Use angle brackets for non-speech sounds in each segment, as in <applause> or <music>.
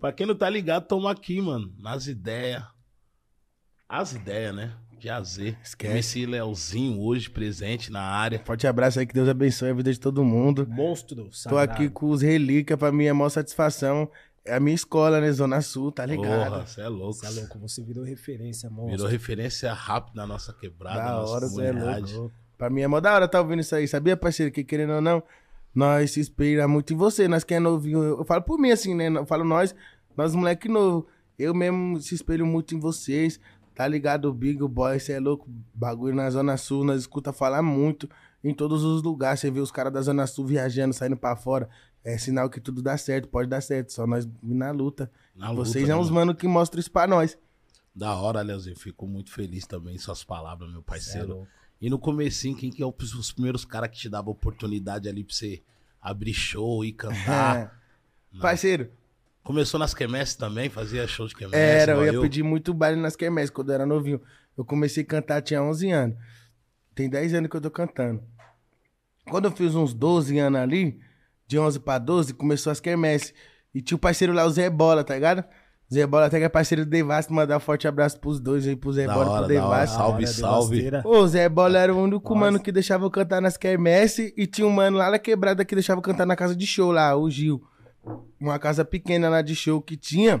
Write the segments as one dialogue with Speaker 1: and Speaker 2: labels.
Speaker 1: Pra quem não tá ligado, toma aqui, mano. Nas ideias. As ideias, né? De AZ.
Speaker 2: Esquece.
Speaker 1: Esse Leozinho hoje presente na área.
Speaker 2: Forte abraço aí, que Deus abençoe a vida de todo mundo.
Speaker 3: Monstro
Speaker 2: Tô
Speaker 3: sagrado.
Speaker 2: aqui com os relíquias, pra mim é maior satisfação. É a minha escola, né? Zona Sul, tá ligado?
Speaker 1: Porra, você é louco.
Speaker 3: Tá louco, você virou referência, monstro.
Speaker 1: Virou referência rápida na nossa quebrada,
Speaker 2: Da
Speaker 1: na nossa
Speaker 2: hora, cê é
Speaker 1: comunidade.
Speaker 2: Pra mim é mó da hora tá ouvindo isso aí. Sabia, parceiro, que querendo ou não, nós se inspira muito em você. Nós que é novinho, eu eu falo por mim assim, né? Eu falo nós, nós moleque novo. Eu mesmo se espelho muito em vocês. Tá ligado? O Big Boy, você é louco. Bagulho na Zona Sul, nós escuta falar muito. Em todos os lugares, você vê os caras da Zona Sul viajando, saindo pra fora. É sinal que tudo dá certo, pode dar certo. Só nós ir na luta.
Speaker 1: Na
Speaker 2: vocês
Speaker 1: luta, né,
Speaker 2: é uns
Speaker 1: mano?
Speaker 2: mano que mostram isso pra nós.
Speaker 1: Da hora, Leozinho. Fico muito feliz também em suas palavras, meu
Speaker 3: Cê é
Speaker 1: parceiro.
Speaker 3: louco.
Speaker 1: E no comecinho, quem que é os os primeiros caras que te dava oportunidade ali pra você abrir show e cantar?
Speaker 2: <laughs> É. Parceiro,
Speaker 1: Começou nas quermesses também, fazia show de quermesse.
Speaker 2: Era, eu
Speaker 1: igual
Speaker 2: ia pedir muito baile nas quermesses quando eu era novinho. Eu comecei a cantar, tinha 11 anos. Tem 10 anos que eu tô cantando. Quando eu fiz uns 12 anos ali, de 11 pra 12, começou as quermesses. E tinha o parceiro lá, o Zé Bola, tá ligado? Zé Bola até que é parceiro do Devasso, mandar um forte abraço pros dois aí, pro Zé
Speaker 1: Da
Speaker 2: Bola e
Speaker 1: hora,
Speaker 2: pro
Speaker 1: da hora.
Speaker 2: Devasso.
Speaker 1: Salve,
Speaker 3: Olha,
Speaker 1: salve.
Speaker 3: devasteira.
Speaker 2: Ô, o Zé Bola era o único
Speaker 3: Nossa.
Speaker 2: mano que deixava eu cantar nas quermesses e tinha um mano lá na quebrada que deixava eu cantar na casa de show lá, o Gil. Uma casa pequena lá de show que tinha.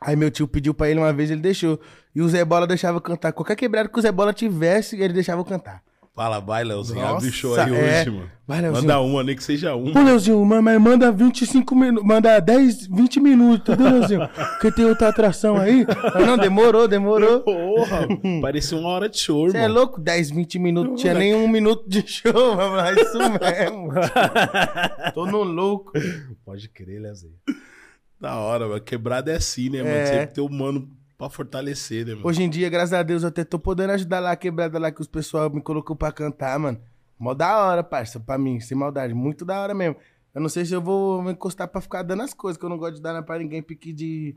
Speaker 2: Aí meu tio pediu pra ele uma vez, ele deixou. E o Zé Bola deixava eu cantar. Qualquer quebrada que o Zé Bola tivesse, ele deixava eu cantar.
Speaker 1: Fala, vai, Leozinho.
Speaker 2: Nossa,
Speaker 1: abre show aí
Speaker 2: é.
Speaker 1: hoje, mano.
Speaker 2: Vai, Leozinho.
Speaker 1: Manda uma, nem que seja uma.
Speaker 2: Ô, Leozinho, ma- mas manda 25 minutos, manda 10, 20 minutos, entendeu, Leozinho? Porque tem outra atração aí. Ah, não, demorou, demorou.
Speaker 1: <laughs> Porra, parecia uma hora de show,
Speaker 2: Você é
Speaker 1: irmão.
Speaker 2: louco? 10, 20 minutos, tinha nem um minuto de show, <laughs> mano. É isso
Speaker 1: <laughs>
Speaker 2: mesmo. Tô no louco.
Speaker 3: Pode crer, Leozinho.
Speaker 1: Da hora, mano. Quebrada é assim, né, mano?
Speaker 2: É.
Speaker 1: Sempre ter o mano pra fortalecer, né, mano?
Speaker 2: Hoje em dia, graças a Deus, eu até tô podendo ajudar lá a quebrada lá que os pessoal me colocou pra cantar, mano. Mó da hora, parça, pra mim, sem maldade. Muito da hora mesmo. Eu não sei se eu vou me encostar pra ficar dando as coisas, que eu não gosto de dar pra ninguém, pique de.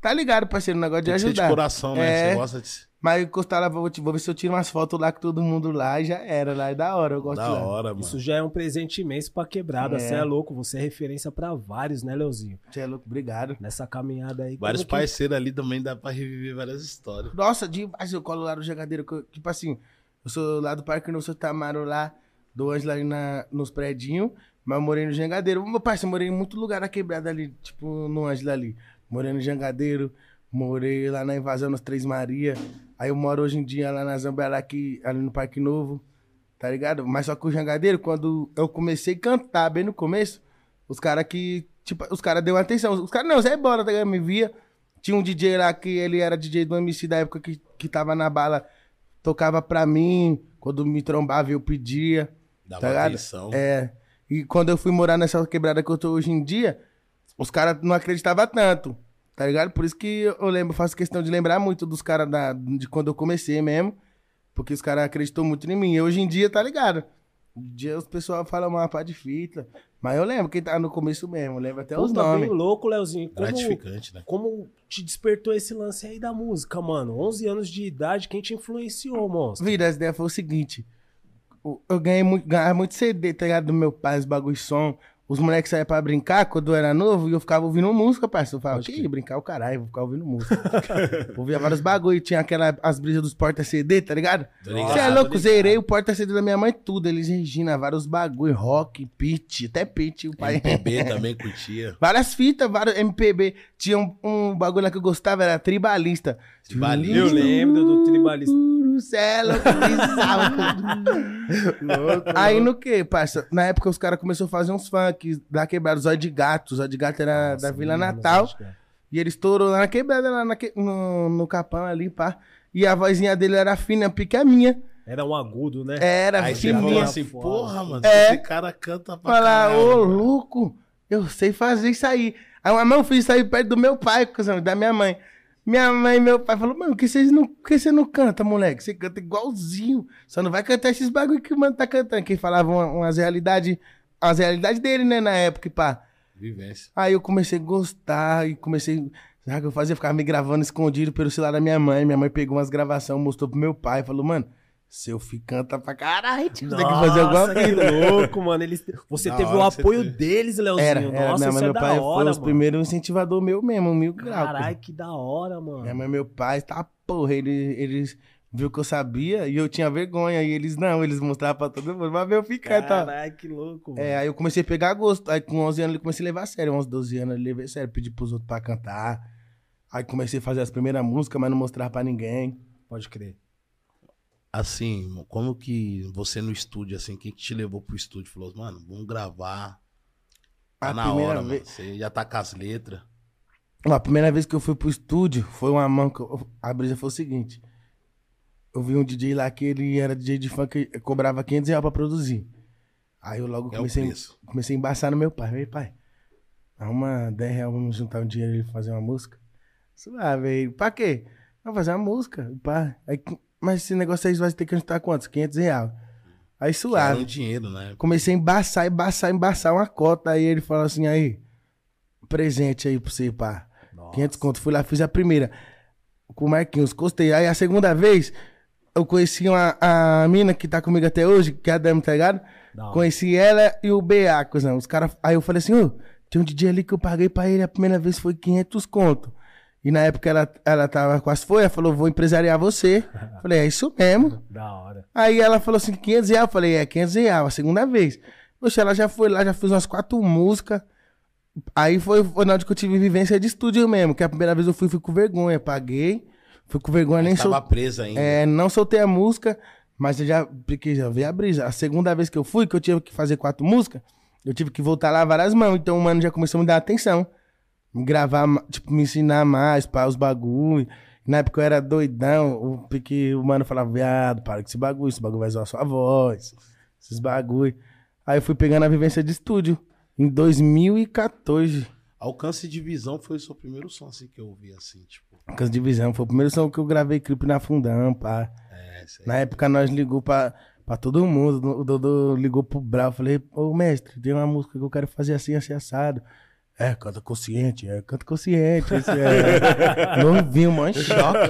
Speaker 2: Tá ligado, parceiro, o negócio de
Speaker 1: Tem que ser
Speaker 2: ajudar.
Speaker 1: de coração, né?
Speaker 2: É.
Speaker 1: Você gosta de...
Speaker 2: Mas encostar lá, vou, te- vou ver se eu tiro umas fotos lá com todo mundo lá e já era, lá é da hora, eu gosto
Speaker 1: Da
Speaker 2: lá.
Speaker 1: hora, mano.
Speaker 3: Isso já é um presente imenso pra quebrada.
Speaker 2: É.
Speaker 3: Você é louco, você é referência pra vários, né, Leozinho?
Speaker 2: Você é louco, obrigado.
Speaker 3: Nessa caminhada aí.
Speaker 1: Vários
Speaker 3: como que-
Speaker 1: parceiros ali também dá pra reviver várias histórias.
Speaker 2: Nossa, demais. Eu colo lá no Jangadeiro. que eu- Tipo assim, eu sou lá do Parque Novo Tamaro lá, do Ângelo ali na, nos predinhos, mas eu morei no Jangadeiro. Meu parceiro, eu morei em muito lugar na quebrada ali, tipo no Ângelo ali. Morei no Jangadeiro, morei lá na Invasão nos Três Maria. Aí eu moro hoje em dia lá na Zambiara, aqui, ali no Parque Novo, tá ligado? Mas só que o Jangadeiro, quando eu comecei a cantar bem no começo, os caras que, tipo, os caras deu atenção. Os caras, não, Zé Bola, tá ligado? Me via. Tinha um DJ lá que ele era DJ do MC da época que, que tava na bala, tocava pra mim. Quando me trombava, eu pedia.
Speaker 1: Dá
Speaker 2: Tá
Speaker 1: uma
Speaker 2: ligado?
Speaker 1: atenção.
Speaker 2: É. E quando eu fui morar nessa quebrada que eu tô hoje em dia, os caras não acreditavam tanto. Tá ligado? Por isso que eu lembro, faço questão de lembrar muito dos caras da- de quando eu comecei mesmo. Porque os caras acreditou muito em mim. E hoje em dia, tá ligado? Hoje em dia os pessoal falam uma pá de fita. Mas eu lembro quem tá no começo mesmo. Eu lembro até os
Speaker 3: Puta, tá bem
Speaker 2: nomes.
Speaker 3: louco, Leozinho. Como,
Speaker 1: Gratificante, né?
Speaker 3: como te despertou esse lance aí da música, mano? 11 anos de idade, quem te influenciou, monstro?
Speaker 2: Vida, as ideias foi o seguinte. o- Eu ganhei muito, ganhava muito CD, tá ligado? Do meu pai, os bagulho de som. Os moleques saíam pra brincar quando eu era novo e eu ficava ouvindo música, parceiro. Eu falava,
Speaker 1: Pode
Speaker 2: que
Speaker 1: crer.
Speaker 2: brincar o caralho, vou ficar ouvindo música. <laughs> Ouvia vários bagulho, tinha aquela, as brisas dos porta-CD, tá ligado?
Speaker 1: Tô
Speaker 2: Você é
Speaker 1: ligado,
Speaker 2: louco,
Speaker 1: tô
Speaker 2: zerei o porta-CD da minha mãe, tudo. Eles Regina, vários bagulho, rock, pit, até pit, o pai.
Speaker 1: MPB também curtia.
Speaker 2: <laughs> Várias fitas, vários MPB. Tinha um, um bagulho lá que eu gostava, era tribalista.
Speaker 1: Tribalista.
Speaker 3: Eu lembro do tribalista.
Speaker 2: Cê é louco,
Speaker 1: <laughs>
Speaker 2: bizarro. Aí no que, parça? Na época os caras começaram a fazer uns funk da quebrada, Zóio de Gato. Zóio de Gato era da
Speaker 3: Nossa,
Speaker 2: Vila
Speaker 3: meninas,
Speaker 2: Natal.
Speaker 3: acho que é.
Speaker 2: E ele estourou lá na quebrada, lá na que- no, no capão ali, pá. E a vozinha dele era fina, pique a minha.
Speaker 3: Era um agudo, né?
Speaker 2: Era
Speaker 1: Aí você
Speaker 3: Sim,
Speaker 1: falou
Speaker 2: fininha.
Speaker 3: minha
Speaker 1: assim,
Speaker 3: foda.
Speaker 1: porra, mano,
Speaker 2: É.
Speaker 1: esse cara canta pra
Speaker 2: Falar,
Speaker 1: caralho.
Speaker 2: ô
Speaker 1: né, mano."
Speaker 2: louco, eu sei fazer isso aí. Aí uma mãe eu fiz isso aí perto do meu pai, cuzão, da minha mãe. Minha mãe e meu pai falou, mano, por que vocês não, por que você não canta, moleque? Você canta igualzinho. Só não vai cantar esses bagulho que o mano tá cantando. Que falava uma- umas realidades, as realidades dele, né, na época, e pá.
Speaker 1: Vivência.
Speaker 2: Aí eu comecei a gostar e comecei. Sabe o que eu fazia? Eu Ficava me gravando escondido pelo celular da minha mãe. Minha mãe pegou umas gravações, mostrou pro meu pai, falou, mano, Seu fi canta pra caralho, tio. Tem que
Speaker 3: Nossa,
Speaker 2: fazer alguma
Speaker 3: que
Speaker 2: coisa.
Speaker 3: louco, mano. Eles... Você
Speaker 1: Da
Speaker 3: teve o
Speaker 1: hora que você
Speaker 3: apoio
Speaker 1: teve.
Speaker 3: deles, Leozinho.
Speaker 2: Era, era,
Speaker 3: Nossa,
Speaker 2: minha
Speaker 3: isso
Speaker 2: mãe,
Speaker 3: é
Speaker 2: meu
Speaker 3: da
Speaker 2: pai
Speaker 3: hora,
Speaker 2: foi os
Speaker 3: mano.
Speaker 2: primeiros incentivadores meu mesmo, mil graus. pô.
Speaker 3: Caralho, que da hora, mano.
Speaker 2: Minha mãe e meu pai, tá porra, eles, eles viu que eu sabia e eu tinha vergonha. E eles não, eles mostravam pra todo mundo, mas meu ficar, tá?
Speaker 3: Caralho, que louco, mano.
Speaker 2: É, aí eu comecei a pegar gosto. Aí com 11 anos eu comecei a levar a sério, uns 12 anos eu levei a sério, pedi pros outros pra cantar. Aí comecei a fazer as primeiras músicas, mas não mostrava pra ninguém.
Speaker 3: Pode crer.
Speaker 1: Assim, irmão, como que você no estúdio, assim, quem que te levou pro estúdio? Falou, mano, vamos gravar. Tá
Speaker 2: A
Speaker 1: na
Speaker 2: primeira
Speaker 1: hora,
Speaker 2: vez-
Speaker 1: mano. Você já tá com as letras.
Speaker 2: Ó, A primeira vez que eu fui pro estúdio, foi uma mão que eu- a brisa foi o seguinte. Eu vi um DJ lá que ele era DJ de funk, e cobrava 500 reais pra produzir. Aí eu logo
Speaker 1: É o
Speaker 2: comecei,
Speaker 1: preço.
Speaker 2: comecei a embaçar no meu pai. Falei, pai, arruma 10 reais, vamos juntar um dinheiro e fazer uma música. Suave, aí, pra quê? Pra fazer uma música, pá. Aí, mas esse negócio aí vai ter que juntar quantos? 500 reais. Aí
Speaker 1: Era
Speaker 2: suave.
Speaker 1: um dinheiro, né?
Speaker 2: Comecei a embaçar, embaçar, embaçar uma cota. Aí ele falou assim, aí, presente aí pra você, pá.
Speaker 3: Nossa.
Speaker 2: 500 conto. Fui lá, fiz a primeira. Com o Marquinhos, costei. Aí a segunda vez, eu conheci uma, a mina que tá comigo até hoje, que é a Dami, tá ligado?
Speaker 3: Da hora.
Speaker 2: Conheci ela e o BA, cuzão. Os caras. Aí eu falei assim, ô, tem um DJ ali que eu paguei pra ele a primeira vez foi 500 conto. E na época ela, ela tava com as folhas, falou, vou empresariar você. Falei, é isso mesmo.
Speaker 3: Da hora.
Speaker 2: Aí ela falou assim, 500 reais. Eu falei, é, 500 reais, a segunda vez. Poxa, ela já foi lá, já fez umas quatro músicas. Aí foi, foi na hora que eu tive vivência de estúdio mesmo, que a primeira vez eu fui, fui com vergonha, paguei. Fui com vergonha, nem
Speaker 1: Mas
Speaker 2: sol...
Speaker 1: tava presa ainda.
Speaker 2: é, não soltei a música, mas eu já, porque já vi a brisa. A segunda vez que eu fui, que eu tive que fazer quatro músicas, eu tive que voltar a lavar as mãos. Então o mano já começou a me dar atenção. Me gravar, ma- tipo, me ensinar mais, pá, os bagulho. Na época eu era doidão, o, porque o mano falava, viado, para com esse bagulho, esse bagulho vai zoar sua voz, esses bagulho. Aí eu fui pegando a vivência de estúdio, em 2014.
Speaker 1: Alcance de visão foi o seu primeiro som, assim, que eu ouvi, assim, tipo.
Speaker 2: Casa de Visão, foi o primeiro som que eu gravei clipe na Fundão, pá.
Speaker 1: É, sei.
Speaker 2: Na época nós ligou pra, pra todo mundo. O Dodô ligou pro Brau. Falei, ô mestre, tem uma música que eu quero fazer assim, assim, assado. É, canta consciente, é, canta consciente. Esse, é. Novinho, mó em choque.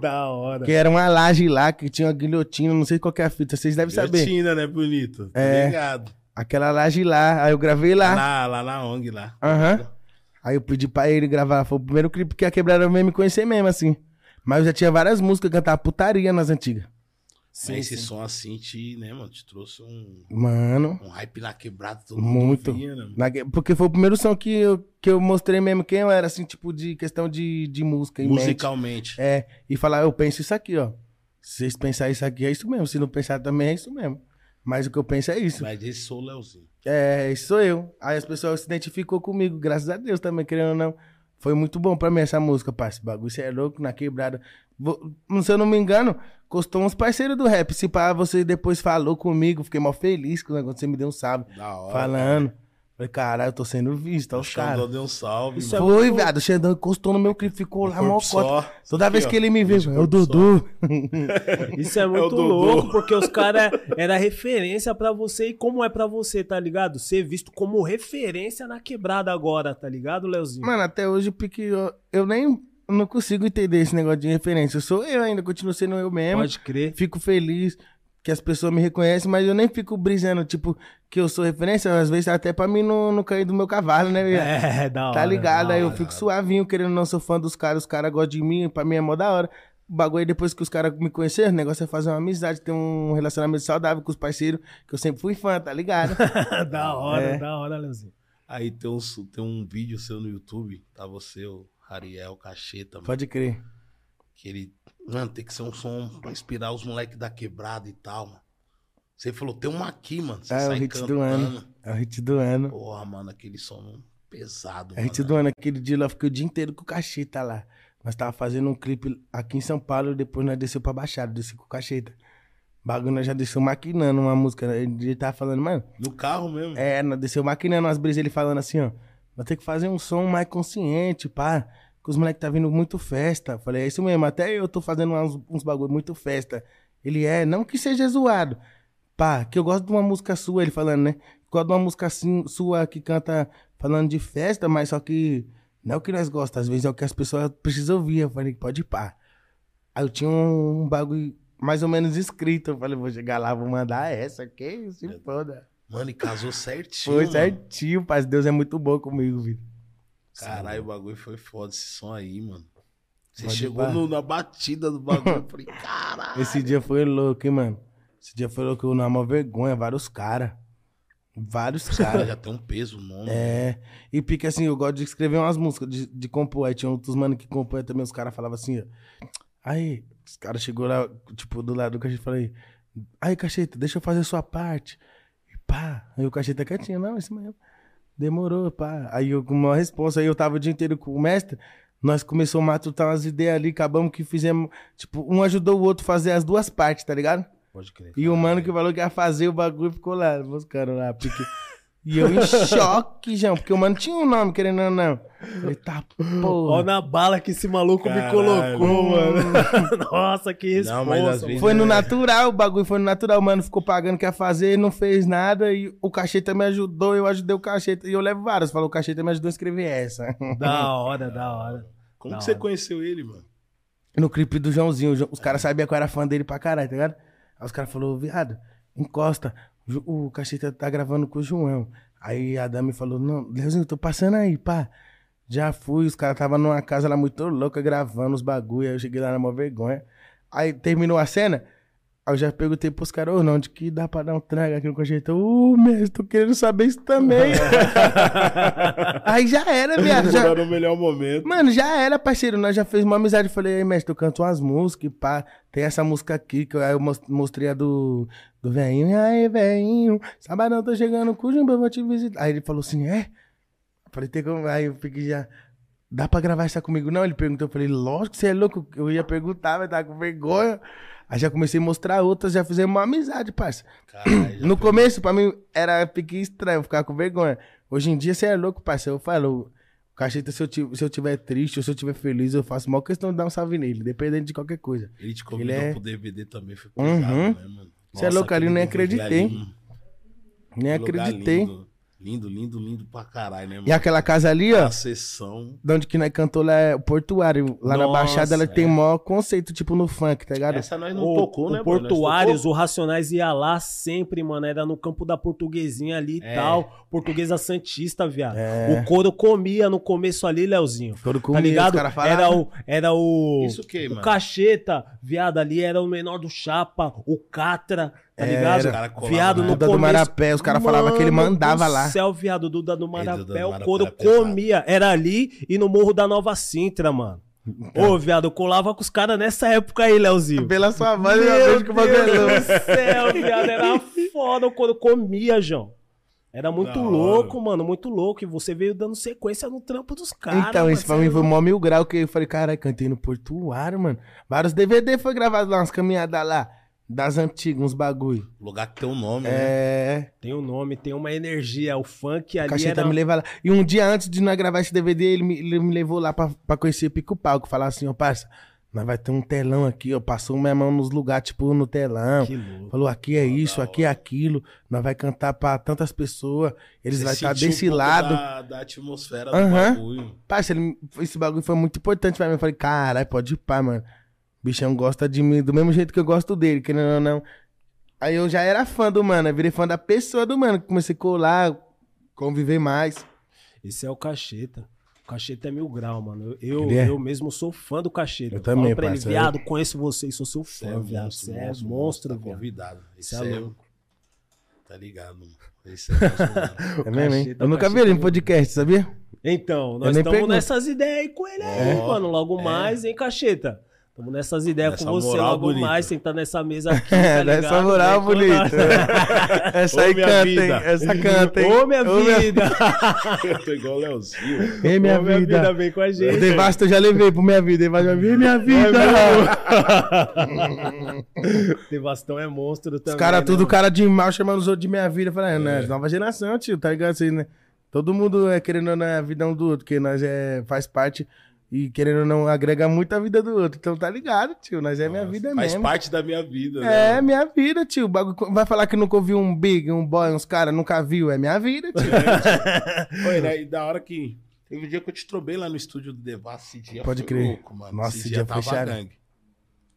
Speaker 3: da hora.
Speaker 2: Que era uma laje lá que tinha uma guilhotina, não sei qual que é a fita, vocês devem saber.
Speaker 1: Guilhotina, né, bonito? Tá
Speaker 2: É.
Speaker 1: ligado?
Speaker 2: Aquela laje lá, aí eu gravei
Speaker 1: Lá.
Speaker 2: lá.
Speaker 1: Na, lá na ONG, lá.
Speaker 2: Aham. Aí eu pedi pra ele gravar. Foi o primeiro clipe que a quebrada mesmo me conhecer mesmo, assim. Mas eu já tinha várias músicas, eu cantava putaria nas antigas.
Speaker 1: Mas
Speaker 3: Sim,
Speaker 1: esse
Speaker 3: sim.
Speaker 1: som, assim, te, né, mano, te trouxe um,
Speaker 2: Mano.
Speaker 1: um hype na quebrada. Todo
Speaker 2: Muito.
Speaker 1: Mundo ouvia, né, mano?
Speaker 2: Na que- porque foi o primeiro som que eu, que eu mostrei mesmo quem eu era, assim, tipo, de questão de, de música. em mente.
Speaker 1: Musicalmente.
Speaker 2: É, e falar, eu penso isso aqui, ó. Se vocês pensarem isso aqui, é isso mesmo. Se não pensar também, é isso mesmo. Mas o que eu penso é isso.
Speaker 1: Mas esse sou o Leozinho.
Speaker 2: É, isso sou eu. Aí as pessoas se identificou comigo, graças a Deus também, querendo ou não. Foi muito bom pra mim essa música, parceiro. Bagulho, você é louco, na quebrada. Vo- Se eu não me engano, custou uns parceiros do rap. Se pá, você depois falou comigo, fiquei mó feliz com o negócio, você me deu um salve.
Speaker 1: Da hora.
Speaker 2: Falando. é Falei, caralho, eu tô sendo visto, ó,
Speaker 1: O
Speaker 2: os caras.
Speaker 1: Xandão deu um salve.
Speaker 3: Isso é
Speaker 1: mano.
Speaker 2: Foi,
Speaker 3: muito-
Speaker 2: viado. O Xandão encostou no meu clipe, ficou lá, é mó
Speaker 1: Um Corpo
Speaker 2: cota.
Speaker 1: só.
Speaker 2: Toda
Speaker 1: Aqui,
Speaker 2: vez
Speaker 1: ó.
Speaker 2: que ele me vê,
Speaker 1: Gente,
Speaker 2: é o
Speaker 1: corpo só.
Speaker 2: Dudu. <laughs>
Speaker 3: Isso é
Speaker 1: o
Speaker 3: muito
Speaker 1: Dodô.
Speaker 3: louco, porque os caras era referência pra você e como é pra você, tá ligado? Ser visto como referência na quebrada agora, tá ligado, Leozinho?
Speaker 2: Mano, até hoje, porque eu, eu nem não consigo entender esse negócio de referência. Eu sou eu ainda, continuo sendo eu mesmo.
Speaker 3: Pode crer.
Speaker 2: Fico feliz que as pessoas me reconhecem, mas eu nem fico brisando, tipo, que eu sou referência. Às vezes, até pra mim não, não cair do meu cavalo, né, viado?
Speaker 3: É, <laughs> da hora.
Speaker 2: Tá ligado?
Speaker 3: da
Speaker 2: Aí eu
Speaker 3: hora.
Speaker 2: fico suavinho, querendo ou não, sou fã dos caras, os caras gostam de mim, pra mim é mó da hora. O bagulho aí, depois que os caras me conheceram, o negócio é fazer uma amizade, ter um relacionamento saudável com os parceiros, que eu sempre fui fã, tá ligado?
Speaker 3: da hora,
Speaker 2: É.
Speaker 3: da hora, Leozinho.
Speaker 1: Aí tem um, su- tem um vídeo seu no YouTube, tá você, o Ariel Cacheta, mano.
Speaker 2: <laughs> Pode crer.
Speaker 1: Que ele. Mano, tem que ser um som pra inspirar os moleques da quebrada e tal, mano. Você falou, tem uma aqui, mano. Você
Speaker 2: Ah, é o
Speaker 1: sai
Speaker 2: hit do
Speaker 1: cantando.
Speaker 2: ano. É o hit do ano.
Speaker 1: Porra, mano, aquele som pesado,
Speaker 2: É o hit
Speaker 1: mano.
Speaker 2: do ano, aquele dia lá, eu fiquei o dia inteiro com o Cacheta lá. Nós tava fazendo um clipe aqui em São Paulo, e depois nós desceu pra Baixada, desci com o Cacheta. O bagulho nós já desceu maquinando uma música, né? ele tava falando, mano,
Speaker 1: No carro mesmo.
Speaker 2: É, nós desceu maquinando umas brisas, ele falando assim, ó. Nós temos que fazer um som mais consciente, pá. Que os moleques tá vindo muito festa. Falei, é isso mesmo, até eu tô fazendo uns, uns bagulho muito festa. Ele é, não que seja zoado. Pá, que eu gosto de uma música sua, ele falando, né? Gosto de uma música assim, sua que canta falando de festa, mas só que não é o que nós gostamos, às vezes é o que as pessoas precisam ouvir. Eu falei, pode pá. Aí eu tinha um bagulho mais ou menos escrito. Eu falei, vou chegar lá, vou mandar essa. Que isso, se foda.
Speaker 1: Mano, e casou certinho.
Speaker 2: Foi
Speaker 1: mano.
Speaker 2: certinho, parceiro. Deus é muito bom comigo, filho.
Speaker 1: Caralho, o bagulho foi foda esse som aí, mano. Você
Speaker 2: Pode
Speaker 1: chegou
Speaker 2: pá.
Speaker 1: no- na batida do bagulho. Eu falei,
Speaker 2: <laughs>
Speaker 1: caralho.
Speaker 2: Esse dia foi louco, hein, mano. Esse dia foi louco. Eu não é uma vergonha. Vários caras. Vários
Speaker 1: <laughs> Cara,
Speaker 2: caras.
Speaker 1: já tem um peso, o nome.
Speaker 2: É, e pique assim, eu gosto de escrever umas músicas, de, de compor. Aí tinha outros mano que compunha também, os caras falavam assim, ó. Aí, os caras chegou lá, tipo, do lado do cacheta e falei, aí, cacheta, deixa eu fazer sua parte. E pá, aí o cacheta tá quietinho, não, isso mesmo. Demorou, pá. Aí eu com uma resposta, aí eu tava o dia inteiro com o mestre, nós começamos a matutar umas ideias ali, acabamos que fizemos, tipo, um ajudou o outro a fazer as duas partes, tá ligado?
Speaker 1: Pode crer.
Speaker 2: E o mano que falou que ia fazer o bagulho ficou lá, buscando lá. Porque... E eu em choque, João, porque o mano tinha um nome, querendo ou não. Eu Falei, tá,
Speaker 3: Olha
Speaker 2: porra.
Speaker 3: na bala que esse maluco me
Speaker 1: Caralho.
Speaker 3: colocou, mano. <laughs> Nossa, que resposta.
Speaker 1: Não, mas às
Speaker 3: mano.
Speaker 1: vezes-
Speaker 2: Foi no natural, o bagulho foi no natural. O mano ficou pagando que ia fazer, não fez nada. E o Cacheta me ajudou, eu ajudei o Cacheta. E eu levo vários. Falou, o Cacheta me ajudou a escrever essa.
Speaker 3: Da hora, da hora.
Speaker 1: Como
Speaker 3: Da
Speaker 1: que você
Speaker 3: hora.
Speaker 1: conheceu ele, mano?
Speaker 2: No clipe do Joãozinho, o João- os caras sabiam que eu era fã dele pra caralho, tá ligado? Aí os caras falaram, viado, encosta. Ju- O Cacheta tá gravando com o João. Aí a Dami falou, não, Leozinho, tô passando aí, pá. Já fui, os caras tava numa casa lá muito louca gravando os bagulho. Aí eu cheguei lá na maior vergonha. Aí terminou a cena, aí eu já perguntei pros caras, ô, não, de que dá pra dar um trago aqui no Cacheta? Ô, mesmo, tô querendo saber isso também. aí já <laughs> era, viado. É Já,
Speaker 1: Era o melhor momento.
Speaker 2: Mano, já era, parceiro. Nós já fez uma amizade. Falei, aí, mestre, eu canto umas músicas, e pá. Tem essa música aqui que eu, aí eu mos- mostrei a do, do velhinho. E aí, velhinho, sabadão tô chegando com o Jumbo, eu vou te visitar. Aí ele falou assim, é? Eu Falei, tem como? Aí eu fiquei já. Dá pra gravar essa comigo? Não, ele perguntou. Eu falei, lógico que você é louco. Eu ia perguntar, mas tava com vergonha. Aí já comecei a mostrar outras, já fizemos uma amizade, parça.
Speaker 1: Caralho, já
Speaker 2: No começo, pra mim, era fiquei estranho, ficar com vergonha. Hoje em dia, você é louco, parceiro. Eu falo, cacheta, se eu, ti- se eu tiver triste ou se eu tiver feliz, eu faço maior questão de dar um salve nele, dependendo de qualquer coisa.
Speaker 1: Ele te convidou
Speaker 2: Ele é-
Speaker 1: pro DVD também, foi pesado,
Speaker 2: Uhum.
Speaker 1: né, mano?
Speaker 2: Você é louco, ali eu nem
Speaker 1: aquele DVD
Speaker 2: acreditei.
Speaker 1: ali, mano,
Speaker 2: Nem
Speaker 1: que lugar
Speaker 2: acreditei.
Speaker 1: Lindo, lindo, lindo, lindo pra caralho, né, mano?
Speaker 2: E aquela casa ali, ó,
Speaker 1: A sessão.
Speaker 2: de onde que nós cantou lá, é o portuário. Lá na
Speaker 3: Nossa, É.
Speaker 2: Baixada, ela
Speaker 1: é.
Speaker 2: tem maior conceito, tipo, no funk, tá ligado?
Speaker 1: Essa nós não
Speaker 3: O,
Speaker 1: tocou,
Speaker 3: o
Speaker 1: né, mano? Nós
Speaker 3: Portuários, o Racionais ia lá sempre, mano. Era no campo da Portuguesinha ali e
Speaker 1: É.
Speaker 3: tal. Portuguesa Santista, viado.
Speaker 2: É.
Speaker 3: O couro comia no começo ali, Leozinho.
Speaker 2: Todo
Speaker 3: Tá ligado? Era o. Era
Speaker 1: tocou?
Speaker 3: o.
Speaker 1: Isso o quê,
Speaker 3: o
Speaker 1: mano?
Speaker 3: Cacheta, viado, ali era o menor do Chapa, o Catra, tá
Speaker 1: Os
Speaker 3: ligado?
Speaker 1: caras colavam
Speaker 3: Viado,
Speaker 1: na
Speaker 3: no
Speaker 2: Duda do
Speaker 3: começo-
Speaker 2: Marapé, os caras falavam que ele
Speaker 3: Mano
Speaker 2: mandava
Speaker 3: do
Speaker 2: lá.
Speaker 3: céu, viado,
Speaker 1: Duda
Speaker 3: Duda do
Speaker 1: do
Speaker 3: Marapé, o
Speaker 1: Marapé
Speaker 3: couro
Speaker 1: é pesado.
Speaker 3: comia. Era ali e no Morro da Nova Sintra, mano. Ô, viado, eu colava com os caras nessa época aí,
Speaker 2: <laughs>
Speaker 3: Leozinho.
Speaker 2: Pela sua voz, eu
Speaker 3: Meu
Speaker 2: vejo que o bagulho é louco.
Speaker 3: Deus do céu, viado, era foda o couro comia, João. Era muito
Speaker 1: Da hora.
Speaker 3: louco, mano, muito louco. E você veio dando sequência no trampo dos caras.
Speaker 2: Então, isso pra mim foi
Speaker 3: parceiro.
Speaker 2: o maior mil grau que eu falei, caralho, cantei no Portuário, mano. Vários DVD foi gravado lá, umas caminhadas lá, das antigas, uns bagulho.
Speaker 1: Lugar que tem um nome, né?
Speaker 2: É,
Speaker 3: Tem o nome, tem uma energia. O funk
Speaker 2: o
Speaker 3: ali
Speaker 2: É, Cacheta
Speaker 3: era
Speaker 2: me levar lá. E um dia antes de nós gravar esse DVD, ele me, ele me levou lá pra, pra conhecer Pico Palco, falar assim, ó, parça, nós vai ter um telão aqui, ó, passou minha mão nos lugares, tipo, no telão.
Speaker 3: Que louco.
Speaker 2: Falou, aqui é isso, aqui é aquilo, nós vai cantar pra tantas pessoas, eles
Speaker 1: Você
Speaker 2: vai estar
Speaker 1: sentiu um
Speaker 2: desse
Speaker 1: pouco
Speaker 2: lado.
Speaker 1: Da, da atmosfera
Speaker 2: Aham.
Speaker 1: do bagulho.
Speaker 2: Parça, ele- esse bagulho foi muito importante pra mim. Eu falei, caralho, pode ir pá, mano. O bichão gosta de mim do mesmo jeito que eu gosto dele, querendo ou não. Aí eu já era fã do mano, eu virei fã da pessoa do mano. Comecei a colar, conviver mais.
Speaker 3: Esse é o Cacheta. O Cacheta é mil grau, mano. Eu,
Speaker 2: Ele é?
Speaker 3: eu mesmo sou fã do Cacheta.
Speaker 2: Eu também,
Speaker 3: pra ele,
Speaker 2: parceiro.
Speaker 3: viado, conheço vocês, sou seu
Speaker 1: Você
Speaker 3: fã,
Speaker 1: é
Speaker 3: viado.
Speaker 1: monstro,
Speaker 3: Você é monstro,
Speaker 1: tá
Speaker 3: viado.
Speaker 1: convidado. Isso
Speaker 3: Você é
Speaker 1: é louco. Tá ligado, mano? Isso é monstro,
Speaker 2: <laughs>
Speaker 1: mano.
Speaker 2: É mesmo, hein?
Speaker 3: Cacheta,
Speaker 2: Eu nunca vi
Speaker 3: Cacheta.
Speaker 2: ele em podcast, sabia?
Speaker 3: <laughs> Então,
Speaker 2: Eu
Speaker 3: nós
Speaker 2: nem
Speaker 3: estamos
Speaker 2: pergunto.
Speaker 3: nessas ideias aí com ele aí,
Speaker 1: Ó,
Speaker 3: mano. Logo
Speaker 1: é.
Speaker 3: mais, hein, Cacheta? Estamos nessas ideias
Speaker 1: Nessa
Speaker 3: com você
Speaker 1: moral
Speaker 3: logo
Speaker 1: bonita.
Speaker 3: mais, sentar
Speaker 2: <laughs>
Speaker 3: nessa mesa aqui. Tá
Speaker 2: É,
Speaker 3: ligado?
Speaker 2: dessa moral
Speaker 3: Vem com nós.
Speaker 2: bonita. Essa aí
Speaker 1: Ô, minha
Speaker 2: canta,
Speaker 1: vida.
Speaker 2: hein? Essa canta, hein?
Speaker 3: Ô, minha
Speaker 2: <laughs>
Speaker 3: vida!
Speaker 1: Eu <laughs> tô igual o Leozinho. mano.
Speaker 2: Ei, minha
Speaker 3: Ô, minha vida,
Speaker 2: vida.
Speaker 3: vem com a gente.
Speaker 2: O <laughs> Devasto eu já levei pro minha vida. Devasto já vi minha vida.
Speaker 3: <laughs> Devastão é monstro também.
Speaker 2: Os caras
Speaker 3: né,
Speaker 2: tudo
Speaker 3: mano?
Speaker 2: cara de mal chamando os outros de minha vida. Falando, né?
Speaker 1: É.
Speaker 2: Nova geração, tio, tá ligado? Assim, né? Todo mundo é querendo ou não é a vida um do outro, porque nós é, faz parte e querendo ou não agrega muito a vida do outro. Então tá ligado, tio, nós é minha vida
Speaker 1: Faz
Speaker 2: mesmo.
Speaker 1: parte da minha vida,
Speaker 2: É,
Speaker 1: né? mano?
Speaker 2: minha vida, tio. O bagulho- Vai falar que nunca ouviu um Big, um Boy, uns caras, nunca viu. É minha vida, tio.
Speaker 1: <laughs>
Speaker 2: É.
Speaker 1: Foi, né? E da hora que. Teve um dia que eu te trombei lá no estúdio do Devassa. Esse dia
Speaker 2: Pode
Speaker 1: foi
Speaker 2: crer.
Speaker 1: louco, mano.
Speaker 2: Nossa, esse dia foi
Speaker 1: tava
Speaker 2: charada.
Speaker 1: gangue.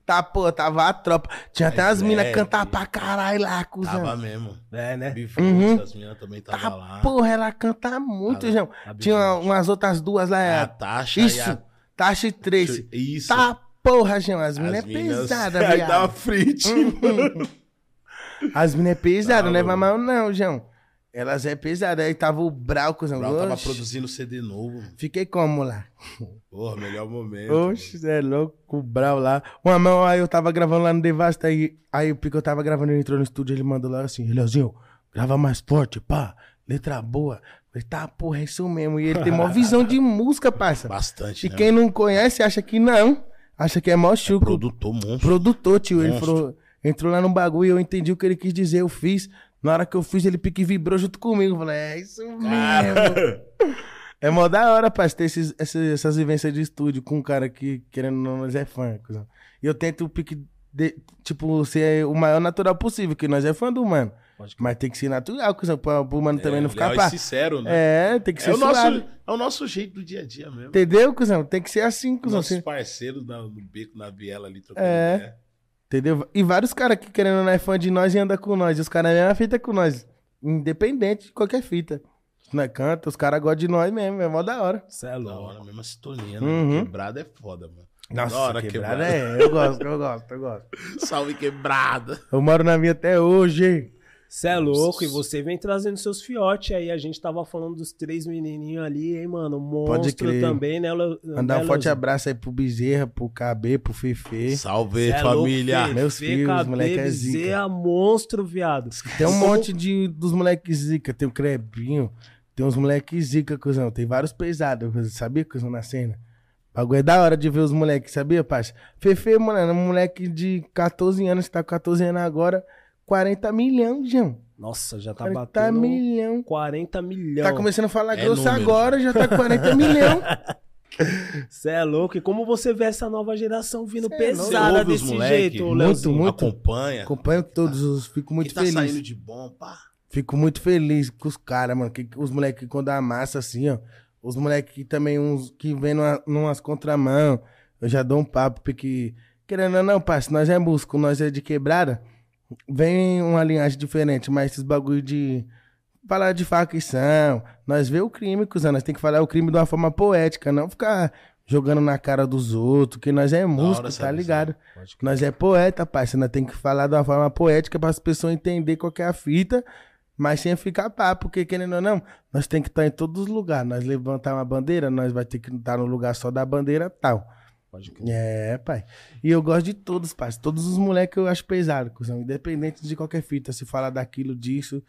Speaker 2: Tá, pô, tava a tropa. Tinha até
Speaker 1: Mas
Speaker 2: as minas
Speaker 1: é,
Speaker 2: cantar
Speaker 1: filho.
Speaker 2: pra caralho lá, cuzão.
Speaker 1: Tava mesmo.
Speaker 3: É, né?
Speaker 1: Bifuxa,
Speaker 2: Uhum.
Speaker 1: as meninas também tava
Speaker 2: Tá,
Speaker 1: lá.
Speaker 2: porra, ela canta muito,
Speaker 1: Tava- Tá,
Speaker 2: João.
Speaker 1: tava
Speaker 2: Tinha
Speaker 1: junto.
Speaker 2: umas outras duas lá.
Speaker 1: A
Speaker 2: é.
Speaker 1: taxa e
Speaker 2: Isso,
Speaker 1: a...
Speaker 2: Tashi Trace.
Speaker 1: Isso.
Speaker 2: Tá, porra, João. As
Speaker 1: As
Speaker 2: minas é
Speaker 1: minas-
Speaker 2: pesada,
Speaker 1: <laughs> Aí um
Speaker 2: viado. Uhum.
Speaker 1: dava frente.
Speaker 2: As minas é pesada,
Speaker 1: Tá
Speaker 2: não leva
Speaker 1: louco.
Speaker 2: mal não, João. Elas é pesada. Aí tava o Brau, cuzão.
Speaker 1: O Brau tava
Speaker 2: Tá Oxe,
Speaker 1: produzindo CD novo. mano.
Speaker 2: Fiquei como lá?
Speaker 1: Porra, melhor momento.
Speaker 2: Oxe, cê é louco, o Brau lá. Uma mão aí eu tava gravando lá no Devasta aí, aí o Pico tava gravando, ele entrou no estúdio, ele mandou lá assim, Leozinho, grava mais forte, pá, letra boa. Ele tá, porra, é isso mesmo. E ele tem
Speaker 1: <laughs>
Speaker 2: maior visão de música, parça.
Speaker 1: Bastante,
Speaker 2: E
Speaker 1: né?
Speaker 2: quem é não conhece acha que não. Acha que é mó chuco.
Speaker 1: Produtor monstro.
Speaker 2: Produtor, tio. Ele
Speaker 1: Monstro.
Speaker 2: falou- entrou lá no bagulho e eu entendi o que ele quis dizer, eu fiz. Na hora que eu fiz, ele pique vibrou junto comigo. Eu Falei, é isso mesmo.
Speaker 1: Ah. <laughs>
Speaker 2: É mó da hora, parceiro, ter esses, essas, essas vivências de estúdio com um cara que, querendo ou não, nós é fã. cuzão. E eu tento o pique, de- tipo, ser o maior natural possível, que nós é fã do mano.
Speaker 3: Pode
Speaker 2: Mas tem que ser natural, cuzão, pra, pro mano também não
Speaker 1: É,
Speaker 2: ficar
Speaker 1: leal e
Speaker 2: pá.
Speaker 1: sincero, né?
Speaker 2: É, tem que ser
Speaker 1: É o, nosso,
Speaker 2: suave.
Speaker 1: é o nosso jeito do dia a dia mesmo.
Speaker 2: Entendeu, cuzão? Tem que ser assim, cuzão.
Speaker 1: Nossos
Speaker 2: Você-
Speaker 1: parceiros na- no beco, na viela ali, trocando
Speaker 2: É.
Speaker 1: ideia.
Speaker 2: Entendeu? E vários caras que querendo ou não é fã de nós e anda com nós. Os caras é a mesma fita com nós. Independente de qualquer fita. Nós canta, os caras gostam de nós mesmo, é mó da hora.
Speaker 3: Cê é
Speaker 1: Da
Speaker 3: louco.
Speaker 1: hora, mesma sintonia, né?
Speaker 2: Uhum.
Speaker 1: Quebrada é foda, mano.
Speaker 2: Nossa,
Speaker 1: Da hora,
Speaker 2: quebrada,
Speaker 1: quebrada.
Speaker 2: é. Eu gosto, eu gosto, eu gosto.
Speaker 1: Salve quebrada.
Speaker 2: Eu moro na minha até hoje.
Speaker 3: Você é louco, e você vem trazendo seus fiotes aí. A gente tava falando dos três menininhos ali, hein, mano? Monstro
Speaker 2: crer.
Speaker 3: também, né? Leo-
Speaker 2: Mandar
Speaker 3: né,
Speaker 2: um forte
Speaker 3: Leozinho?
Speaker 2: abraço aí pro Bezerra, pro KB, pro Fefe.
Speaker 1: Salve,
Speaker 3: Cê é louco,
Speaker 1: família.
Speaker 3: filho.
Speaker 2: Meus
Speaker 3: Fê,
Speaker 2: filhos,
Speaker 3: Cabê,
Speaker 2: moleque é zica.
Speaker 3: Bezerra, monstro, viado.
Speaker 2: Tem um monte de, dos moleques zica. Tem o Crebinho, tem uns moleques zica, cuzão. Tem vários pesados, cuzão. sabia, cuzão, na cena? Bagulho é da hora de ver os moleques, sabia, parça? Fefe, mano, é um moleque de 14 anos, tá com 14 anos agora. 40 milhão, Jão.
Speaker 3: Nossa, já tá
Speaker 2: 40
Speaker 3: batendo
Speaker 2: milhão.
Speaker 3: 40 milhões.
Speaker 2: Tá começando a falar
Speaker 1: É
Speaker 2: grosso
Speaker 1: número.
Speaker 2: agora, já tá com
Speaker 1: <laughs>
Speaker 2: 40 milhão.
Speaker 3: Você é louco. E como você vê essa nova geração vindo
Speaker 2: Cê é louco.
Speaker 1: Você
Speaker 3: pesada
Speaker 1: ouve os
Speaker 3: desse
Speaker 1: moleque,
Speaker 3: jeito,
Speaker 1: muito,
Speaker 3: Leozinho?
Speaker 2: muito.
Speaker 1: Acompanha. O
Speaker 2: Acompanho todos os, fico
Speaker 1: que
Speaker 2: muito
Speaker 1: tá
Speaker 2: feliz.
Speaker 1: saindo de bom, pá.
Speaker 2: Fico muito feliz com os caras, mano. Que, os moleques quando amassa assim, ó. Os moleques que também uns que vem numa, numas contramão. Eu já dou um papo, porque. Querendo ou não, parça, nós é músico, nós é de quebrada. Vem uma linhagem diferente, mas esses bagulho de. Falar de facção. Nós vê o crime, cuzão. Nós tem que falar o crime de uma forma poética, não ficar jogando na cara dos outros, que nós é músico,
Speaker 1: essa
Speaker 2: tá
Speaker 1: visão.
Speaker 2: ligado?
Speaker 3: Pode crer.
Speaker 2: Nós é poeta, parça. Nós tem que falar de uma forma poética para as pessoas entender qual que é a fita, mas sem ficar pá, porque querendo ou não, nós tem que estar em todos os lugares. Nós levantar uma bandeira, nós vai ter que estar no lugar só da bandeira tal.
Speaker 3: Pode crer.
Speaker 2: É, pai. E eu gosto de todos, parça. Todos os moleques eu acho pesado, cuzão. Independente de qualquer fita, se falar daquilo, disso.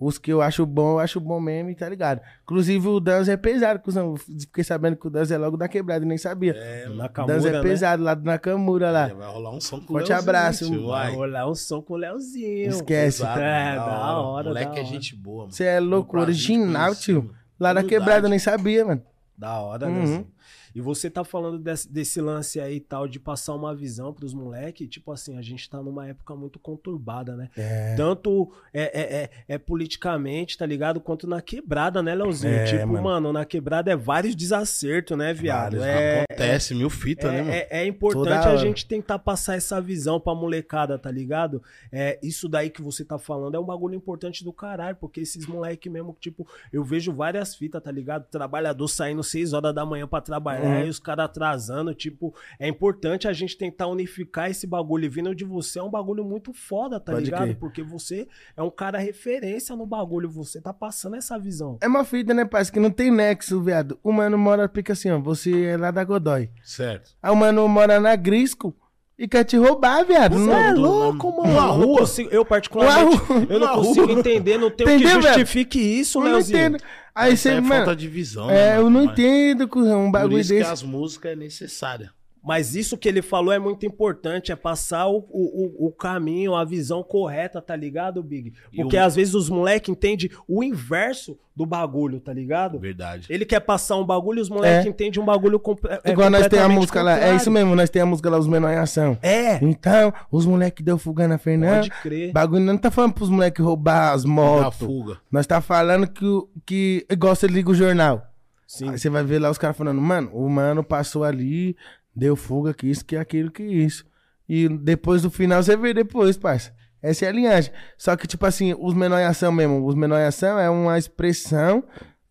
Speaker 2: Os que eu acho bom, eu acho bom mesmo, e tá ligado? Inclusive o Danzo é pesado, cuzão. Fiquei sabendo que o Danzo é logo da quebrada, e nem sabia.
Speaker 1: É, mano.
Speaker 2: o
Speaker 3: Nakamura,
Speaker 2: Danzo é
Speaker 3: né?
Speaker 2: pesado, lá do Nakamura lá.
Speaker 1: Vai rolar um som com o
Speaker 2: Forte
Speaker 1: Leozinho,
Speaker 2: abraço,
Speaker 1: tio,
Speaker 2: mano.
Speaker 1: vai.
Speaker 3: Vai rolar um som com o Leozinho.
Speaker 2: Esquece.
Speaker 1: Exato,
Speaker 3: É, da hora,
Speaker 1: Moleque
Speaker 3: da
Speaker 1: é
Speaker 3: hora.
Speaker 1: gente boa, mano.
Speaker 2: Você é louco,
Speaker 1: Brasil,
Speaker 2: original,
Speaker 1: conhecido.
Speaker 2: tio. Lá na
Speaker 1: Humildade.
Speaker 2: quebrada, eu nem sabia, mano.
Speaker 3: Da hora,
Speaker 2: Uhum.
Speaker 3: Leozinho. E você tá falando desse, desse lance aí e tal, de passar uma visão pros moleques. Tipo assim, a gente tá numa época muito conturbada, né?
Speaker 2: É.
Speaker 3: Tanto é, é, é, é politicamente, tá ligado? Quanto na quebrada, né, Leozinho?
Speaker 2: É,
Speaker 3: tipo, mano.
Speaker 2: mano.
Speaker 3: na quebrada é vários desacertos, né, viado?
Speaker 2: Vários,
Speaker 3: é,
Speaker 1: Acontece, mil fita, né,
Speaker 3: é,
Speaker 1: mano?
Speaker 3: é- é importante
Speaker 2: Toda
Speaker 3: a
Speaker 2: hora.
Speaker 3: gente tentar passar essa visão pra molecada, tá ligado? É, isso daí que você tá falando é um bagulho importante do caralho, porque esses moleque mesmo, tipo, eu vejo várias fitas, tá ligado? Trabalhador saindo 6 horas da manhã pra trabalhar
Speaker 2: Uhum.
Speaker 3: e os caras atrasando, tipo, é importante a gente tentar unificar esse bagulho. E vindo de você é um bagulho muito foda, tá
Speaker 2: Pode
Speaker 3: ligado?
Speaker 2: crer.
Speaker 3: Porque você é um cara referência no bagulho, você tá passando essa visão.
Speaker 2: É uma fita, né, parceiro? Que não tem nexo, viado. O mano mora, fica assim, ó. Você é lá da Godoy.
Speaker 1: Certo.
Speaker 2: Aí o mano mora na Grisco e quer te roubar, viado.
Speaker 1: Você
Speaker 2: Não
Speaker 1: é
Speaker 2: é louco?
Speaker 1: louco, mano.
Speaker 3: Uma
Speaker 1: Eu
Speaker 3: rua.
Speaker 1: não
Speaker 3: Eu, particularmente,
Speaker 2: particularmente,
Speaker 3: eu não consigo entender, não tem o que
Speaker 2: Entendeu, velho?
Speaker 3: justifique isso,
Speaker 2: Eu não
Speaker 3: Leozinho.
Speaker 2: entendo. Aí
Speaker 1: Isso
Speaker 2: você,
Speaker 1: é
Speaker 2: mano.
Speaker 1: falta de visão,
Speaker 2: É,
Speaker 1: né,
Speaker 2: eu
Speaker 1: mano?
Speaker 2: não
Speaker 1: Mas
Speaker 2: entendo, cuzão, um
Speaker 1: Por
Speaker 2: bagulho
Speaker 1: isso que
Speaker 2: desse.
Speaker 1: as músicas é necessária.
Speaker 3: Mas isso que ele falou é muito importante, é passar o, o, o- o caminho, a visão correta, tá ligado, Big?
Speaker 1: E
Speaker 3: Porque
Speaker 1: o-
Speaker 3: às vezes os moleques entendem o inverso do bagulho, tá ligado?
Speaker 1: Verdade.
Speaker 3: Ele quer passar um bagulho e os moleques
Speaker 2: É.
Speaker 3: entendem um bagulho comple- é,
Speaker 2: Igual nós tem a
Speaker 3: completamente
Speaker 2: música lá. É
Speaker 3: contrário.
Speaker 2: isso mesmo, nós tem a música lá, os menores em ação.
Speaker 3: É,
Speaker 2: Então, os moleques deu fuga na Fernanda.
Speaker 3: pode crer.
Speaker 2: Bagulho não tá falando pros moleques roubar as
Speaker 1: Da
Speaker 2: motos.
Speaker 1: fuga.
Speaker 2: Nós tá falando que, o- que igual você liga o jornal.
Speaker 3: Sim.
Speaker 2: Aí você vai ver lá os caras falando, mano, o mano passou ali, deu fuga, que isso, que aquilo, que isso. E depois do final você vê depois, parça. Essa é a linhagem. Só que, tipo assim, os menoriação mesmo. Os menoriação é uma expressão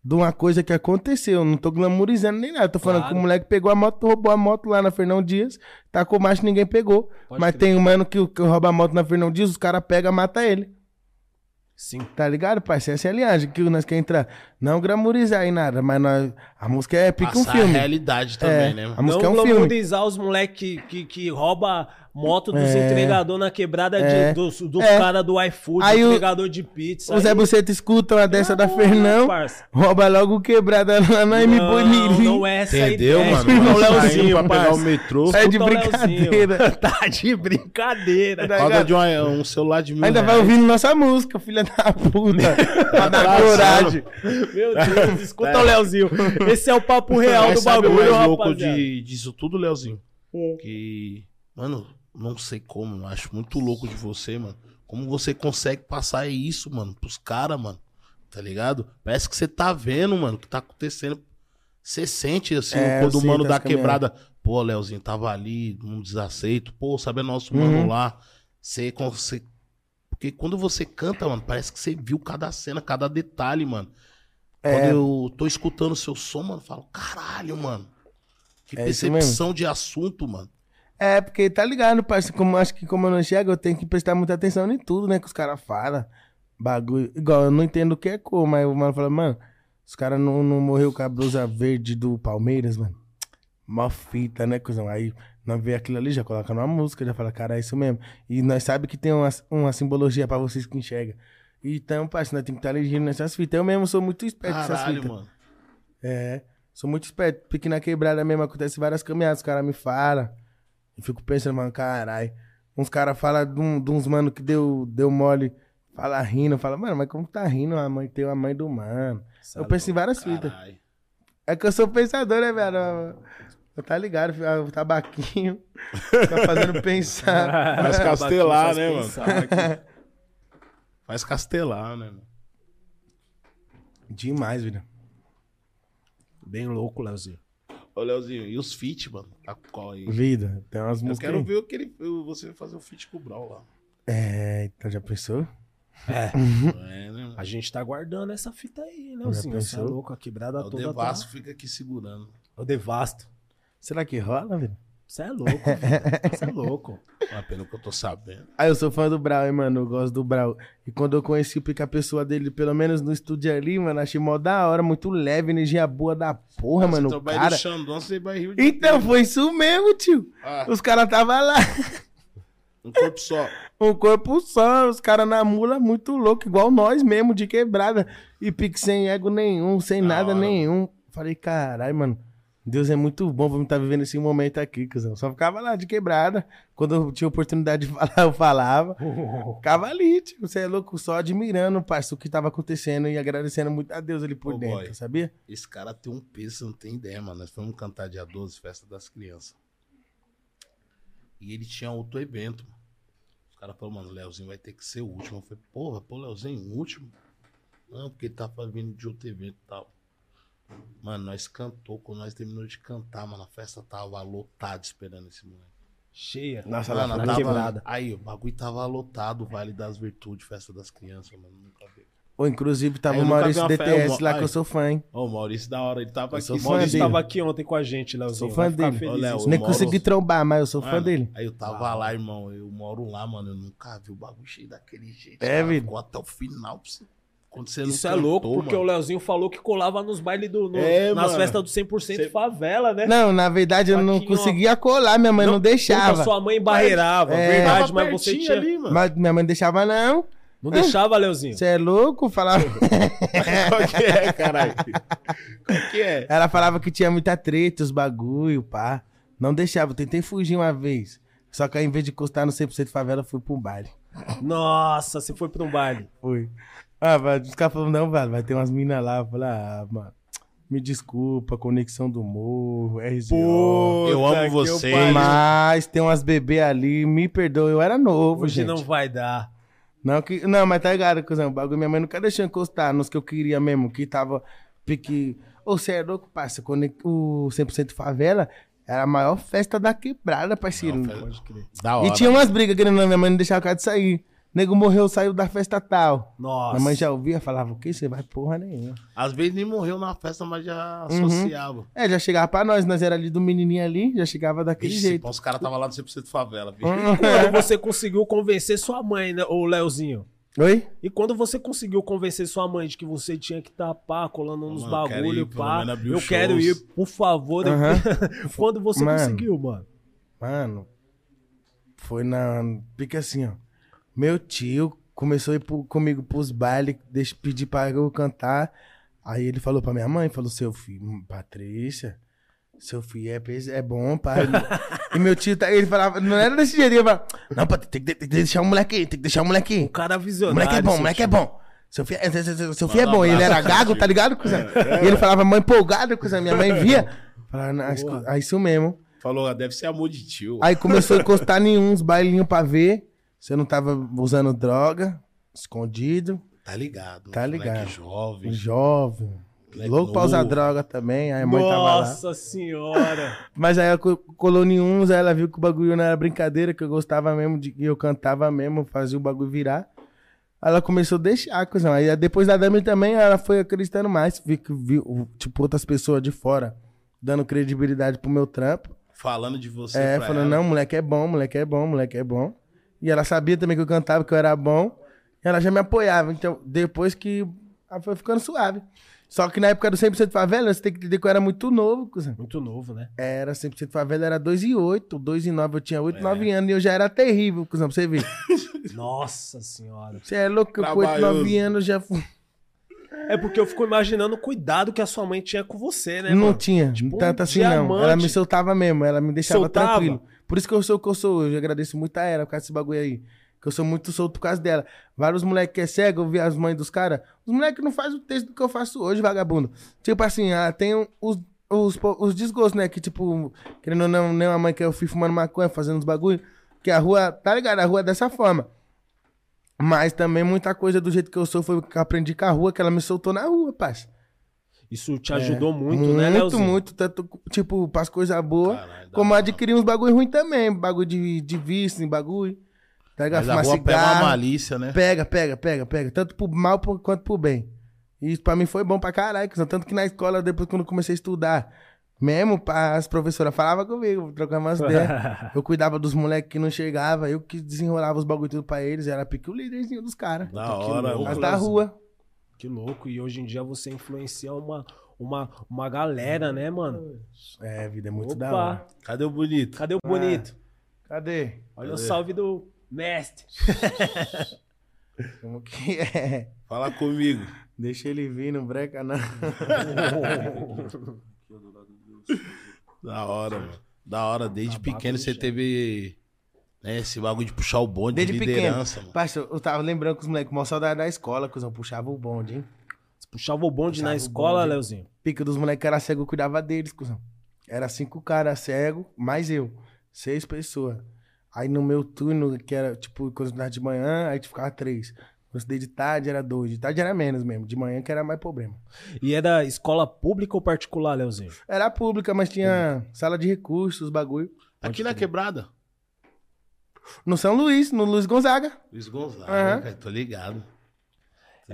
Speaker 2: de uma coisa que aconteceu. Não tô glamourizando nem nada. Tô falando
Speaker 3: Claro.
Speaker 2: que o moleque pegou a moto, roubou a moto lá na Fernão Dias, tacou macho, ninguém pegou.
Speaker 3: Pode
Speaker 2: Mas
Speaker 3: crer.
Speaker 2: tem um mano que, que rouba a moto na Fernão Dias, os caras pegam, mata ele.
Speaker 3: Sim.
Speaker 2: Tá ligado, parceiro? Essa é a linhagem que nós quer entrar. Não glamourizar aí nada, mas nós, a música é pica um
Speaker 1: Passar
Speaker 2: filme.
Speaker 1: a realidade também, né,
Speaker 2: a
Speaker 1: mano?
Speaker 2: música
Speaker 3: não
Speaker 2: é um filme.
Speaker 3: glamourizar os moleque que, que rouba moto dos
Speaker 2: É.
Speaker 3: entregadores na quebrada de-
Speaker 2: É.
Speaker 3: dos, dos
Speaker 2: É.
Speaker 3: caras do iFood,
Speaker 2: Aí o-
Speaker 3: entregador de pizza.
Speaker 2: O Zé
Speaker 3: aí-
Speaker 2: Buceta escuta uma dessa da
Speaker 3: Não,
Speaker 2: Fernão,
Speaker 3: parça.
Speaker 2: rouba logo o quebrada lá na M.
Speaker 3: Não,
Speaker 2: Bonilha.
Speaker 3: não é essa a
Speaker 1: Entendeu,
Speaker 3: ideia.
Speaker 1: mano?
Speaker 3: Escuta o
Speaker 1: Saindo
Speaker 3: Leozinho,
Speaker 1: pra pegar
Speaker 3: parça.
Speaker 1: o metrô.
Speaker 2: É de
Speaker 3: Escuta o <laughs>
Speaker 2: brincadeira.
Speaker 1: Tá de brincadeira.
Speaker 3: Brincadeira.
Speaker 2: Tá
Speaker 1: Roda
Speaker 2: ligado?
Speaker 1: de uma- um celular de mil
Speaker 3: é.
Speaker 2: Ainda vai
Speaker 1: reais.
Speaker 2: ouvindo nossa música, filha da
Speaker 3: <laughs>
Speaker 2: puta. pra dar
Speaker 1: Atrasado.
Speaker 2: coragem.
Speaker 3: Meu Deus, escuta
Speaker 1: É.
Speaker 3: o Leozinho. Esse é o papo real
Speaker 1: Mas
Speaker 3: do
Speaker 1: sabe o
Speaker 3: bagulho,
Speaker 1: mais louco
Speaker 3: rapaziada.
Speaker 1: de, disso tudo, Leozinho?
Speaker 2: É.
Speaker 1: Que, mano, não sei como, mano, acho muito louco de você, mano. Como você consegue passar isso, mano, pros caras, mano. Tá ligado? Parece que você tá vendo, mano, o que tá acontecendo. Você sente, assim,
Speaker 2: É,
Speaker 1: quando
Speaker 2: eu
Speaker 1: o mano
Speaker 2: sinto
Speaker 1: da
Speaker 2: essa caminhada.
Speaker 1: quebrada. Pô, Leozinho, tava ali, num desaceito. Pô, sabe é nosso
Speaker 2: Uhum.
Speaker 1: mano lá. Você consegue. Porque quando você canta, mano, parece que você viu cada cena, cada detalhe, mano.
Speaker 2: É.
Speaker 1: Quando eu tô escutando o seu som, mano, eu falo, caralho, mano. Que
Speaker 2: É isso
Speaker 1: percepção de assunto, mano.
Speaker 2: É, porque tá ligado, parceiro. Como, acho que como eu não enxergo, eu tenho que prestar muita atenção em tudo, né? Que os caras falam. Bagulho. Igual, eu não entendo o que é cor, mas o mano fala, mano, os caras não, não morreu com a blusa verde do Palmeiras, mano. Mó fita, né, cuzão? Aí nós vê aquilo ali, já coloca numa música, já fala, cara, é isso mesmo. E nós sabe que tem uma, uma simbologia pra vocês que enxergam. Então, parceiro, nós temos que estar ligeiro nessas fitas. Eu mesmo sou muito esperto nessas
Speaker 1: Caralho,
Speaker 2: fitas.
Speaker 1: mano.
Speaker 2: É, sou muito esperto. Porque na quebrada mesmo acontece várias caminhadas, os caras me falam. Eu fico pensando, mano, caralho. Uns caras falam de, um- de uns mano que deu, deu mole, fala rindo, fala, mano, mas como tá rindo a mãe, tem a mãe do mano.
Speaker 1: é
Speaker 2: eu penso em várias fitas.
Speaker 1: Caralho.
Speaker 2: É que eu sou pensador, né, velho? Eu- eu Tá ligado, fi- o tabaquinho
Speaker 1: <laughs>
Speaker 2: tá fazendo pensar.
Speaker 1: Faz
Speaker 3: Abacaxi
Speaker 1: castelar,
Speaker 3: faz
Speaker 1: né, mano?
Speaker 3: pensar
Speaker 1: <laughs>
Speaker 3: aqui.
Speaker 1: Faz castelar, né, mano?
Speaker 2: Demais, vida.
Speaker 3: Bem louco, Leozinho.
Speaker 1: Ô, Leozinho, e os feat, mano? Tá com qual aí?
Speaker 2: Vida, tem umas
Speaker 1: Eu
Speaker 2: músicas.
Speaker 1: quero
Speaker 2: aí.
Speaker 1: ver aquele, você fazer o feat com o Brau
Speaker 2: <laughs>
Speaker 1: lá.
Speaker 2: É, então já pensou?
Speaker 3: É,
Speaker 1: É, né, mano?
Speaker 3: a gente tá guardando essa fita aí, Leozinho. Você é
Speaker 2: pensou? É
Speaker 3: louco, a
Speaker 2: Tá
Speaker 3: quebrada
Speaker 1: O
Speaker 3: toda.
Speaker 1: Devasso fica aqui segurando.
Speaker 3: Tá... O devasto.
Speaker 2: Será que rola, velho?
Speaker 3: Você é louco, vida. Você
Speaker 2: <laughs>
Speaker 3: é louco.
Speaker 1: Ah, pelo que eu tô sabendo.
Speaker 2: Ah, eu sou fã do Brau, hein, mano. Eu gosto do Brau. E quando eu conheci o pica pessoa dele, pelo menos no estúdio ali, mano, achei mó da hora, muito leve, energia boa da porra, Ah, mano.
Speaker 1: você
Speaker 2: o Cara...
Speaker 1: do Xandão, você vai Rio de
Speaker 2: Então, foi isso mesmo, tio.
Speaker 1: Ah,
Speaker 2: Os caras tava lá, <laughs>
Speaker 1: um corpo só.
Speaker 2: um corpo só, os caras na mula, muito louco, igual nós mesmo, de quebrada. E pique sem ego nenhum, sem
Speaker 1: Da
Speaker 2: nada
Speaker 1: hora.
Speaker 2: nenhum. Falei, caralho, mano. Deus é muito bom pra me estar vivendo esse momento aqui, cuzão. Só ficava lá de quebrada. Quando eu tinha oportunidade de <laughs> falar, eu falava. Ficava ali, tipo, você é louco, só admirando, parceiro, o que tava acontecendo e agradecendo muito a Deus ali por
Speaker 1: Ô,
Speaker 2: dentro,
Speaker 1: boy.
Speaker 2: sabia?
Speaker 1: Esse cara tem um peso, você não tem ideia, mano. Nós fomos cantar dia 12, festa das crianças. E ele tinha outro evento. mano. Os caras falaram, mano, o Leozinho vai ter que ser o último. Eu falei, porra, pô, Leozinho, o último? Não, porque ele tá vindo de outro evento e tal. Mano, nós cantou, quando nós terminou de cantar, mano, a festa tava lotada esperando esse moleque.
Speaker 3: Cheia.
Speaker 2: Nossa,
Speaker 1: Mano,
Speaker 3: na
Speaker 1: tava-
Speaker 3: quebrada.
Speaker 1: Aí, o bagulho tava lotado, Vale das Virtudes, festa das crianças, mano. Nunca vi.
Speaker 2: Ou inclusive tava
Speaker 1: É, eu
Speaker 2: o
Speaker 1: nunca vi
Speaker 2: Maurício
Speaker 1: uma fe-
Speaker 2: DTS
Speaker 1: uma-
Speaker 2: lá
Speaker 1: Ai.
Speaker 2: que eu sou fã, hein?
Speaker 1: Ô, Maurício, da hora, ele tava
Speaker 2: Eu
Speaker 1: aqui.
Speaker 2: sou
Speaker 3: O
Speaker 2: fã
Speaker 3: Maurício
Speaker 2: é dele.
Speaker 3: estava aqui ontem com a gente, Leozinho.
Speaker 2: Sou fã
Speaker 3: Vai ficar
Speaker 2: dele.
Speaker 3: feliz
Speaker 1: Ô, Léo,
Speaker 3: em
Speaker 1: Eu
Speaker 2: Nem
Speaker 1: moro-
Speaker 2: consegui trombar, mas eu sou fã
Speaker 1: Mano,
Speaker 2: dele.
Speaker 1: Aí eu tava lá, irmão. Eu moro lá, mano. Eu nunca vi o bagulho cheio daquele jeito.
Speaker 2: É,
Speaker 1: Os caras
Speaker 2: vida.
Speaker 1: Ficou até o final. pra você- Quando você não
Speaker 3: Isso é
Speaker 1: cantou,
Speaker 3: louco, porque
Speaker 1: mano.
Speaker 3: o Leozinho falou que colava nos bailes do. no-
Speaker 1: É,
Speaker 3: nas
Speaker 1: mano.
Speaker 3: festas do 100%
Speaker 1: Cê-
Speaker 3: favela,
Speaker 1: É.
Speaker 3: né?
Speaker 2: Não, na verdade eu não
Speaker 3: Aqui, ó.
Speaker 2: conseguia colar, minha mãe não,
Speaker 3: Puta,
Speaker 2: deixava.
Speaker 3: sua mãe barreirava,
Speaker 2: É.
Speaker 3: verdade,
Speaker 1: Tava
Speaker 3: mas você
Speaker 1: pertinho
Speaker 3: tinha.
Speaker 1: ali, mano.
Speaker 2: Mas minha mãe não deixava, não.
Speaker 3: Não deixava, Leozinho.
Speaker 2: Você é louco?
Speaker 1: <laughs>
Speaker 2: Falava...
Speaker 1: Qual que é, caralho? Qual que é?
Speaker 2: Ela falava que tinha muita treta, os bagulho, pá. Não deixava, eu tentei fugir uma vez. Só que ao invés de encostar no 100% favela, eu fui pro baile.
Speaker 3: Nossa, você foi pra um baile.
Speaker 2: Foi. Ah, vai, os caras falaram, não, velho, vai ter umas minas lá. Eu falei, ah, mano, me desculpa, conexão do morro, RGO.
Speaker 1: eu amo
Speaker 3: Puta que
Speaker 1: vocês.
Speaker 3: pariu.
Speaker 2: Mas tem umas bebê ali, me perdoa, eu era novo,
Speaker 3: Hoje
Speaker 2: gente.
Speaker 3: não
Speaker 2: Não...
Speaker 3: vai dar.
Speaker 2: que, não, mas tá ligado, cuzão, o bagulho, minha mãe nunca deixou encostar nos que eu queria mesmo, que tava pique... Ô, você é louco, parça, quando o 100% favela Era a maior festa da quebrada, parceiro.
Speaker 1: Maior festa.
Speaker 3: Pode crer.
Speaker 1: Da hora.
Speaker 2: E tinha umas brigas querendo minha mãe não deixava o cara de sair. Nego morreu, saiu da festa tal.
Speaker 3: Nossa.
Speaker 2: Minha mãe já ouvia, falava, o que? Você vai porra nenhuma.
Speaker 1: Às vezes nem morreu na festa, mas já associava.
Speaker 2: É, já chegava pra nós, nós era ali do menininho ali, já chegava daquele
Speaker 1: Vixe,
Speaker 2: jeito. Hum.
Speaker 1: pô, os caras estavam lá no 100% favela, bicho.
Speaker 3: Quando você conseguiu convencer sua mãe, né, ô Leozinho?
Speaker 2: <laughs> Oi?
Speaker 3: E quando você conseguiu convencer sua mãe de que você tinha que tapar, colando uns
Speaker 1: Mano, eu quero
Speaker 3: bagulho,
Speaker 1: ir, pelo
Speaker 3: pá,
Speaker 1: menos abrir
Speaker 3: eu
Speaker 1: os
Speaker 3: quero
Speaker 1: shows.
Speaker 3: ir, por favor. eu- quando você
Speaker 2: Mano.
Speaker 3: conseguiu, mano?
Speaker 2: Mano, foi na. Fica assim, ó. Meu tio começou a ir pro- comigo pros bailes, deixa, pedir pra eu cantar. Aí ele falou pra minha mãe, falou, seu filho, hum, Patrícia, seu filho é, pes- é bom, pai. <laughs> e meu tio, tá, ele falava, não era desse jeito, ele falava, não, Patrícia, tem, que de- tem que deixar o moleque aí, tem que deixar o moleque aí.
Speaker 3: O cara
Speaker 2: O
Speaker 3: visionário.
Speaker 2: moleque é bom, o
Speaker 3: seu
Speaker 2: moleque é
Speaker 3: tio.
Speaker 2: bom. Seu filho, é- seu- seu- seu- seu filho é
Speaker 1: Manda um
Speaker 2: bom. Ele
Speaker 1: abraço
Speaker 2: era
Speaker 1: pro
Speaker 2: gago,
Speaker 1: tio.
Speaker 2: tá ligado, cuzão? E ele falava, mãe empolgada, cuzão. Minha mãe via. Falava, "Não, isso- ah, isso mesmo.
Speaker 1: Falou, ah, deve ser amor de tio.
Speaker 2: Aí começou a encostar em uns bailinhos pra ver. Você não tava usando droga, escondido,
Speaker 1: Tá ligado.
Speaker 2: Tá
Speaker 1: moleque
Speaker 2: ligado.
Speaker 1: jovem.
Speaker 2: jovem.
Speaker 1: Moleque
Speaker 2: louco pra usar
Speaker 1: novo.
Speaker 2: droga também. Aí a mãe tava lá.
Speaker 3: Nossa senhora.
Speaker 2: Mas aí ela co- colou em uns, aí ela viu que o bagulho não era brincadeira, que eu gostava mesmo, de, que eu cantava mesmo, fazia o bagulho virar. Aí Ela começou a deixar, cuzão. Aí depois da Dami também, ela foi acreditando mais. Viu, que- viu, o- tipo, outras pessoas de fora dando credibilidade pro meu trampo.
Speaker 1: Falando de você
Speaker 2: É,
Speaker 1: pra
Speaker 2: falando,
Speaker 1: ela.
Speaker 2: não, moleque é bom, moleque é bom, moleque é bom. E ela sabia também que eu cantava, que eu era bom. E ela já me apoiava. Então, depois que... Ela foi ficando suave. Só que na época do 100% Favela, você tem que entender que eu era muito novo, cuzão.
Speaker 3: Muito novo, né?
Speaker 2: Era 100% favela, era 2 e 8, 2 e 9, eu tinha 8, 9 anos e eu já era terrível, cuzão, pra você ver.
Speaker 3: Nossa senhora.
Speaker 2: Você é louco, eu com 8, 9
Speaker 1: Trabalhoso.
Speaker 2: anos eu já fui.
Speaker 3: É porque eu fico imaginando o cuidado que a sua mãe tinha com você, né,
Speaker 2: não
Speaker 3: mano?
Speaker 2: tinha,
Speaker 3: Tipo um
Speaker 2: tanto assim não.
Speaker 3: diamante.
Speaker 2: Ela me soltava mesmo, ela me deixava
Speaker 3: Soltava?
Speaker 2: tranquilo. Por isso que eu sou o que eu sou, eu agradeço muito a ela por causa desse bagulho aí. Que eu sou muito solto por causa dela. Vários moleques que é cego, eu vi as mães dos caras. Os moleques não fazem o texto que eu faço hoje, vagabundo. Tipo assim, ah, tem um- os, os, po- os desgostos, né? Que tipo, querendo ou não, nem uma mãe que eu fui fumando maconha, fazendo uns bagulho. Que a rua, tá ligado? A rua é dessa forma. Mas também muita coisa do jeito que eu sou foi que eu aprendi com a rua, que ela me soltou na rua, parça.
Speaker 3: Isso te ajudou muito, né, Leozinho?
Speaker 2: É, Muito, muito. Tanto, tipo, pras coisas boas,
Speaker 1: Caralho, da
Speaker 2: como
Speaker 1: hora.
Speaker 2: adquirir uns bagulho ruim também. Bagulho de, de vício, em bagulho. Tá ligado?
Speaker 1: Mas a
Speaker 2: Fumar
Speaker 1: rua pega uma
Speaker 2: cigarro.
Speaker 1: malícia, né?
Speaker 2: Pega, pega, pega, pega. Tanto pro mal por- quanto pro bem. E isso pra mim foi bom pra caralho. cuzão. Tanto que na escola, depois quando eu comecei a estudar, mesmo pá, as professoras falavam comigo, trocavam umas
Speaker 3: <laughs>
Speaker 2: ideias. Eu cuidava dos moleques que não chegava, eu que desenrolava os bagulho tudo pra eles. Era pique o líderzinho dos caras.
Speaker 1: Da
Speaker 3: que
Speaker 1: hora,
Speaker 3: louco.
Speaker 2: Mas
Speaker 1: mano.
Speaker 2: da rua.
Speaker 3: que louco. E hoje em dia você influencia uma, uma, uma galera, né, mano?
Speaker 2: É, vida é muito
Speaker 3: Opa.
Speaker 2: da hora. É.
Speaker 1: Cadê o bonito?
Speaker 3: Cadê o bonito?
Speaker 2: Cadê?
Speaker 3: Olha o salve do mestre.
Speaker 2: Como que <laughs> é?
Speaker 1: Fala comigo.
Speaker 2: Deixa ele vir, não breca não. <laughs>
Speaker 1: Da hora, mano. Da hora, desde
Speaker 2: Tá
Speaker 1: pequeno você teve né, esse bagulho de puxar o bonde
Speaker 2: Desde
Speaker 1: de
Speaker 2: pequeno.
Speaker 1: liderança, mano.
Speaker 2: Parça, eu tava lembrando que os moleques, mó saudade da escola, cuzão, puxava o bonde, hein?
Speaker 3: Você puxava o bonde
Speaker 2: Puxava
Speaker 3: na
Speaker 2: o
Speaker 3: escola,
Speaker 2: bonde.
Speaker 3: Leozinho?
Speaker 2: Pica dos moleques que era cego, eu cuidava deles, cuzão. Era cinco caras cego, mais eu. Seis pessoas. Aí no meu turno, que era, tipo, quando eu estudava de manhã, aí ficava três. Quando eu estudei de tarde, era dois. De tarde era menos mesmo. De manhã que era mais problema.
Speaker 3: E era escola pública ou particular, Leozinho?
Speaker 2: Era pública, mas tinha sala de recursos, bagulho.
Speaker 1: Aqui na quebrada.
Speaker 2: No São Luís, no Luiz Gonzaga.
Speaker 1: Luiz Gonzaga, né,
Speaker 2: Aham.
Speaker 1: cara, tô ligado. Tô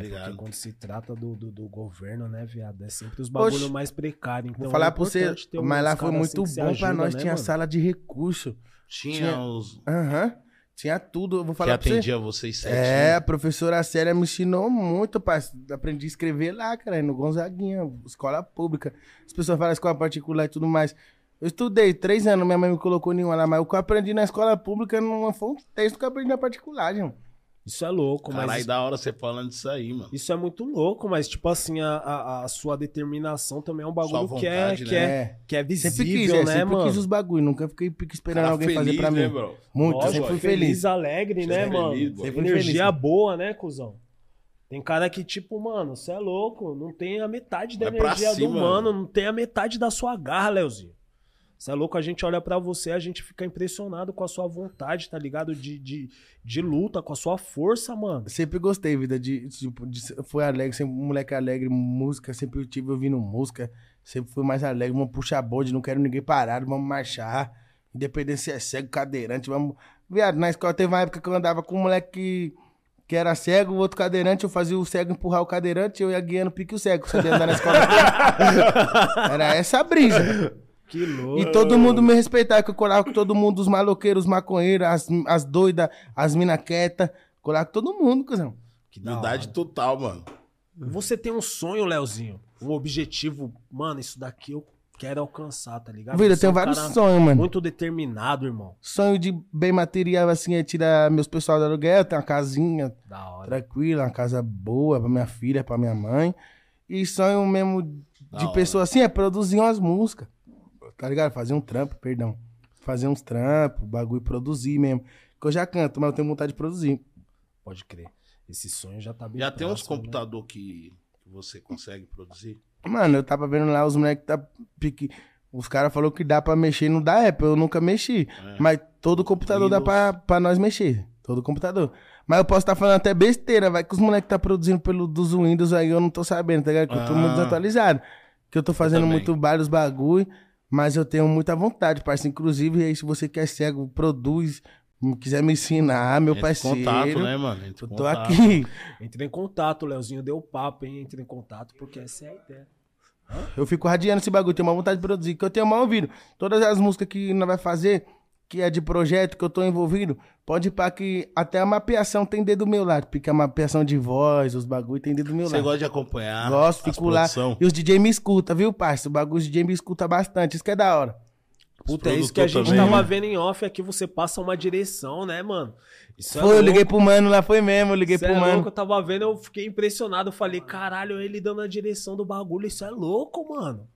Speaker 3: É porque
Speaker 1: ligado.
Speaker 3: quando se trata do, do, do governo, né, viado? É sempre os bagulho
Speaker 2: Oxe.
Speaker 3: mais precário. Então
Speaker 2: Vou
Speaker 3: é
Speaker 2: falar pra você,
Speaker 3: importante ter
Speaker 2: mas lá
Speaker 3: uns
Speaker 2: foi
Speaker 3: caras
Speaker 2: muito
Speaker 3: assim que se
Speaker 2: bom pra
Speaker 3: ajuda,
Speaker 2: nós.
Speaker 3: né,
Speaker 2: tinha
Speaker 3: mano?
Speaker 2: sala de recurso.
Speaker 1: Tinha,
Speaker 2: Tinha-
Speaker 1: os
Speaker 2: Aham. Tinha tudo. Eu vou
Speaker 1: que
Speaker 2: falar pra você.
Speaker 1: atendia vocês sete.
Speaker 2: É,
Speaker 1: né?
Speaker 2: a professora Célia me ensinou muito, parceiro. Aprendi a escrever lá, cara, no Gonzaguinha, escola pública. As pessoas falam escola particular e tudo mais. Eu estudei três anos, minha mãe me colocou nenhuma lá, mas o que eu aprendi na escola pública não foi um texto que eu aprendi na particular, gente.
Speaker 3: Isso é louco, mas.
Speaker 1: Caralho, da hora você falando disso aí,
Speaker 2: Tá
Speaker 1: mano.
Speaker 3: Isso é muito louco, mas, tipo assim, a, a, a sua determinação também é um bagulho
Speaker 1: Sua
Speaker 3: que, é,
Speaker 1: vontade,
Speaker 3: que, é, que é visível,
Speaker 2: né? Sempre quis, é,
Speaker 3: né,
Speaker 2: sempre
Speaker 3: mano?
Speaker 2: quis os bagulho, nunca fiquei pique esperando
Speaker 1: Cara
Speaker 2: alguém
Speaker 1: feliz,
Speaker 2: fazer pra
Speaker 1: né,
Speaker 2: mim.
Speaker 1: bro?
Speaker 2: Muito,
Speaker 1: Nossa,
Speaker 2: sempre fui
Speaker 1: mano.
Speaker 2: feliz.
Speaker 3: feliz, alegre, né,
Speaker 1: Sempre
Speaker 3: mano?
Speaker 1: feliz, mano.
Speaker 2: Sempre
Speaker 3: Energia
Speaker 2: feliz.
Speaker 3: boa, né, cuzão? Tem cara que, tipo, mano, você é louco, não tem a metade da
Speaker 1: Vai pra
Speaker 3: energia do
Speaker 1: cima,
Speaker 3: humano,
Speaker 1: mano.
Speaker 3: não tem a metade da sua garra, Leozinho. Você é louco, a gente olha pra você, a gente fica impressionado com a sua vontade, tá ligado? De, de, de luta, com a sua força, mano.
Speaker 2: Sempre gostei, vida, de, tipo, de, foi alegre, sempre um moleque alegre, música, sempre eu tive ouvindo música, Sempre fui mais alegre, vamos puxar bonde, não quero ninguém parado, vamos marchar. Independente se é cego, cadeirante, vamos. Viado, na escola teve uma época que eu andava com um moleque que, que era cego, o outro cadeirante, eu fazia o cego empurrar o cadeirante, eu ia guiando pique o cego, só de andar na escola. era essa a brisa.
Speaker 3: Que louco.
Speaker 2: E todo mundo me respeitava, que eu colava com todo mundo, os maloqueiros, os maconheiros, as, as doidas, as mina quieta. Colava com todo mundo, cuzão.
Speaker 1: Que idade total, mano.
Speaker 3: Você tem um sonho, Leozinho. Um objetivo. Mano, isso daqui eu quero alcançar, tá ligado?
Speaker 2: Vida, eu
Speaker 3: Você é
Speaker 2: tenho
Speaker 3: um
Speaker 2: vários
Speaker 3: cara
Speaker 2: sonhos, mano.
Speaker 3: Muito determinado, irmão.
Speaker 2: Sonho de bem material, assim, é tirar meus pessoal do aluguel, ter uma casinha
Speaker 3: Da hora.
Speaker 2: tranquila, uma casa boa pra minha filha, pra minha mãe. E sonho mesmo
Speaker 1: Da
Speaker 2: de
Speaker 1: hora.
Speaker 2: pessoa assim é produzir umas músicas. Tá ligado? Fazer um trampo, perdão. Fazer uns trampos, bagulho, produzir mesmo. Que eu já canto, mas eu tenho vontade de produzir.
Speaker 3: Pode crer. Esse sonho já tá bem
Speaker 1: Já tem uns
Speaker 3: próximo, né?
Speaker 1: computador que que você consegue produzir?
Speaker 2: Mano, eu tava vendo lá os moleques tá pique. Os caras falaram que dá pra mexer e não dá Apple, eu nunca mexi.
Speaker 1: É.
Speaker 2: Mas todo computador dá pra, pra nós mexer. Todo computador. Mas eu posso estar falando até besteira, vai que os moleques tá produzindo pelo, dos Windows aí, eu não tô sabendo, tá ligado? Que eu tô
Speaker 1: Ah.
Speaker 2: muito desatualizado. Que eu tô fazendo
Speaker 1: também.
Speaker 2: muito vários bagulho, mas eu tenho muita vontade, parceiro. Inclusive, aí, se você quer cego, produz, hum, quiser me ensinar, meu
Speaker 1: Entre em
Speaker 2: parceiro.
Speaker 1: contato, né, mano? Entre
Speaker 2: Eu tô
Speaker 1: contato.
Speaker 2: aqui.
Speaker 3: Entra né? em contato, Leozinho. Deu papo, hein? Entra em contato, porque essa é a ideia.
Speaker 2: Eu fico radiando esse bagulho, tenho uma vontade de produzir, que eu tenho mal ouvido. Todas as músicas que nós vai fazer, que é de projeto, que eu tô envolvido, pode ir pra que até a mapeação tem dedo meu lá. Porque a mapeação de voz, os bagulho tem dedo meu
Speaker 1: Você
Speaker 2: lá.
Speaker 1: gosta de acompanhar?
Speaker 2: Gosto,
Speaker 1: as
Speaker 2: fico lá.
Speaker 1: produção?
Speaker 2: E os DJ me escuta, viu, parça? O bagulho os DJ me escuta bastante, isso que é da hora.
Speaker 3: Puta, é isso que a gente tava vendo em off aqui. Você passa uma direção, né, mano? Isso é
Speaker 2: foi, eu
Speaker 3: louco.
Speaker 2: liguei pro mano lá, foi mesmo, eu liguei
Speaker 3: Cê
Speaker 2: pro
Speaker 3: é
Speaker 2: mano.
Speaker 3: louco, eu tava vendo, eu fiquei impressionado. Eu falei, caralho, ele dando a direção do bagulho, isso é louco, mano.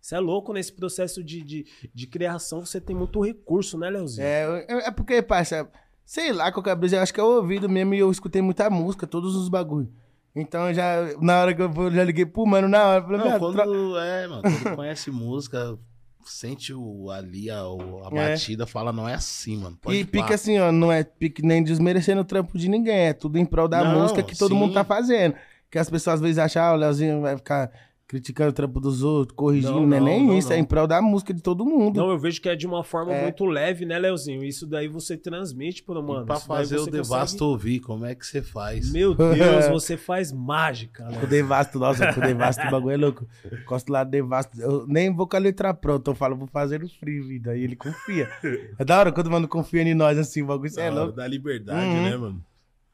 Speaker 3: Isso é louco nesse processo de, de, de criação, você tem muito recurso, né, Leozinho?
Speaker 2: É, eu- eu- é porque, parça, sei lá, qualquer brisa, eu acho que é o ouvido mesmo e eu escutei muita música, todos os bagulhos. Então eu já, na hora que eu vou, eu já liguei pro mano, na hora, eu falei,
Speaker 1: Não,
Speaker 2: "Viado,
Speaker 1: quando,
Speaker 2: tro-
Speaker 1: é, mano, quando <laughs> conhece música, sente o, ali a, o- a
Speaker 2: É.
Speaker 1: batida, fala, não é assim, mano. Pode
Speaker 2: e
Speaker 1: pá.
Speaker 2: pique assim, ó, não é pique nem desmerecendo o trampo de ninguém, é tudo em prol da
Speaker 1: Não,
Speaker 2: música que todo
Speaker 1: sim.
Speaker 2: mundo tá fazendo. Que as pessoas às vezes acham, ah, o Leozinho vai ficar criticando o trampo dos outros, corrigindo,
Speaker 3: Não,
Speaker 2: não, é
Speaker 3: não,
Speaker 2: nem
Speaker 3: não,
Speaker 2: isso, é
Speaker 3: não.
Speaker 2: em prol da música de todo mundo.
Speaker 3: Não, eu vejo que é de uma forma
Speaker 2: É.
Speaker 3: muito leve, né, Leozinho? Isso daí você transmite pro mano.
Speaker 1: E pra
Speaker 3: Isso daí
Speaker 1: fazer o
Speaker 3: você
Speaker 1: Devasto ouvir, como é que você faz?
Speaker 3: consegue-
Speaker 2: <laughs>
Speaker 3: Meu Deus,
Speaker 2: É.
Speaker 3: você faz mágica,
Speaker 2: Com o
Speaker 3: né?
Speaker 2: Devasto, nossa, com o Devasto o bagulho é louco. Costa lá do Devasto, eu nem vou com a letra pronta, eu falo, vou fazer o free, vida, aí ele confia. É da hora quando o mano confia em nós, assim, o bagulho
Speaker 1: Da
Speaker 2: é
Speaker 1: hora
Speaker 2: louco.
Speaker 1: Da liberdade,
Speaker 2: Uhum.
Speaker 1: né, mano?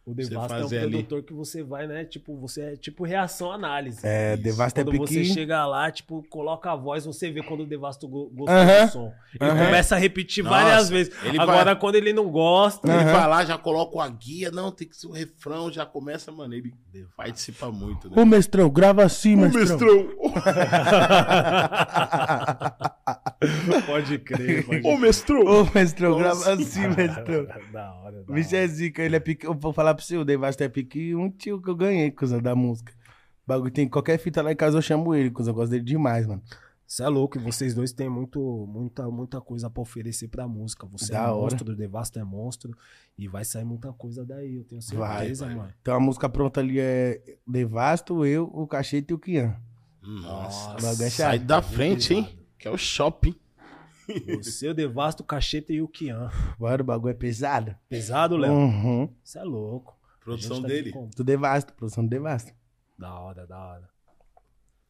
Speaker 3: O
Speaker 1: Você
Speaker 3: Devasto é um
Speaker 1: fazer ali.
Speaker 3: produtor que você vai, né? Tipo, você é tipo reação análise.
Speaker 2: É,
Speaker 1: Isso.
Speaker 2: Devasto é
Speaker 3: Quando você
Speaker 2: pique.
Speaker 3: chega lá, tipo, coloca a voz, você vê quando o Devasto go- gostou
Speaker 2: Aham.
Speaker 3: do som. Ele
Speaker 2: Aham.
Speaker 3: começa a repetir
Speaker 1: Nossa,
Speaker 3: várias vezes.
Speaker 1: ele
Speaker 3: Agora,
Speaker 1: vai-
Speaker 3: quando ele não gosta,
Speaker 1: Ele
Speaker 2: Aham.
Speaker 1: vai lá, já coloca a guia, não, tem que ser o refrão, já começa, mano, ele participa muito, né?
Speaker 2: Ô, mestrão, grava assim, mestrão.
Speaker 3: <laughs>
Speaker 2: <laughs>
Speaker 3: pode crer,
Speaker 1: <laughs>
Speaker 3: pode
Speaker 1: Ô, mestrou!
Speaker 2: Ô, mestrão,
Speaker 1: Como
Speaker 2: grava assim, mestrão.
Speaker 3: da hora, da
Speaker 2: Bicho é
Speaker 3: hora.
Speaker 2: zica, ele é pique. Eu vou falar pra você, o Devasto é pique um tio que eu ganhei, cuzão, da música. O bagulho tem qualquer fita lá em casa, eu chamo ele, cuzão. Eu gosto dele demais, mano.
Speaker 3: Você é louco, e vocês dois têm muito, muita, muita coisa pra oferecer pra música. Você
Speaker 2: Da
Speaker 3: é
Speaker 2: hora.
Speaker 3: monstro, o Devasto é monstro, e vai sair muita coisa daí, eu tenho certeza,
Speaker 1: vai.
Speaker 3: mano.
Speaker 2: Então a música pronta ali é Devasto, eu, o Cachete e o Kian.
Speaker 1: Nossa,
Speaker 2: Bagulho é
Speaker 1: sai
Speaker 2: chato.
Speaker 1: da frente, hein? Que é o shopping.
Speaker 3: Você, o Devasto, o Cacheta e o Kian.
Speaker 2: Bora, o bagulho é pesado.
Speaker 3: Pesado, Léo?
Speaker 2: Uhum.
Speaker 3: Você é louco. A gente
Speaker 1: Produção
Speaker 3: tá
Speaker 1: dele.
Speaker 3: com-
Speaker 2: Do Devasto, produção do Devasto.
Speaker 3: Da hora, da hora.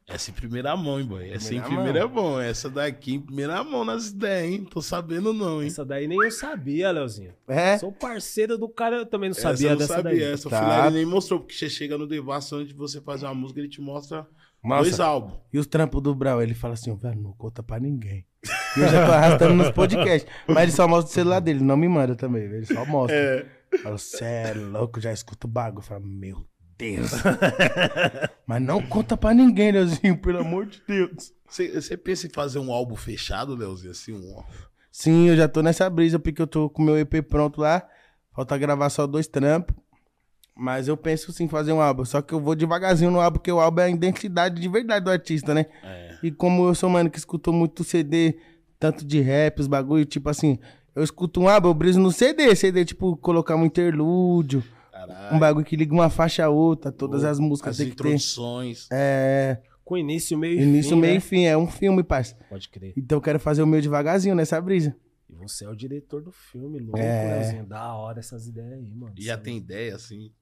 Speaker 1: Essa em primeira mão, hein, boy. Essa em
Speaker 2: Primeira
Speaker 1: primeira mão. Essa daqui em primeira mão nas ideias, hein? Tô sabendo não, hein?
Speaker 3: Essa daí nem eu sabia, Leozinho.
Speaker 2: É?
Speaker 3: Sou parceiro do cara, eu também não
Speaker 1: Essa eu
Speaker 3: sabia
Speaker 1: não
Speaker 3: dessa
Speaker 1: sabia.
Speaker 3: daí.
Speaker 1: Essa
Speaker 2: Tá.
Speaker 1: o Filari nem mostrou, porque você chega no Devasso, antes de você fazer uma música, ele te mostra dois
Speaker 2: Nossa.
Speaker 1: álbuns.
Speaker 2: E os trampos do Brau, ele fala assim, velho, não conta pra ninguém. E eu já tô arrastando nos podcasts. Mas ele só mostra o celular dele, não me manda também, ele só mostra. Fala, cê é louco, já escuta o bagulho. Fala, meu Deus. Mas não conta pra ninguém, Leozinho, pelo amor de Deus.
Speaker 1: Você você pensa em fazer um álbum fechado, Leozinho? Assim, um...
Speaker 2: Sim, eu já tô nessa brisa, porque eu tô com meu EP pronto lá. Falta gravar só dois trampos. Mas eu penso sim em fazer um álbum. Só que eu vou devagarzinho no álbum, porque o álbum é a identidade de verdade do artista, né?
Speaker 1: É.
Speaker 2: E como eu sou, um mano, que escutou muito CD, tanto de rap, os bagulho, tipo assim, eu escuto um álbum, eu briso no CD. CD, tipo, colocar um interlúdio,
Speaker 1: Caralho.
Speaker 2: um bagulho que liga uma faixa a outra, todas as músicas
Speaker 1: As
Speaker 2: tem que ter.
Speaker 1: introduções.
Speaker 2: É,
Speaker 3: Com início, meio e
Speaker 2: Início,
Speaker 3: fim.
Speaker 2: meio
Speaker 3: né?
Speaker 2: e fim, é um filme, parça.
Speaker 3: Pode crer.
Speaker 2: Então eu quero fazer o meu devagarzinho nessa brisa.
Speaker 3: E você é o diretor do filme, louco,
Speaker 2: É.
Speaker 3: Leozinho. Da hora essas ideias aí, mano. é
Speaker 1: E já
Speaker 3: Você-
Speaker 1: tem ideia, assim.